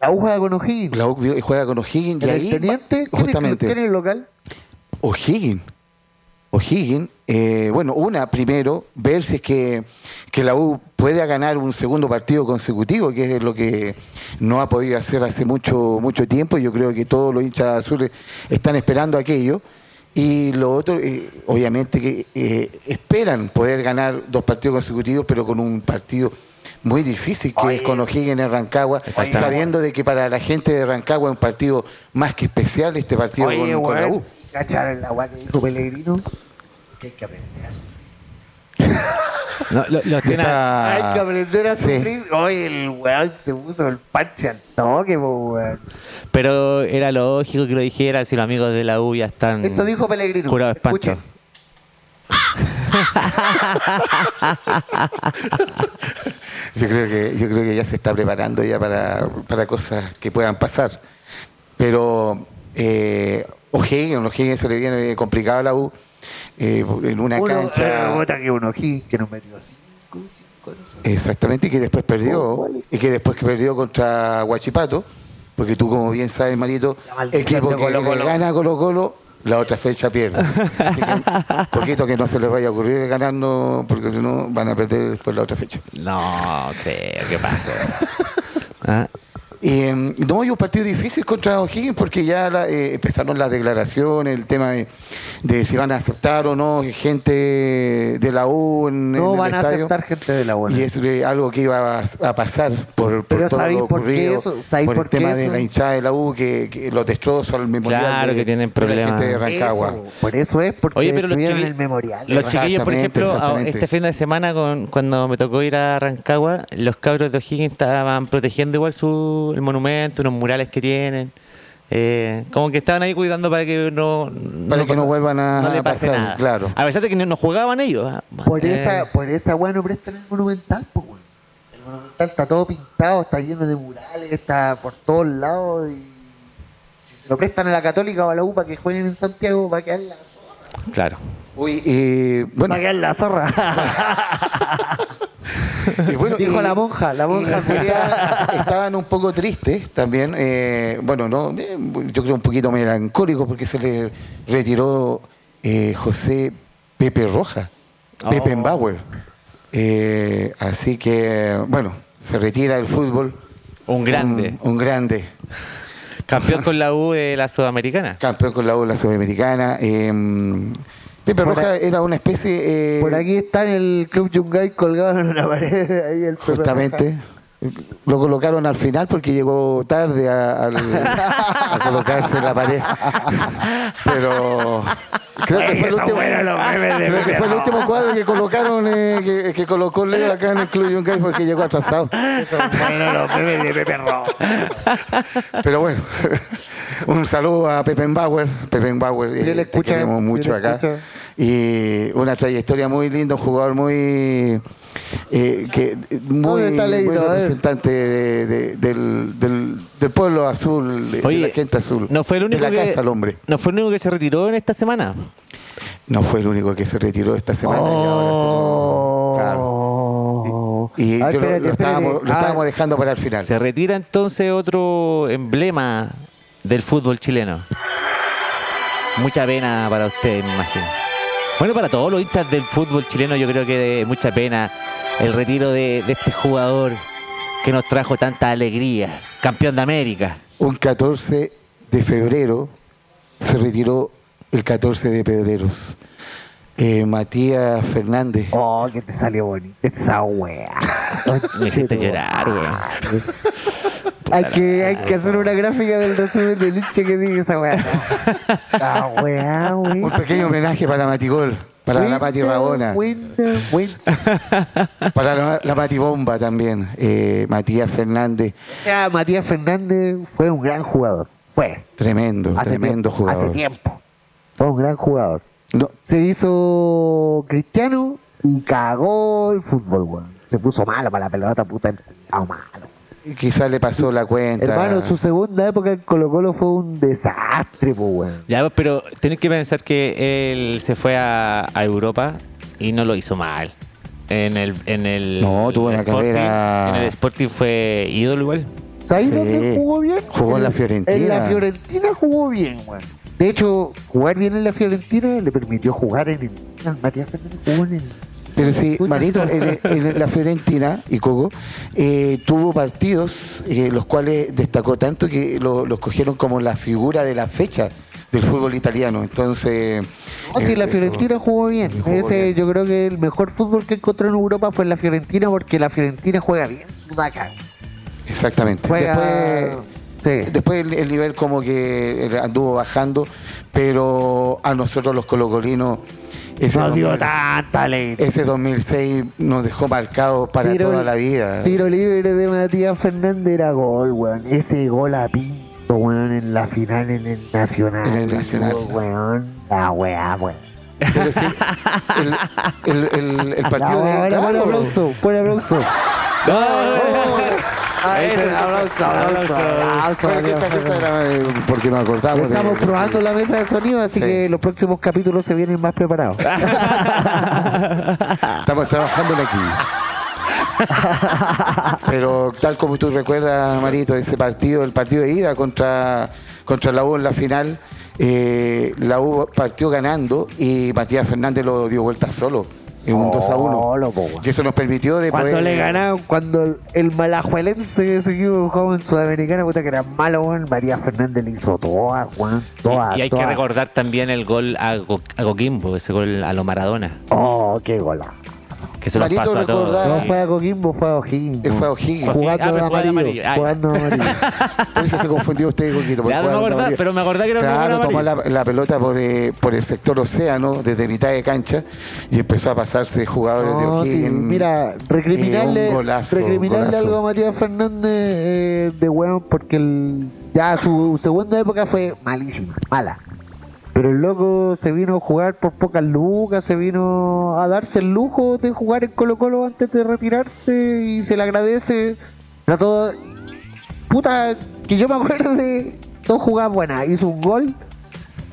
S2: La U juega con O'Higgins.
S3: La U juega con O'Higgins y
S2: ¿En
S3: ahí
S2: el teniente? ¿Quién es-
S3: justamente.
S2: ¿Quién es el local?
S3: O'Higgins. O'Higgins, eh, bueno, una primero, ver si es que, que la U pueda ganar un segundo partido consecutivo, que es lo que no ha podido hacer hace mucho, mucho tiempo. Yo creo que todos los hinchas azules están esperando aquello. Y lo otro, eh, obviamente que eh, esperan poder ganar dos partidos consecutivos, pero con un partido muy difícil que es con O'Higgins en Rancagua,
S1: Exactamente.
S3: sabiendo de que para la gente de Rancagua es un partido más que especial este partido
S2: Oye,
S3: con, con la U.
S2: weón. ¿Cacharon la weá que dijo Pellegrino? Que hay que aprender a sufrir.
S1: No, lo- lo tiene-
S3: Está-
S2: Hay que aprender a
S3: Ah, sí.
S2: sufrir. Oye, el weón se puso el parche al toque, po, weón.
S1: Pero era lógico que lo dijera si los amigos de la U ya
S3: Mm.
S1: están.
S2: Esto dijo Pellegrino.
S1: Curado de espanto.
S2: Escuchen.
S3: Yo creo que, yo creo que ya se está preparando ya para, para cosas que puedan pasar. Pero eh, O'Higgins, O'Higgins se le viene complicado a la U eh, en una
S2: Uno, eh,
S3: cancha.
S2: puta, que un ojín que nos metió cinco, cinco, no sé.
S3: Exactamente, y que después
S2: Oh,
S3: perdió, y que después que perdió contra Huachipato, porque tú como bien sabes, Marito,
S2: La maldición
S3: equipo
S2: de
S3: que
S2: Colo-Colo.
S3: le gana a Colo Colo, la otra fecha pierde. Así que, poquito que no se les vaya a ocurrir ganando, porque si no van a perder después la otra fecha.
S1: No, creo que pasa. Ah,
S3: Eh, no, y un partido difícil contra O'Higgins porque ya la- eh, empezaron las declaraciones, el tema de, de si van a aceptar o no gente de la U en, en
S2: No
S3: el
S2: van a
S3: estadio.
S2: aceptar gente de la buena.
S3: Y es eh, algo que iba a, a pasar por, por
S2: Pero
S3: todo
S2: ¿sabéis
S3: lo
S2: por qué
S3: ocurrido,
S2: eso? ¿Sabéis
S3: por el
S2: por qué
S3: tema de
S2: eso?
S3: la hinchada de la U, que, que los destrozos al memorial
S1: Claro,
S3: de-
S1: que tienen
S3: de la
S1: problemas.
S3: gente de Rancagua.
S2: Eso, por eso es, porque
S1: Oye, pero los,
S2: destruyeron
S1: chiqui-
S2: el memorial.
S1: los chiquillos, por
S3: Exactamente,
S1: ejemplo, a-
S3: exactamente.
S1: este fin de semana, con, cuando me tocó ir a Rancagua, los cabros de O'Higgins estaban protegiendo igual su, el monumento, unos murales que tienen. Eh, como que estaban ahí cuidando para que no,
S3: Para que no vuelvan a-
S1: no le
S3: a
S1: pase
S3: pasar,
S1: nada.
S3: claro.
S2: Ah.
S1: A pesar de que no, no jugaban ellos. ah,
S2: Por
S1: eh,
S2: esa, por esa weá no prestan el monumental, po, weón. El monumental está todo pintado, está lleno de murales, está por todos lados y si se lo prestan a la católica o a la U para que jueguen en Santiago, va a quedar la zorra.
S1: Claro.
S3: Uy, y, bueno,
S2: Va a quedar la zorra.
S3: Y bueno,
S2: Dijo
S3: y-
S2: la monja, la
S3: y
S2: monja.
S3: feria estaban un poco tristes también, eh, bueno, no, eh, yo creo un poquito melancólicos porque se le retiró eh, José Pepe Roja,
S1: Oh.
S3: Pepe Bauer. así que, bueno, se retira del fútbol.
S1: Un grande.
S3: Un, un grande.
S1: Campeón con la U de la Sudamericana.
S3: Campeón con la ola sudamericana. eh, Pepe
S2: Por
S3: Roja
S2: ahí-
S3: era una especie... eh,
S2: Por aquí está en el Club Yungay colgado en una pared. Ahí el perro.
S3: Justamente. Lo colocaron al final porque llegó tarde a, al- a colocarse en la pared. Pero creo que fue el último, creo que fue el último cuadro que colocaron, eh, que, que colocó Leo acá en el Club Yungay porque llegó atrasado. Pero bueno, un saludo a Pepe Bauer. Pepe Bauer,
S2: Sí, le escucha,
S3: queremos
S2: sí,
S3: mucho
S2: le
S3: acá.
S2: escucha.
S3: Y una trayectoria muy linda, un jugador muy. eh, que, muy,
S2: ¿Dónde está Leito?
S3: muy
S2: A ver.
S3: representante de- de- del, del- del pueblo azul, de, de la gente azul.
S1: no fue el único
S3: de la
S1: que,
S3: casa, el hombre.
S1: No fue el único que se retiró en esta semana.
S3: No fue el único que se retiró esta semana. y
S2: Oh.
S3: ahora se- claro. Y
S2: Ah,
S3: yo lo-
S2: espérate,
S3: lo, estábamos,
S2: espérate.
S3: lo estábamos
S2: Ah,
S3: dejando para el final.
S1: Se retira entonces otro emblema del fútbol chileno. Mucha pena para ustedes, me imagino. Bueno, para todos los hinchas del fútbol chileno, yo creo que de mucha pena el retiro de, de este jugador que nos trajo tanta alegría, campeón de América.
S3: Un 14 de febrero se retiró el 14 de Pedreros. Eh, Matías Fernández.
S2: Oh, que te salió bonita esa wea.
S1: Me hiciste llorar, weón.
S2: Hay que, hay que hacer una gráfica del resumen de Nietzsche que diga esa weá. La weá, weón.
S3: Un pequeño homenaje para Matigol, para la Mati Rabona,
S2: Winter, winter.
S3: para la, la Mati Bomba también. Eh, Matías Fernández,
S2: O sea, Matías Fernández fue un gran jugador. Fue.
S3: tremendo,
S2: Hace
S3: tremendo
S2: tiempo,
S3: jugador.
S2: Hace tiempo. Fue un gran jugador.
S3: No,
S2: Se hizo cristiano y cagó el fútbol, weón. Se puso malo para la pelota, puta. Ah, malo.
S3: quizás le pasó la cuenta.
S2: Hermano, su segunda época en Colo Colo fue un desastre, pues, weón.
S1: Ya, pero tenés que pensar que él se fue a, a Europa y no lo hizo mal. En el, en el
S3: No, tuvo una
S1: Sporting-
S3: carrera-
S1: En el Sporting fue ídolo igual.
S2: ¿Sabes dónde
S3: Sí.
S2: jugó bien?
S3: Jugó en la Fiorentina.
S2: En la Fiorentina jugó bien, weón. De hecho, jugar bien en la Fiorentina le permitió jugar en el. Milan. Matías Fernández jugó en el.
S3: Pero sí, Marito, en, en la Fiorentina y Coco eh, tuvo partidos eh, los cuales destacó tanto que lo- los cogieron como la figura de la fecha del fútbol italiano. Entonces.
S2: No, Ah, sí,
S3: eh,
S2: la
S3: eh,
S2: Fiorentina jugó bien.
S3: jugó
S2: Ese,
S3: bien.
S2: Yo creo que el mejor fútbol que encontró en Europa fue en la Fiorentina porque la Fiorentina juega bien, sudaca.
S3: Exactamente.
S2: Juega-
S3: Después.
S2: Sí.
S3: Después el, el nivel como que eh, anduvo bajando, pero a nosotros los colocolinos ese,
S2: No
S3: 2000
S2: dio tanta alegría.
S3: ese 2006 nos dejó marcados para toda la vida. ¿eh?
S2: Tiro libre de Matías Fernández era gol, weón. Ese gol a pinto, weón, en la final en el Nacional.
S3: En el Nacional.
S2: Weón, la weá, weón.
S3: Pero sí, el, el- el- el partido
S2: La weá,
S3: de
S2: era buen aplauso, buen aplauso. A
S1: Ahí
S2: ver,
S1: está.
S2: aplauso, aplauso, aplauso,
S3: Bueno, que esta
S2: aplauso.
S3: cosa era, eh, porque este, nos acordamos. de-
S2: Estamos probando la mesa de sonido, así
S3: Sí.
S2: que los próximos capítulos se vienen más preparados.
S3: Estamos trabajando en aquí. Pero tal como tú recuerdas, Marito, ese partido, el partido de ida contra, contra la U en la final, eh, la U partió ganando y Matías Fernández lo dio vuelta solo. En un 2 a 1.
S2: Solo, po, weón.
S3: Y eso nos permitió de
S2: Cuando
S3: poder-
S2: le ganaron, cuando el, el malajuelense que se equivocó en Sudamericana, puta que era malo, weón. María Fernández le hizo todas, weón. Todas.
S1: y, y hay
S2: todas.
S1: que recordar también el gol a, Go- a Coquimbo, ese gol a lo Maradona,
S2: Oh, qué gola.
S1: que se lo
S3: Marito,
S1: pasó a todos.
S3: recordar-
S2: No
S3: Sí.
S2: fue a Coquimbo, fue a O'Higgins.
S3: Eh, Ah. Fue a
S2: weón.
S1: O'Higgins.
S3: O'Higgins.
S1: Ah,
S2: Jugando
S1: pero
S2: de
S1: jugaba de amarillo.
S2: amarillo.
S1: Ah, ya.
S2: Jugando de amarillo.
S3: Por eso se confundió usted con Quito.
S1: Ya, no me acordaba, pero me acordaba que era un
S3: Claro,
S1: número
S3: tomó la, la pelota por, eh, por el sector océano, desde mitad de cancha, y empezó a pasarse jugadores de
S2: No, sí,
S3: O'Higgins.
S2: mira,
S3: eh,
S2: recriminarle,
S3: un golazo,
S2: recriminarle
S3: golazo.
S2: algo a Matías Fernández eh, de hueón porque el- ya su segunda época fue malísima, mala. Pero el loco se vino a jugar por pocas lucas, se vino a darse el lujo de jugar en Colo Colo antes de retirarse y se le agradece. Trató, puta, que yo me acuerdo de dos jugadas buenas, hizo un gol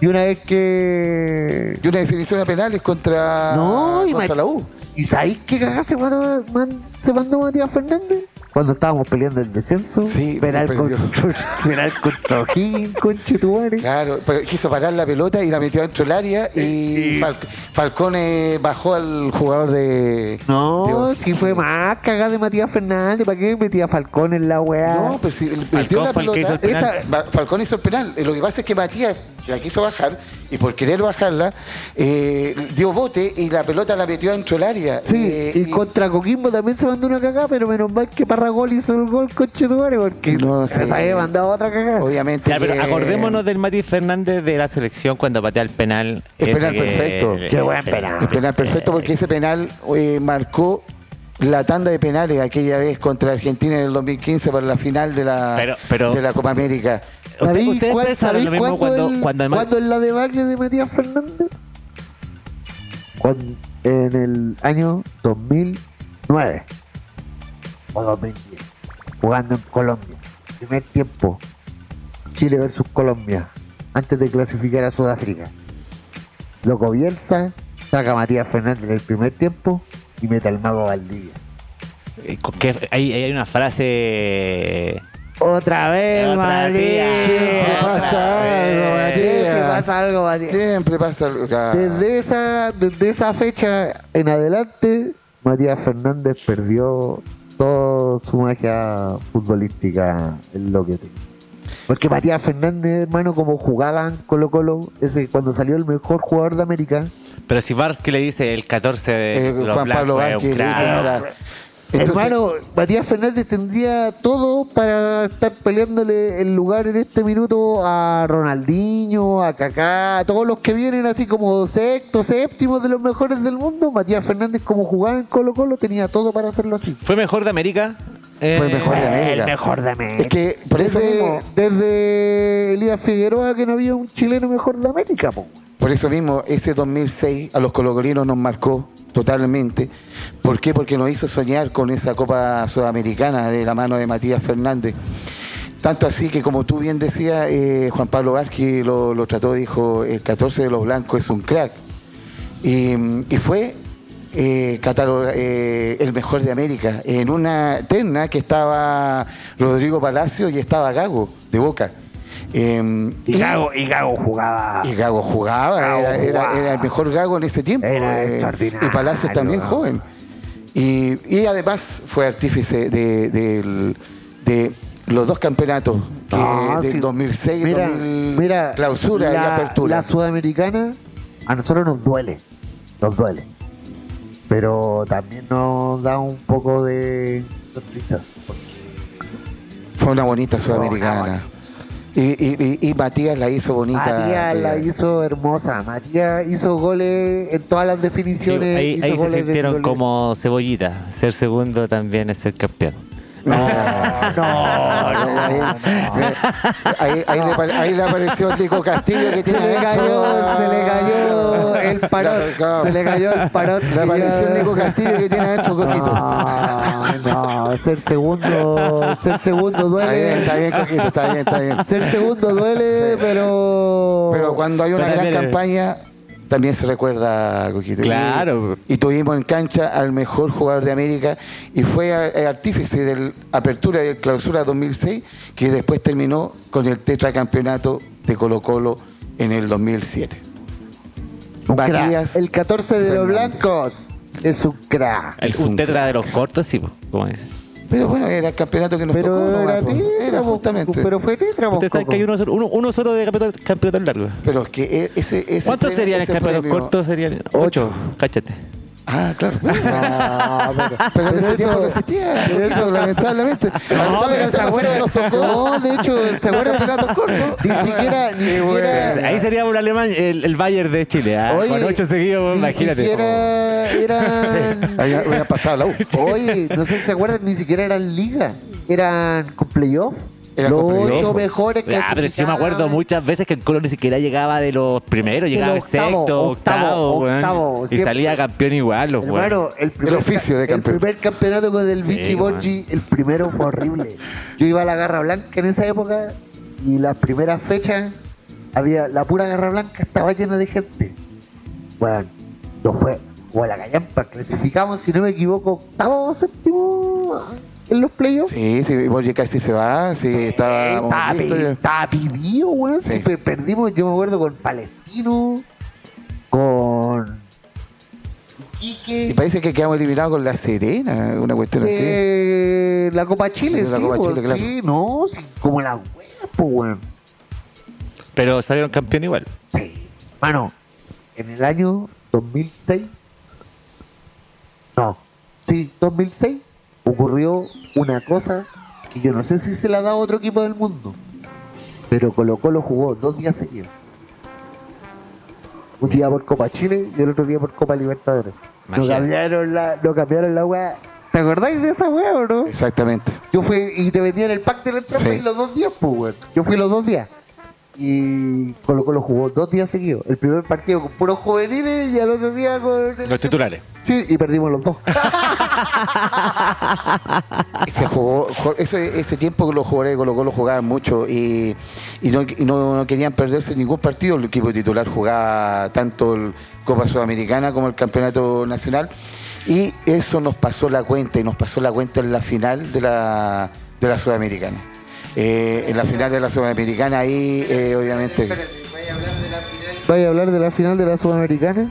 S2: y una vez que
S3: Y una definición a penales contra,
S2: No, y
S3: contra
S2: Mar-
S3: la U.
S2: ¿Y sabéis qué cagada se mandó, man- se mandó Matías Fernández? Cuando estábamos peleando el descenso,
S3: Sí,
S2: penal,
S3: se
S2: contra,
S3: perdió.
S2: penal contra O'Higgins, conche tu madre.
S3: Claro, pero quiso parar la pelota y la metió dentro del área y Falc- Falcone bajó al jugador de...
S2: No,
S3: de-
S2: si fue más cagada de Matías Fernández, ¿para qué metía a Falcón en la weá?
S3: No, pero si el-
S1: Falcón
S3: metió la
S1: fue el que hizo el
S3: pelota...
S1: penal.
S3: Ba- Falcón hizo el penal. Eh, Lo que pasa es que Matías la quiso bajar y por querer bajarla eh, dio bote y la pelota la metió dentro del área.
S2: sí,
S3: Eh,
S2: y, contra Coquimbo también se mandó una cagada, pero menos mal que Parragol hizo el gol, conche tu madre, porque
S3: No,
S2: se
S3: sí.
S2: había mandado otra cagada.
S3: obviamente...
S1: Ya, pero
S3: que-
S1: acordémonos del Mati Fernández de la selección cuando patea el penal.
S3: El
S1: ese
S3: penal
S1: que-
S3: perfecto.
S2: Qué buen penal.
S3: El penal perfecto porque ese penal eh, marcó la tanda de penales aquella vez contra Argentina en el 2015 para la final de la,
S1: Pero- pero-
S3: de la Copa América.
S1: Usted-
S2: ¿Sabéis
S1: ustedes
S2: cuál-
S1: pensaron lo
S2: sabéis
S1: mismo
S2: cuándo
S1: cuando,
S2: el-
S1: cuando el Mati-
S2: cuándo es la debacle de Matías Fernández? Cuan- en el año 2009 o 2010, jugando en Colombia, primer tiempo, Chile versus Colombia, antes de clasificar a Sudáfrica. Loco Bielsa saca a Matías Fernández en el primer tiempo y mete al mago Valdivia.
S1: Eh, con que- hay, hay una frase
S2: Otra vez,
S1: Otra
S2: Matías.
S1: tía.
S2: Siempre
S1: Otra
S2: pasa
S1: vez.
S2: algo, Matías. Siempre pasa algo, Matías.
S3: Siempre pasa algo. ya.
S2: Desde esa, desde esa fecha en adelante, Matías Fernández perdió toda su magia futbolística en lo que tenía. Porque Matías Fernández, hermano, como jugaban Colo Colo, ese cuando salió el mejor jugador de América,
S1: Pero si Varsky le dice el 14 de
S3: Eh,
S1: los
S3: Juan Pablo
S1: blancos es
S3: Vázquez.
S1: un crack.
S2: hermano, Matías Fernández tendría todo para estar peleándole el lugar en este minuto a Ronaldinho, a Kaká, a todos los que vienen así como sextos, séptimos de los mejores del mundo. Matías Fernández, como jugaba en Colo Colo, tenía todo para hacerlo así.
S1: ¿Fue mejor de América? Eh,
S3: Fue mejor de América.
S2: mejor de
S3: Es que por eso mismo,
S2: Desde, desde Elías Figueroa que no había un chileno mejor de América, po.
S3: por eso mismo, ese 2006 a los colocolinos nos marcó totalmente. ¿Por qué? Porque nos hizo soñar con esa Copa Sudamericana de la mano de Matías Fernández. Tanto así que, como tú bien decías, eh, Juan Pablo Vázquez lo, lo trató, dijo, el 14 de los blancos es un crack. Y, y fue eh, cataloga- eh, el mejor de América, en una terna que estaba Rodrigo Palacio y estaba Gago, de Boca. Em, y-
S2: y Gago jugaba.
S3: y Gago jugaba,
S2: Gago
S3: era, era-
S2: jugaba.
S3: era el mejor Gago en ese tiempo.
S2: Era
S3: eh,
S2: extraordinario.
S3: y Palacios también joven. Y, y además fue artífice de, del- de los dos campeonatos que-
S2: Ah,
S3: del
S2: sí.
S3: 2006 y
S2: Mira,
S3: 2000,
S2: mira,
S3: clausura y
S2: la-
S3: apertura.
S2: La sudamericana a nosotros nos duele, nos duele. Pero también nos da un poco de sorpresa.
S3: fue una bonita sudamericana. Y, y- y- y Matías la hizo bonita.
S2: Matías la
S3: eh,
S2: hizo hermosa. Matías hizo goles en todas las
S1: Sí,
S2: definiciones.
S1: ahí
S2: hizo
S1: ahí se
S2: goles de
S1: sintieron
S2: goles.
S1: como cebollita. Ser segundo también es ser campeón.
S2: No, no, no, no, no.
S3: Ahí, ahí le, pa- ahí le apareció el Nico Castillo que
S2: Se
S3: tiene
S2: le
S3: hecho
S2: cayó,
S3: a-
S2: se le cayó el
S3: Claro,
S2: parot. Se le cayó el parot.
S3: Le apareció el Nico Castillo que tiene hecho Coquito.
S2: Ah, No, no, ser segundo, ser segundo
S3: Está bien,
S2: duele.
S3: está bien, Coquito, está bien, está bien.
S2: Ser segundo duele, pero.
S3: Pero cuando hay una
S1: Pero
S3: gran
S1: mire.
S3: campaña, también se recuerda a Coquito. Y-
S1: Claro.
S3: Y, tuvimos en cancha al mejor jugador de América y fue a- a artífice del apertura y el clausura 2006, que después terminó con el tetracampeonato de Colo-Colo en el 2007.
S2: Un crack.
S3: Matías,
S2: El 14 de los
S3: Fernández.
S2: blancos es un crack.
S1: El,
S3: Es
S1: un
S3: un
S1: tetra de los cortos, sí, po, como dice.
S3: pero bueno, era el campeonato que nos
S2: Pero
S3: tocó. nomás,
S2: era
S3: po.
S2: tetra,
S3: Era
S2: po,
S3: justamente.
S2: Pero fue tetra, po,
S1: Ustedes saben que hay
S2: Coco.
S1: uno, solo- uno, uno solo de campeonato, campeonato largo.
S3: Pero es que e- ese. ese
S1: ¿Cuántos
S3: premio-
S1: serían en
S3: ese
S1: campeonato
S3: premio-
S1: corto? Serían
S3: Ocho.
S1: Cáchate.
S3: Ah, claro.
S1: Ah,
S2: No, pero-
S3: Pero en
S2: pero
S3: ese tiempo
S2: eso-
S3: no existía, yo creo, lamentablemente.
S2: pero se acuerda-
S3: nos tocó.
S2: no, de hecho, se acuerda- Ni siquiera, ni siquiera.
S1: Ahí sería un alemán, el, el Bayern de Chile. ah,
S2: Oye,
S1: con ocho seguidos,
S2: ni
S1: imagínate.
S2: siquiera eran.
S3: Había, había pasado la U.
S2: Oye, no sé si se acuerdan, ni siquiera eran liga. Eran con playoff.
S3: Era
S2: los
S3: con playoff.
S2: ocho mejores que
S1: Ah, pero sí me acuerdo muchas veces que el Colo ni siquiera llegaba de los primeros, llegaba
S2: Del
S1: el
S2: octavo,
S1: sexto,
S2: octavo,
S1: octavo, weón,
S2: octavo,
S1: y
S2: siempre.
S1: salía campeón igual, los weón.
S2: Hermano, el primer,
S3: El oficio de
S2: el
S3: campeón.
S2: primer campeonato con el
S1: Sí,
S2: Vichy Bonchi, el primero fue horrible. Yo iba a la Garra Blanca en esa época y las primeras fechas había la pura Garra Blanca estaba llena de gente. Bueno, no fue o la Callampa, clasificamos, si no me equivoco, octavo o séptimo en los playoffs.
S3: Sí, sí, Borges casi se va, sí, estaba
S2: Estaba
S3: bonito.
S2: pe- estaba vivido, weón.
S3: Sí.
S2: Si pe- perdimos, yo me acuerdo con Palestino, con Iquique.
S3: Y parece que quedamos eliminados con la Serena, una cuestión así.
S2: Eh, la Copa Chile,
S3: Sí,
S2: sí,
S3: la Copa
S2: po,
S3: Chile, claro.
S2: sí, no, sí, como la wea, po, weón.
S1: Pero salieron campeón igual.
S2: Sí. Mano, en el año 2006, no, sí, 2006, ocurrió una cosa que yo no sé si se la da a otro equipo del mundo, pero Colo Colo jugó dos días seguidos. Un día por Copa Chile y el otro día por Copa Libertadores. No
S1: Imagínate.
S2: cambiaron la, no cambiaron la weá. ¿Te acordáis de esa weá o no?
S3: Exactamente.
S2: Yo fui y te vendían el pack de la entrada
S3: Sí.
S2: y los dos días, pues, weón. Yo fui los dos días. Y Colo Colo jugó dos días seguidos. El primer partido con puros juveniles y al otro día con.
S1: Los titulares.
S2: Sí, y perdimos los dos.
S3: Se jugó, jo- ese, ese tiempo los jugadores de Colo Colo jugaban mucho y, y no, y no- no querían perderse ningún partido. El equipo titular jugaba tanto el Copa Sudamericana como el Campeonato Nacional. Y eso nos pasó la cuenta y nos pasó la cuenta en la final de la, de la Sudamericana. eh, en la final de la Sudamericana, ahí eh, obviamente.
S2: ¿Vaya a hablar de la final de la Sudamericana?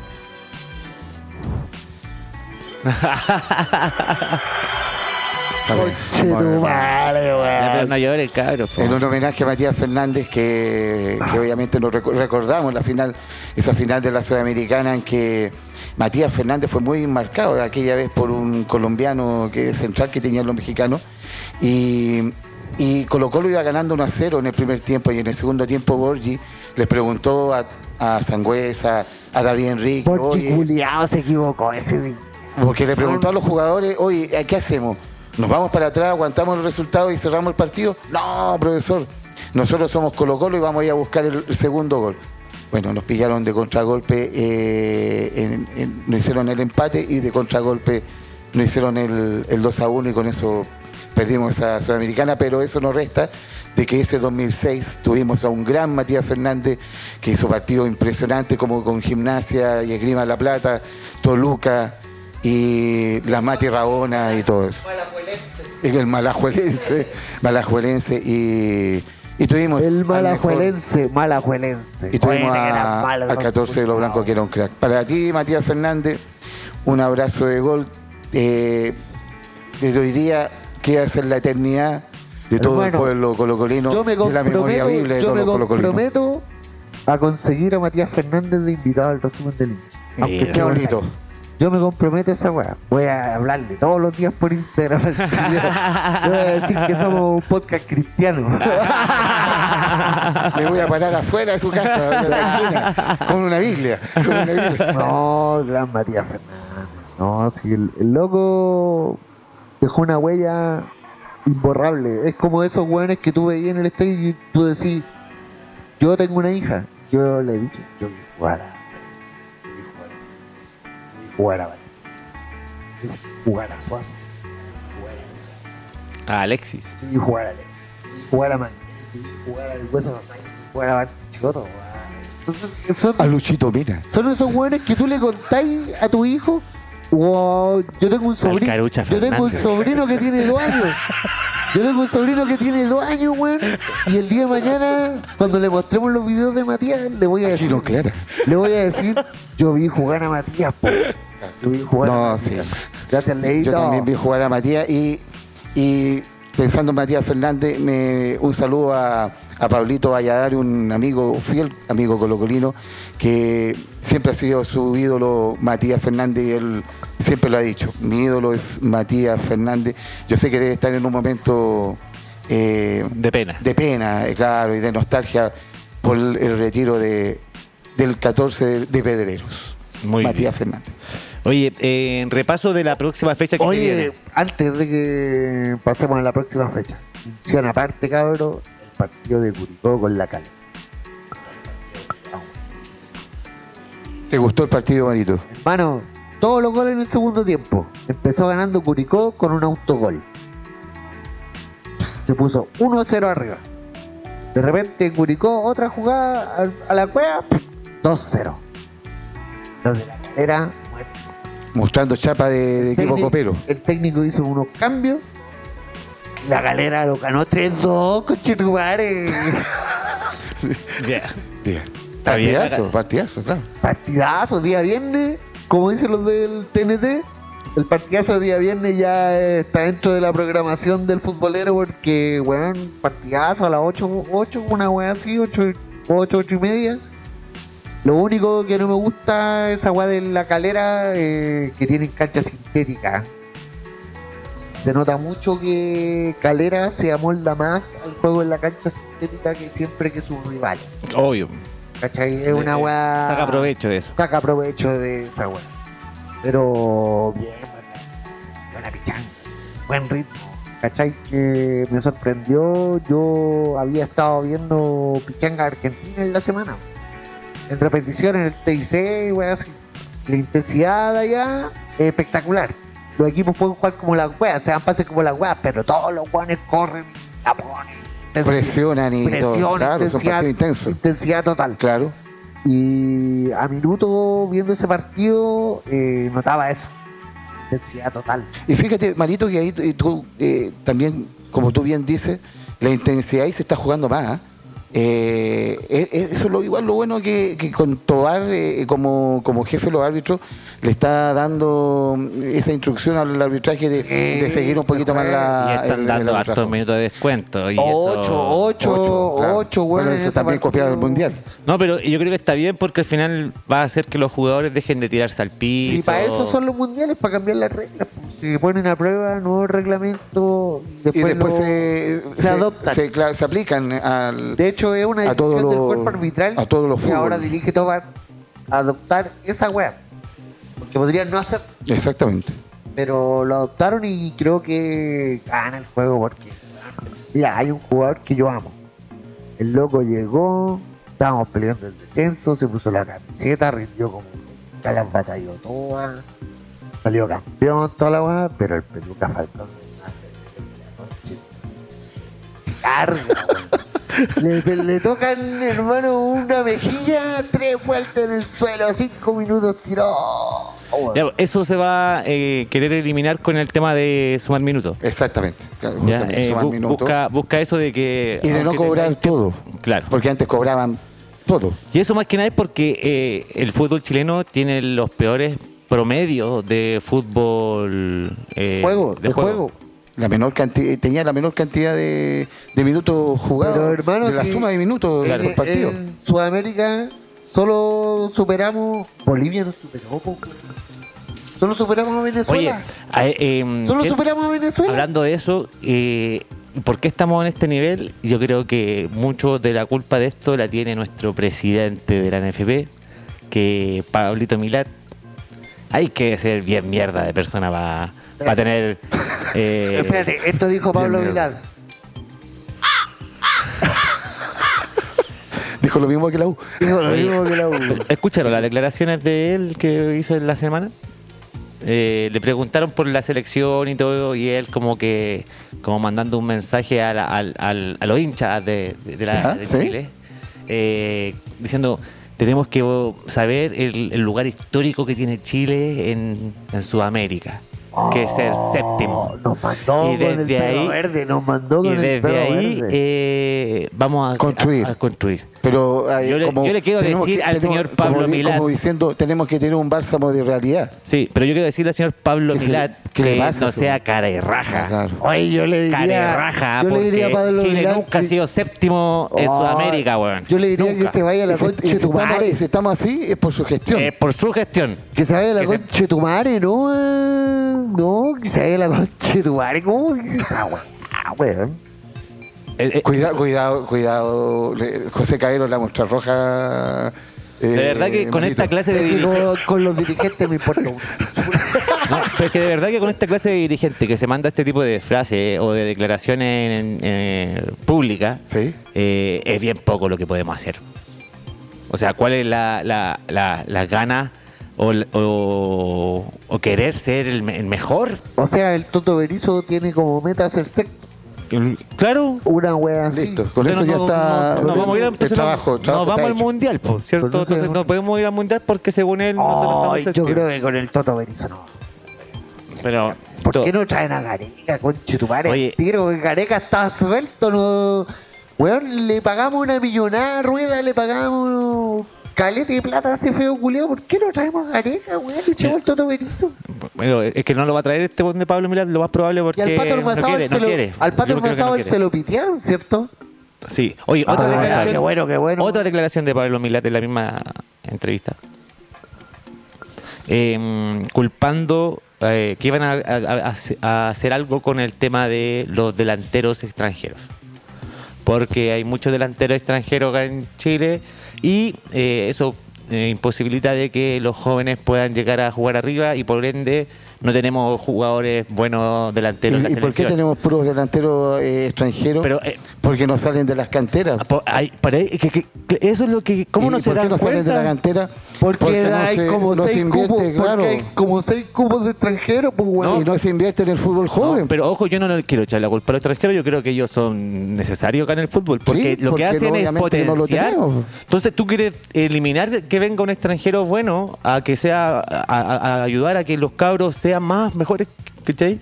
S2: Che, tu madre,
S1: Ya, pero
S2: weón.
S1: no llores, cabros. po.
S3: En un homenaje a Matías Fernández, que, que obviamente nos reco- recordamos la final, esa final de la Sudamericana en que Matías Fernández fue muy marcado aquella vez por un colombiano que central que tenían los mexicanos. Y, y Colo Colo iba ganando 1 a 0 en el primer tiempo y en el segundo tiempo Borgi les preguntó a, a Sangüesa, a David Enrique,
S2: Porchi
S3: "Oye,
S2: culiao se equivocó ese día.
S3: porque le preguntó a los jugadores, oye, ¿a ¿qué hacemos? ¿Nos vamos para atrás, aguantamos los resultados y cerramos el partido? No, profesor. Nosotros somos Colo Colo y vamos a ir a buscar el el segundo gol. Bueno, nos pillaron de contragolpe, eh, en- en- nos hicieron el empate y de contragolpe nos hicieron el, el 2 a 1 y con eso perdimos a Sudamericana, pero eso no resta de que ese 2006 tuvimos a un gran Matías Fernández que hizo partidos impresionantes como con Gimnasia y Esgrima La Plata, Toluca y la Mati Rabona y todo eso. Y el Malajuelense, Malajuelense y, y tuvimos
S2: El
S3: al mejor-
S2: malajuelense, malajuelense.
S3: y
S2: Oye,
S3: tuvimos
S2: que
S3: a-
S2: eran malos
S3: al
S2: los
S3: 14 de los blancos que era un crack. Para ti, Matías Fernández, un abrazo de gol. Eh, desde hoy día queda ser la eternidad de todo el
S2: Hermano,
S3: pueblo colocolino
S2: yo me
S3: de la memoria viva
S2: comprometo,
S3: de
S2: yo
S3: todos
S2: me
S3: los colocolinos.
S2: comprometo a conseguir a Matías Fernández de invitado al resumen del hincha. Aunque
S1: Mira.
S3: Qué
S2: sea online.
S3: bonito.
S2: Yo me comprometo a esa weá. Voy a hablarle todos los días por Instagram. al tío. Voy a decir que somos un podcast cristiano.
S3: Me voy a parar afuera de su casa, de la esquina, con una Biblia. Con una Biblia.
S2: No, gran Matías Fernández. No, si el, el loco dejó una huella imborrable. Es como esos hueones que tú veías en el estadio y tú decís, yo tengo una hija. Yo le dije, yo quiero jugar a Valencia, yo quiero jugar a Valencia, yo quiero jugar a Suazo,
S1: A Ah, Alexis.
S2: yo quiero jugar a Alex, jugar a Man, yo quiero jugar al Hueso Masai, yo quiero jugar a Bartichotto, weón. Entonces, eso
S3: A Luchito, mira.
S2: son esos hueones que tú le contáis a tu hijo. Wow, yo tengo un sobrino.
S1: Carucha
S2: Yo tengo un
S1: Fernández.
S2: sobrino que tiene dos años. Yo tengo un sobrino que tiene dos años, weón. Y el día de mañana, cuando le mostremos los videos de Matías, le voy a
S3: Aquí
S2: decir.
S3: no clara.
S2: Le voy a decir, yo vi jugar a Matías, po. Yo vi jugar a
S3: No, sí.
S2: Matías. Gracias, Leito.
S3: Yo también vi jugar a Matías y, y pensando en Matías Fernández, me- un saludo a, a Pablito Valladar, un amigo, fiel amigo colocolino, que siempre ha sido su ídolo Matías Fernández y él siempre lo ha dicho. Mi ídolo es Matías Fernández. Yo sé que debe estar en un momento eh,
S1: De pena.
S3: de pena, eh, claro, y de nostalgia por el el retiro de, del 14 de, de Pedreros.
S1: Muy bien.
S3: Matías Fernández.
S1: Oye, eh, en repaso de la próxima fecha que se
S2: Oye,
S1: viene.
S2: antes de que pasemos a la próxima fecha, mención aparte, cabro, el partido de Curicó con la Cali.
S3: ¿Te gustó el partido, Marito?
S2: Hermano, todos los goles en el segundo tiempo. Empezó ganando Curicó con un autogol. Se puso 1-0 arriba. De repente Curicó otra jugada a, a la cueva, ¡pum! 2-0. Los de la calera, muertos.
S3: Mostrando chapa de, de equipo
S2: Técnico-
S3: copero.
S2: El técnico hizo unos cambios. y La galera lo ganó 3-2, cochetumares.
S1: Ya. Está bien,
S3: Partidazo,
S1: Gaga.
S3: partidazo, claro.
S2: partidazo día viernes, como dicen los del TNT, el partidazo día viernes ya eh, está dentro de la programación del futbolero porque, weón, partidazo a las 8, 8 una weá así, 8, 8, 8 y media. Lo único que no me gusta es esa weá de la calera eh, que tienen cancha sintética. Se nota mucho que Calera se amolda más al juego en la cancha sintética que siempre que sus rivales.
S1: Obvio.
S2: ¿Cachai? Es una
S1: Eh,
S2: weá
S1: Saca provecho de eso.
S2: saca provecho de esa weá. Pero bien, buena pichanga, buen ritmo. ¿Cachai? Que me sorprendió. Yo había estado viendo pichanga argentina en la semana. En repetición en el TIC, weá, así. La intensidad de allá es espectacular. Los equipos pueden jugar como las weas, se dan pases como las weas, pero todos los guanes corren, la ponen. Intensidad-
S3: Presionan y todo.
S2: Presión,
S3: Claro, son
S2: intensidad,
S3: partidos intensos.
S2: intensidad total.
S3: Claro.
S2: Y a minuto viendo ese partido eh, notaba eso. Intensidad total.
S3: Y fíjate, Marito, que ahí eh, tú eh, también, como tú bien dices, la intensidad y se está jugando más. ¿ah? Eh, es- es- eso es lo, igual lo bueno que, que con Tobar, eh, como, como jefe de los árbitros, le está dando mm, esa instrucción al arbitraje de, de seguir un poquito más la.
S2: Ah,
S1: y
S3: el-
S1: están
S3: el
S1: dando
S3: arbitraje.
S1: hartos minutos de descuento. Y
S2: Ocho,
S1: eso...
S2: ocho,
S3: Ocho, claro.
S2: ocho,
S3: Bueno, eso también copiado del
S2: del
S3: mundial.
S1: No, pero yo creo que está bien porque al final va a hacer que los jugadores dejen de tirarse al piso.
S2: Y para eso son los mundiales, para cambiar las reglas. pues. Si ponen a prueba nuevo reglamento,
S3: Y
S2: después,
S3: después
S2: lo-
S3: se,
S2: se adoptan.
S3: se- claro, se aplican al.
S2: De hecho, es una
S3: a
S2: decisión
S3: todos
S2: del
S3: los-
S2: cuerpo arbitral
S3: a todos los
S2: que ahora
S3: fútbol.
S2: dirige Tobar a adoptar esa weá. Porque podrían no hacer,
S3: Exactamente.
S2: pero lo adoptaron y creo que gana el juego porque... Mira, hay un jugador que yo amo. El loco llegó, estábamos peleando el descenso, se puso la camiseta, rindió como... nunca, Las batalló todas, salió campeón, toda la weá, pero el peluca faltó. carga. weón. le, le tocan, hermano, una mejilla, tres vueltas en el suelo, cinco minutos tiró. Oh,
S1: Ya, eso se va a querer eliminar con el tema de sumar minutos.
S3: Exactamente. Claro,
S1: Ya,
S3: justamente,
S1: eh,
S3: sumar
S1: bu-
S3: minutos.
S1: busca, busca eso de que...
S3: Y de no
S1: aunque
S3: cobrar
S1: tengáis tiempo-
S3: todo.
S1: Claro.
S3: Porque antes cobraban todo.
S1: Y eso más que nada es porque eh, el fútbol chileno tiene los peores promedios de fútbol... eh,
S2: Juego, de juego.
S3: La menor cantidad, tenía la menor cantidad de, de minutos jugados.
S2: Pero, hermano,
S3: de la
S2: sí. Eh,
S3: suma de minutos
S1: Claro.
S3: por Eh, partido.
S2: En, en Sudamérica solo superamos. Bolivia nos superó, po, weón. Solo superamos a
S1: Oye,
S2: Venezuela.
S1: a- em,
S2: solo
S1: ¿qué-
S2: superamos a Venezuela.
S1: Hablando de eso, eh, ¿por qué estamos en este nivel? Yo creo que mucho de la culpa de esto la tiene nuestro presidente de la NFP, que Pablito Milat. Hay que ser bien mierda de persona para tener... eh,
S2: Espérate, esto dijo Pablo
S3: Dios mío.
S2: Vilán. eh.
S3: Dijo lo mismo que la U.
S2: Dijo lo mismo que la U.
S1: Escucharon las declaraciones de él que hizo en la semana. Eh, le preguntaron por la selección y todo, y él como que como mandando un mensaje a, la- al- al- a los hinchas de, de- de la-
S3: Ajá,
S1: de
S3: sí.
S1: Chile, eh, diciendo tenemos que saber el, el lugar histórico que tiene Chile en, en Sudamérica, que es el séptimo.
S2: Nos mandó
S1: Y
S2: con el
S1: desde
S2: perro
S1: ahí-
S2: verde, nos Oh, mandó con
S1: y
S2: el perro
S1: desde ahí
S2: verde.
S1: eh, vamos a
S3: Construir.
S1: a- a construir.
S3: Pero eh,
S1: Yo le- yo le quiero
S3: tenemos
S1: decir al señor Pablo
S3: como, di-
S1: Milán.
S3: Como diciendo, tenemos que tener un bálsamo de realidad.
S1: Sí, pero yo quiero decirle al señor Pablo
S3: ¿Qué se-
S1: Milat
S3: qué
S1: que
S3: le pasa,
S1: no
S3: su-
S1: sea cara y raja.
S3: Claro.
S2: Oye, yo le diría.
S1: Cara y raja,
S2: yo le diría a
S1: porque
S2: Pablo
S1: Chile
S2: Vilán
S1: nunca
S2: que-
S1: ha sido séptimo en
S2: Oh,
S1: Sudamérica, weón.
S2: Yo le diría
S1: Nunca.
S2: que este se vaya a la
S3: Y si-
S2: concha
S3: y
S2: de
S3: si
S2: tu
S3: estamos, y si
S2: madre.
S3: estamos así, es por su gestión.
S1: Eh, por su gestión.
S2: Que se vaya a la
S1: que se-
S2: concha de tu madre, no. ah, No, que se vaya a la concha de tu madre. ¿Cómo dices esa weá, Ah, weón?
S1: Eh, eh,
S3: Cuidado, cuidado, cuidado. Le- José Caero, la eh, muestra roja.
S1: de verdad
S2: eh,
S1: que con esta clase de
S2: Es que
S1: dirigente.
S2: con, con los dirigentes me importa un-
S1: No, pero es que de verdad que con esta clase de dirigente que se manda este tipo de frases o de declaraciones en- eh, públicas,
S3: Sí.
S1: eh, es bien poco lo que podemos hacer. O sea, ¿cuál es la, la, la- las ganas o, o- o querer ser el, me- el mejor?
S2: O sea, el Toto Berizo tiene como meta hacer sexto.
S1: Claro.
S2: Una wea así.
S3: Listo, con eso
S1: Entonces
S3: ya
S1: no-
S3: está.
S1: no- no vamos a ir al-
S3: el
S1: entonces no-
S3: trabajo,
S1: no
S3: trabajo
S1: vamos
S3: está
S1: al
S3: hecho.
S1: mundial, po, ¿cierto?
S2: Entonces,
S1: Entonces no podemos ir al mundial porque según él nosotros
S2: Ay,
S1: estamos
S2: yo
S1: séptimos.
S2: creo que con el Toto Berizo no.
S1: Pero
S2: ¿Por
S1: to-
S2: qué no traen a Gareca, conche tu madre?
S1: Oye.
S2: Tiro, que Gareca está suelto, no. Weón, le pagamos una millonada de rueda, le pagamos caleta de plata a ese feo culiao. ¿Por qué no traemos a Gareca, weón? Le echamos el Toto Berizo.
S1: bueno, es que no lo va a traer este buen de Pablo Milán, lo más probable
S2: Y
S1: porque
S2: al Pato
S1: no
S2: Ormazábal
S1: quiere,
S2: se
S1: no
S2: lo-
S1: quiere.
S2: al Pato
S1: Yo creo que no
S2: Ormazábal
S1: quiere.
S2: se lo pitearon, ¿cierto?
S1: Sí. Oye, otra
S2: Ah,
S1: declaración.
S2: qué bueno, qué bueno.
S1: Otra declaración de Pablo Milat en la misma entrevista. Eh, culpando eh, que iban a, a- a- a hacer algo con el tema de los delanteros extranjeros. Porque hay muchos delanteros extranjeros acá en Chile y eh, eso eh, imposibilita de que los jóvenes puedan llegar a jugar arriba y por ende no tenemos jugadores buenos delanteros. en la
S3: ¿Y, y por qué
S1: selección.
S3: tenemos puros delanteros eh, extranjeros?
S1: Pero, eh,
S3: porque no salen de las canteras.
S1: Ah, po- ay, para- que- que- que eso es lo que. ¿Cómo
S3: ¿Y
S1: no se
S3: por qué
S1: dan
S3: no salen de
S1: cuenta?
S3: la cantera?
S2: Porque, hay
S3: se-
S2: como
S3: no se
S2: seis
S3: invierte,
S2: cupos, porque
S3: claro.
S2: hay como seis cupos de extranjeros, pues weón.
S3: Y no se invierte en el fútbol
S1: No,
S3: joven.
S1: pero ojo, yo no le quiero echar la culpa a los extranjeros, yo creo que ellos son necesarios acá en el fútbol, porque
S3: Sí,
S1: lo
S3: porque
S1: que hacen es
S3: obviamente no lo
S1: potenciar.
S3: tenemos.
S1: Entonces tú quieres eliminar que venga un extranjero bueno a que sea, a, a- a ayudar a que los cabros sean más mejores, ¿cachai?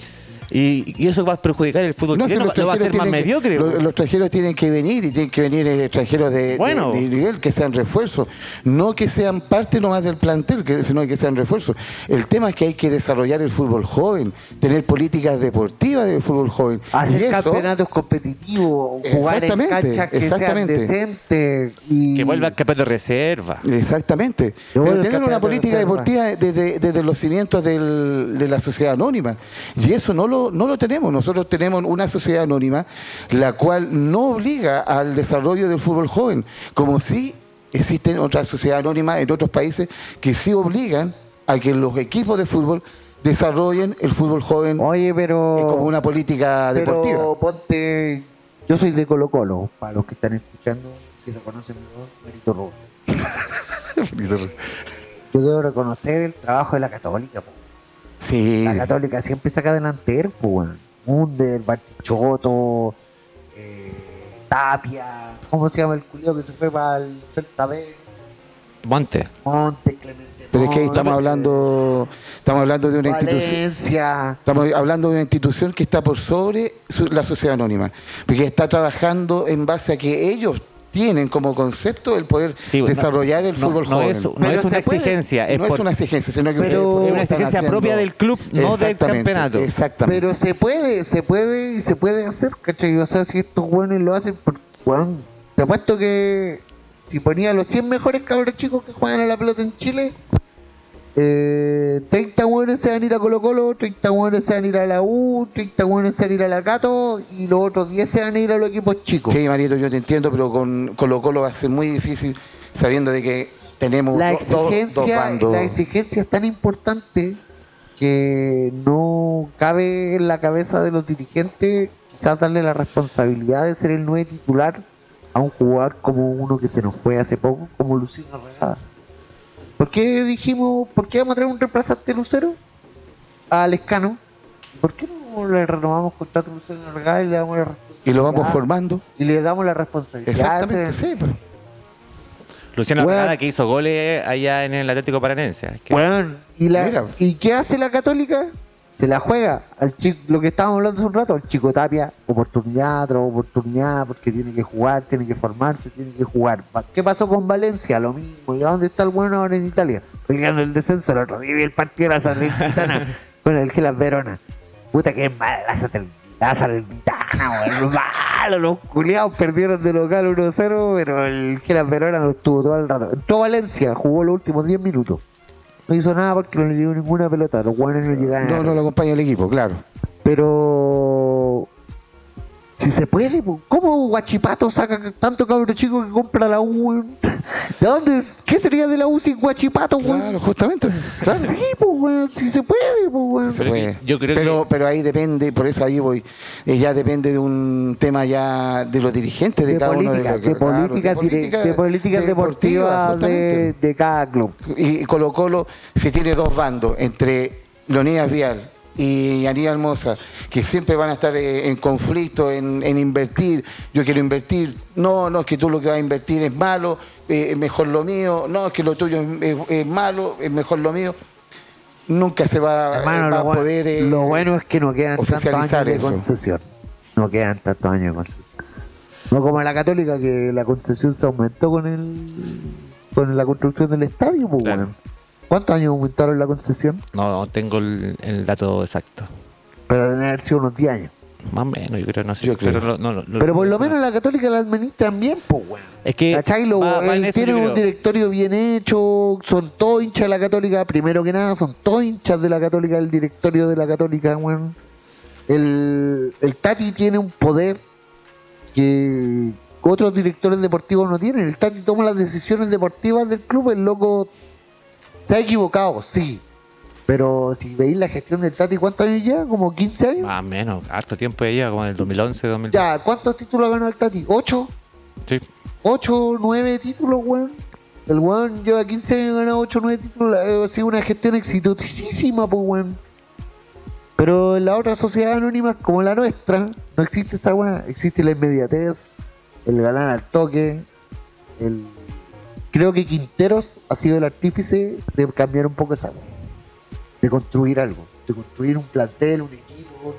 S1: Y, y eso va a perjudicar el fútbol
S3: No, si
S1: chileno,
S3: los
S1: lo va a
S3: extranjeros
S1: hacer más
S3: tienen que-
S1: mediocre.
S3: lo- Los, extranjeros tienen que venir y tienen que venir extranjeros de, de-
S1: Bueno.
S3: de nivel, que sean refuerzos. No que sean parte nomás del plantel, que, sino que sean refuerzos. El tema es que hay que desarrollar el fútbol joven, tener políticas deportivas del fútbol joven.
S2: Hacer
S3: Y eso-
S2: campeonatos competitivos, jugar en
S3: Exactamente,
S2: canchas que sean
S3: exactamente.
S2: decentes. Y...
S1: que vuelva al capaz de reserva.
S3: Exactamente.
S2: Yo voy
S3: Pero
S2: al
S3: tener una
S2: campeonato
S3: política
S2: de
S3: deportiva desde, desde los cimientos del- de la sociedad anónima. Y eso no lo, no lo tenemos. Nosotros tenemos una sociedad anónima la cual no obliga al desarrollo del fútbol joven, como sí existen otras sociedades anónimas en otros países que sí obligan a que los equipos de fútbol desarrollen el fútbol joven
S2: Oye, pero.
S3: eh, como una política
S2: Oh, pero
S3: deportiva.
S2: ponte. Yo soy de Colo Colo, para los que están escuchando, si reconocen mi voz, Marito Rubio. Yo debo reconocer el trabajo de la Católica. po.
S3: sí,
S2: La Católica siempre saca delantero, po, weón. Munder, Bartichotto, eh, Tapia, ¿cómo se llama el culio que se fue para el Celta B?
S1: Monte.
S2: Monte, Clemente.
S3: pero es que ahí
S2: Monte,
S3: estamos hablando, estamos hablando de una institución.
S2: Valencia.
S3: Estamos hablando de una institución que está por sobre su- la sociedad anónima, porque está trabajando en base a que ellos tienen como concepto el poder
S1: Sí, bueno,
S3: desarrollar el
S1: no-
S3: fútbol
S1: no
S3: joven.
S1: es- no
S2: Pero
S1: es una
S2: se puede.
S1: exigencia, es
S3: no
S1: por-
S3: es una exigencia, sino que
S2: Pero-
S3: ustedes
S2: Es una
S3: están
S1: exigencia propia del club, no del
S3: Exactamente,
S1: campeonato.
S3: Exactamente.
S2: Pero se puede, se puede y se puede hacer, ¿cachai? O sea, si estos buenos lo hacen, por, weón, te apuesto que si ponía a los 100 mejores cabros chicos que juegan a la pelota en Chile, eh, 30 buenos se van a ir a Colo Colo, 30 buenos se van a ir a la U, 30 buenos se van a ir a la Cato y los otros 10 se van a ir a los equipos chicos.
S3: Sí, Marito, yo te entiendo, pero con Colo Colo va a ser muy difícil sabiendo de que tenemos
S2: la
S3: do- do- dos
S2: exigencia,
S3: bandos.
S2: la exigencia es tan importante que no cabe en la cabeza de los dirigentes quizás darle la responsabilidad de ser el nueve titular a un jugador como uno que se nos fue hace poco, como Lucino Regada. ¿Por qué dijimos, por qué vamos a traer un reemplazante Lucero a Lescano? ¿Por qué no le renovamos contrato a Lucero Regada y le damos la responsabilidad?
S3: y lo vamos formando.
S2: Y le damos la responsabilidad. a ese-
S3: Exactamente, sí. pues.
S1: Luciano
S2: Bueno.
S1: Regada que hizo goles allá en el Atlético Paranense. Es que-
S2: Weón, ¿y, la-
S3: Mira.
S2: ¿y qué hace la católica? Se la juega. Al chico, lo que estábamos hablando hace un rato, al chico Tapia, oportunidad tras oportunidad, porque tiene que jugar, tiene que formarse, tiene que jugar. Pa- ¿Qué pasó con Valencia? Lo mismo. ¿Y a dónde está el bueno ahora en Italia? Peleando el descenso, el otro día vi el partido de la Salernitana con el Gelas Verona. Puta que es mala la Satel- la Salernitana, weón. Malo, los culiados perdieron de local 1-0, pero el Gelas Verona lo tuvo todo el rato. Entró Valencia, jugó los últimos 10 minutos. No hizo nada porque no le dio ninguna pelota. Los guanes no llegaron.
S3: No, no lo acompaña el equipo, claro.
S2: Pero. Si se puede, po. ¿cómo Guachipato saca tanto cabro chico que compra la U? weón? ¿De dónde? es? ¿Qué sería de la U sin Guachipato, weón?
S3: Claro, justamente. Claro.
S2: Sí, po, weón, si se puede, po, weón.
S1: Pero
S3: Pues,
S1: que- yo creo
S3: pero, pero ahí depende, por eso ahí voy, eh, ya depende de un tema ya de los dirigentes de,
S2: De
S3: cada uno
S2: políticas,
S3: los-
S2: de
S3: claro,
S2: políticas dire- de políticas
S3: deportivas,
S2: deportivas de,
S3: justamente.
S2: de cada club.
S3: Y Colo Colo se tiene dos bandos, entre Leonidas Vial y Aníbal Moza, que siempre van a estar eh, en conflicto, en, en invertir, yo quiero invertir, no, no, es que tú lo que vas a invertir es malo, eh, mejor lo mío, no, es que lo tuyo es, es- es malo, es mejor lo mío. Nunca se va,
S2: Hermano,
S3: va
S2: lo,
S3: a
S2: bueno-
S3: poder... Ah, eh,
S2: lo bueno es que no quedan tantos años
S3: oficializar
S2: de
S3: eso.
S2: concesión. No quedan tantos años de concesión. No como la católica que la concesión se aumentó con el con la construcción del estadio, pues,
S1: Claro.
S2: weón. ¿Cuántos años aumentaron la concesión?
S1: No, no tengo el, el dato exacto.
S2: Pero deben haber sido unos 10 años.
S1: Más o menos, yo creo, no sé.
S3: Yo creo.
S1: Pero, lo- no, lo- lo-
S2: Pero por lo menos la católica la administran bien, pues, weón.
S1: Es que
S2: ¿Cachai? Lo-
S1: Eh, va- va en
S2: él
S1: eso,
S2: tiene
S1: yo
S2: un
S1: creo.
S2: directorio bien hecho, son todos hinchas de la Católica, primero que nada, son todos hinchas de la Católica, el directorio de la Católica, weón. El, el Tati tiene un poder que otros directores deportivos no tienen. El Tati toma las decisiones deportivas del club, el loco se ha equivocado, sí. Pero si veis la gestión del Tati, ¿cuántos años ya? ¿Como 15 años?
S1: Más o menos, harto tiempo ella, como en el 2011, 2012.
S2: Ya, ¿cuántos títulos ganó el Tati? ¿Ocho?
S1: Sí.
S2: 8, 9 títulos, weón. El weón lleva 15 años ganado 8, 9 títulos. eh, Ha sido una gestión exitosísima, pues, weón. Pero en las otras sociedades anónimas como la nuestra, no existe esa weá. Existe la inmediatez, el galán al toque. El... Creo que Quinteros ha sido el artífice de cambiar un poco esa weá. De construir algo. de construir un plantel, un equipo.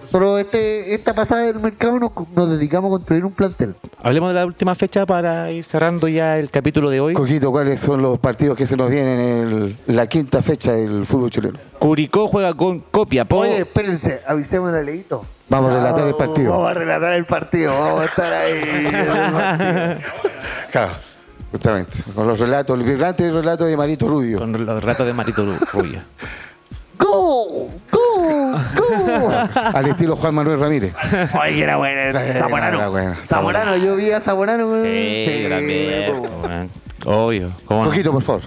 S2: Solo este, esta pasada del mercado nos, nos dedicamos a construir un plantel.
S1: Hablemos de la última fecha para ir cerrando ya el capítulo de hoy.
S3: Coquito, ¿cuáles son los partidos que se nos vienen en el- la quinta fecha del fútbol chileno?
S1: Curicó juega con Copiapó.
S2: Oye, espérense, avisemos a Leito.
S3: Oh. Vamos a relatar el partido.
S2: Vamos a relatar el partido, vamos a estar ahí.
S3: Claro, justamente. Con los relatos, el vibrante relato de Marito Rubio.
S1: Con los ratos de Marito Ru- Rubio.
S2: ¡Go! ¡Go! ¡Go!
S3: al estilo Juan Manuel Ramírez.
S2: Oye, era bueno.
S3: Era
S2: Zamorano.
S3: bueno.
S2: Zamorano, yo vi a Zamorano. weón.
S1: Sí, yo también,
S2: po.
S1: po, man. Obvio. ¿cómo no?
S3: Coquito, por favor.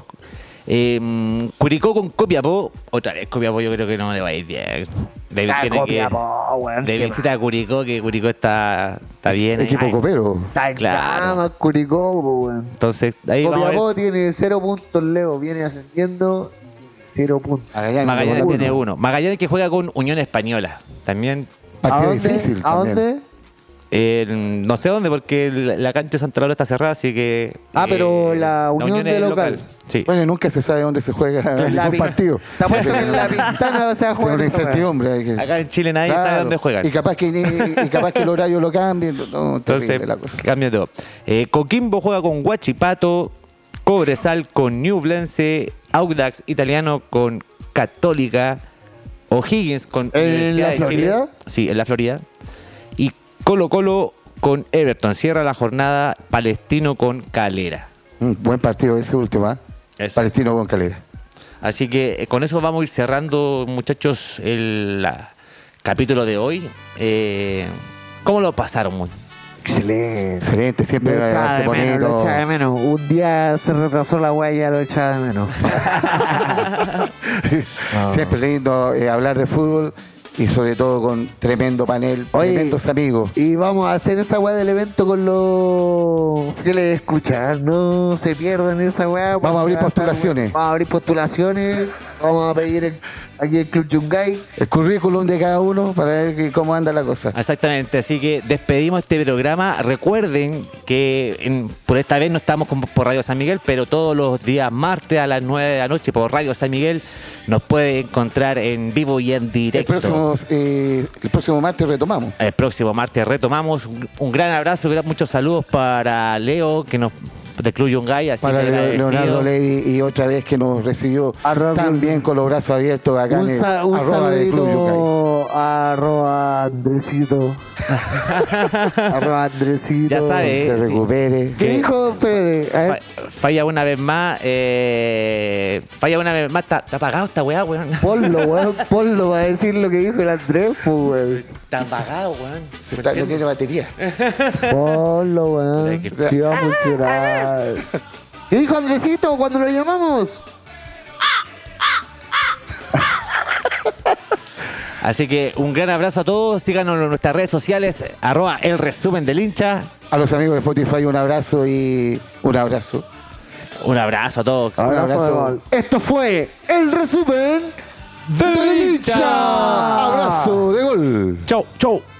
S1: Eh, mm, Curicó con Copiapó. Otra vez Copiapó yo creo que no le va a ir bien. David
S2: Está
S1: tiene que...
S2: Copiapó, weón,
S1: de
S2: qué
S1: visita a Curicó, que Curicó está, está bien. eh. ahí.
S3: Equipo copero.
S2: Está en
S1: Claro.
S2: cama, Curicó, po, Ah, weón.
S1: Entonces, ahí vamos a ver.
S2: Copiapó tiene cero puntos, Leo. Viene ascendiendo y tiene cero puntos.
S3: Magallanes,
S1: Magallanes
S3: con la
S1: tiene
S3: uno.
S1: uno. Magallanes que juega con Unión Española. También,
S2: ¿A
S3: Partido
S2: dónde?
S3: difícil.
S2: ¿A
S3: también.
S2: dónde?
S1: eh, no sé dónde, porque la la cancha de Santa Laura está cerrada, así que... eh,
S2: Ah, pero la Unión
S1: es
S2: de local.
S1: Sí.
S3: Bueno, nunca se sabe dónde se juega
S2: La
S3: ningún
S2: pi-
S3: partido.
S2: Está puesto que en la pintana se va a
S3: Es
S2: jugar.
S3: una
S2: esa weá.
S3: incertidumbre. hay que-
S1: Acá en Chile nadie sabe
S3: Claro.
S1: dónde juegan.
S3: Y capaz que, y capaz que el horario lo cambien. No, terrible
S1: Entonces,
S3: la cosa.
S1: cambia todo. Eh, Coquimbo juega con Huachipato, Cobresal con Newblense, Audax italiano con Católica, O'Higgins con
S2: ¿En
S1: Universidad
S2: la
S1: de Chile.
S2: Florida?
S1: Sí, en la Florida. Y Colo Colo con Everton. Cierra la jornada Palestino con Calera.
S3: Un buen partido ese último, ¿ah?
S1: Eso.
S3: Palestino con Calera.
S1: Así que eh, con eso vamos a ir cerrando, muchachos, el la- capítulo de hoy. Eh, ¿Cómo lo pasaron? muy?
S2: Excelente.
S3: Excelente,
S2: Lo
S3: siempre
S2: echaba
S3: hace
S2: de menos, lo
S3: bonito.
S2: echaba de menos. Un día se retrasó la weá y ya lo echaba de menos. No.
S3: Siempre lindo eh, hablar de fútbol y sobre todo con tremendo panel,
S2: Oye.
S3: tremendos amigos.
S2: Y vamos a hacer esa weá del evento con los fieles escuchar, no se pierdan esa weá. porque
S3: Vamos a abrir
S2: va estar
S3: postulaciones.
S2: bueno. Vamos a abrir postulaciones, vamos a pedir el- aquí el Club Yungay.
S3: El currículum de cada uno para ver que- cómo anda la cosa.
S1: Exactamente, así que despedimos este programa. Recuerden que en- por esta vez no estamos con- por Radio San Miguel, pero todos los días martes a las 9 de la noche por Radio San Miguel nos puede encontrar en vivo y en
S3: El
S1: directo.
S3: próximo, eh, el próximo martes retomamos.
S1: El próximo martes retomamos. Un, un gran abrazo, gran- muchos saludos para Leo, que nos del Club Yungay. Así
S3: Para
S1: que
S3: Le-
S1: agradecido.
S3: Leonardo Levi y otra vez que nos recibió
S2: Arroba-
S3: tan bien con los brazos abiertos acá en
S2: Un,
S3: el
S2: sa- un
S3: arroba de Club Yungay.
S2: saludito a arroba Andresito. arroba Andresito.
S1: Ya sabe,
S3: Que
S1: eh,
S3: se
S1: sí.
S3: recupere.
S2: ¿Qué dijo Fede? A ver,
S1: Fa- Falla una vez más. eh, falla una vez más. Está está apagado esta weá, weón.
S2: ponlo, weón. Ponlo va a decir lo que dijo el Andrés, pues, weón.
S1: Está apagado, weón.
S3: Se está- no tiene batería.
S2: Ponlo, weón.
S1: Puta
S2: Sí va a funcionar. ¿Qué dijo Andresito cuando lo llamamos?
S1: Así que un gran abrazo a todos. Síganos en nuestras redes sociales. Arroba el resumen del hincha.
S3: A los amigos de Spotify un abrazo y un abrazo.
S1: Un abrazo a todos.
S3: Un abrazo.
S2: de gol. Esto fue el resumen del hincha.
S3: Abrazo de gol.
S1: Chau, chau.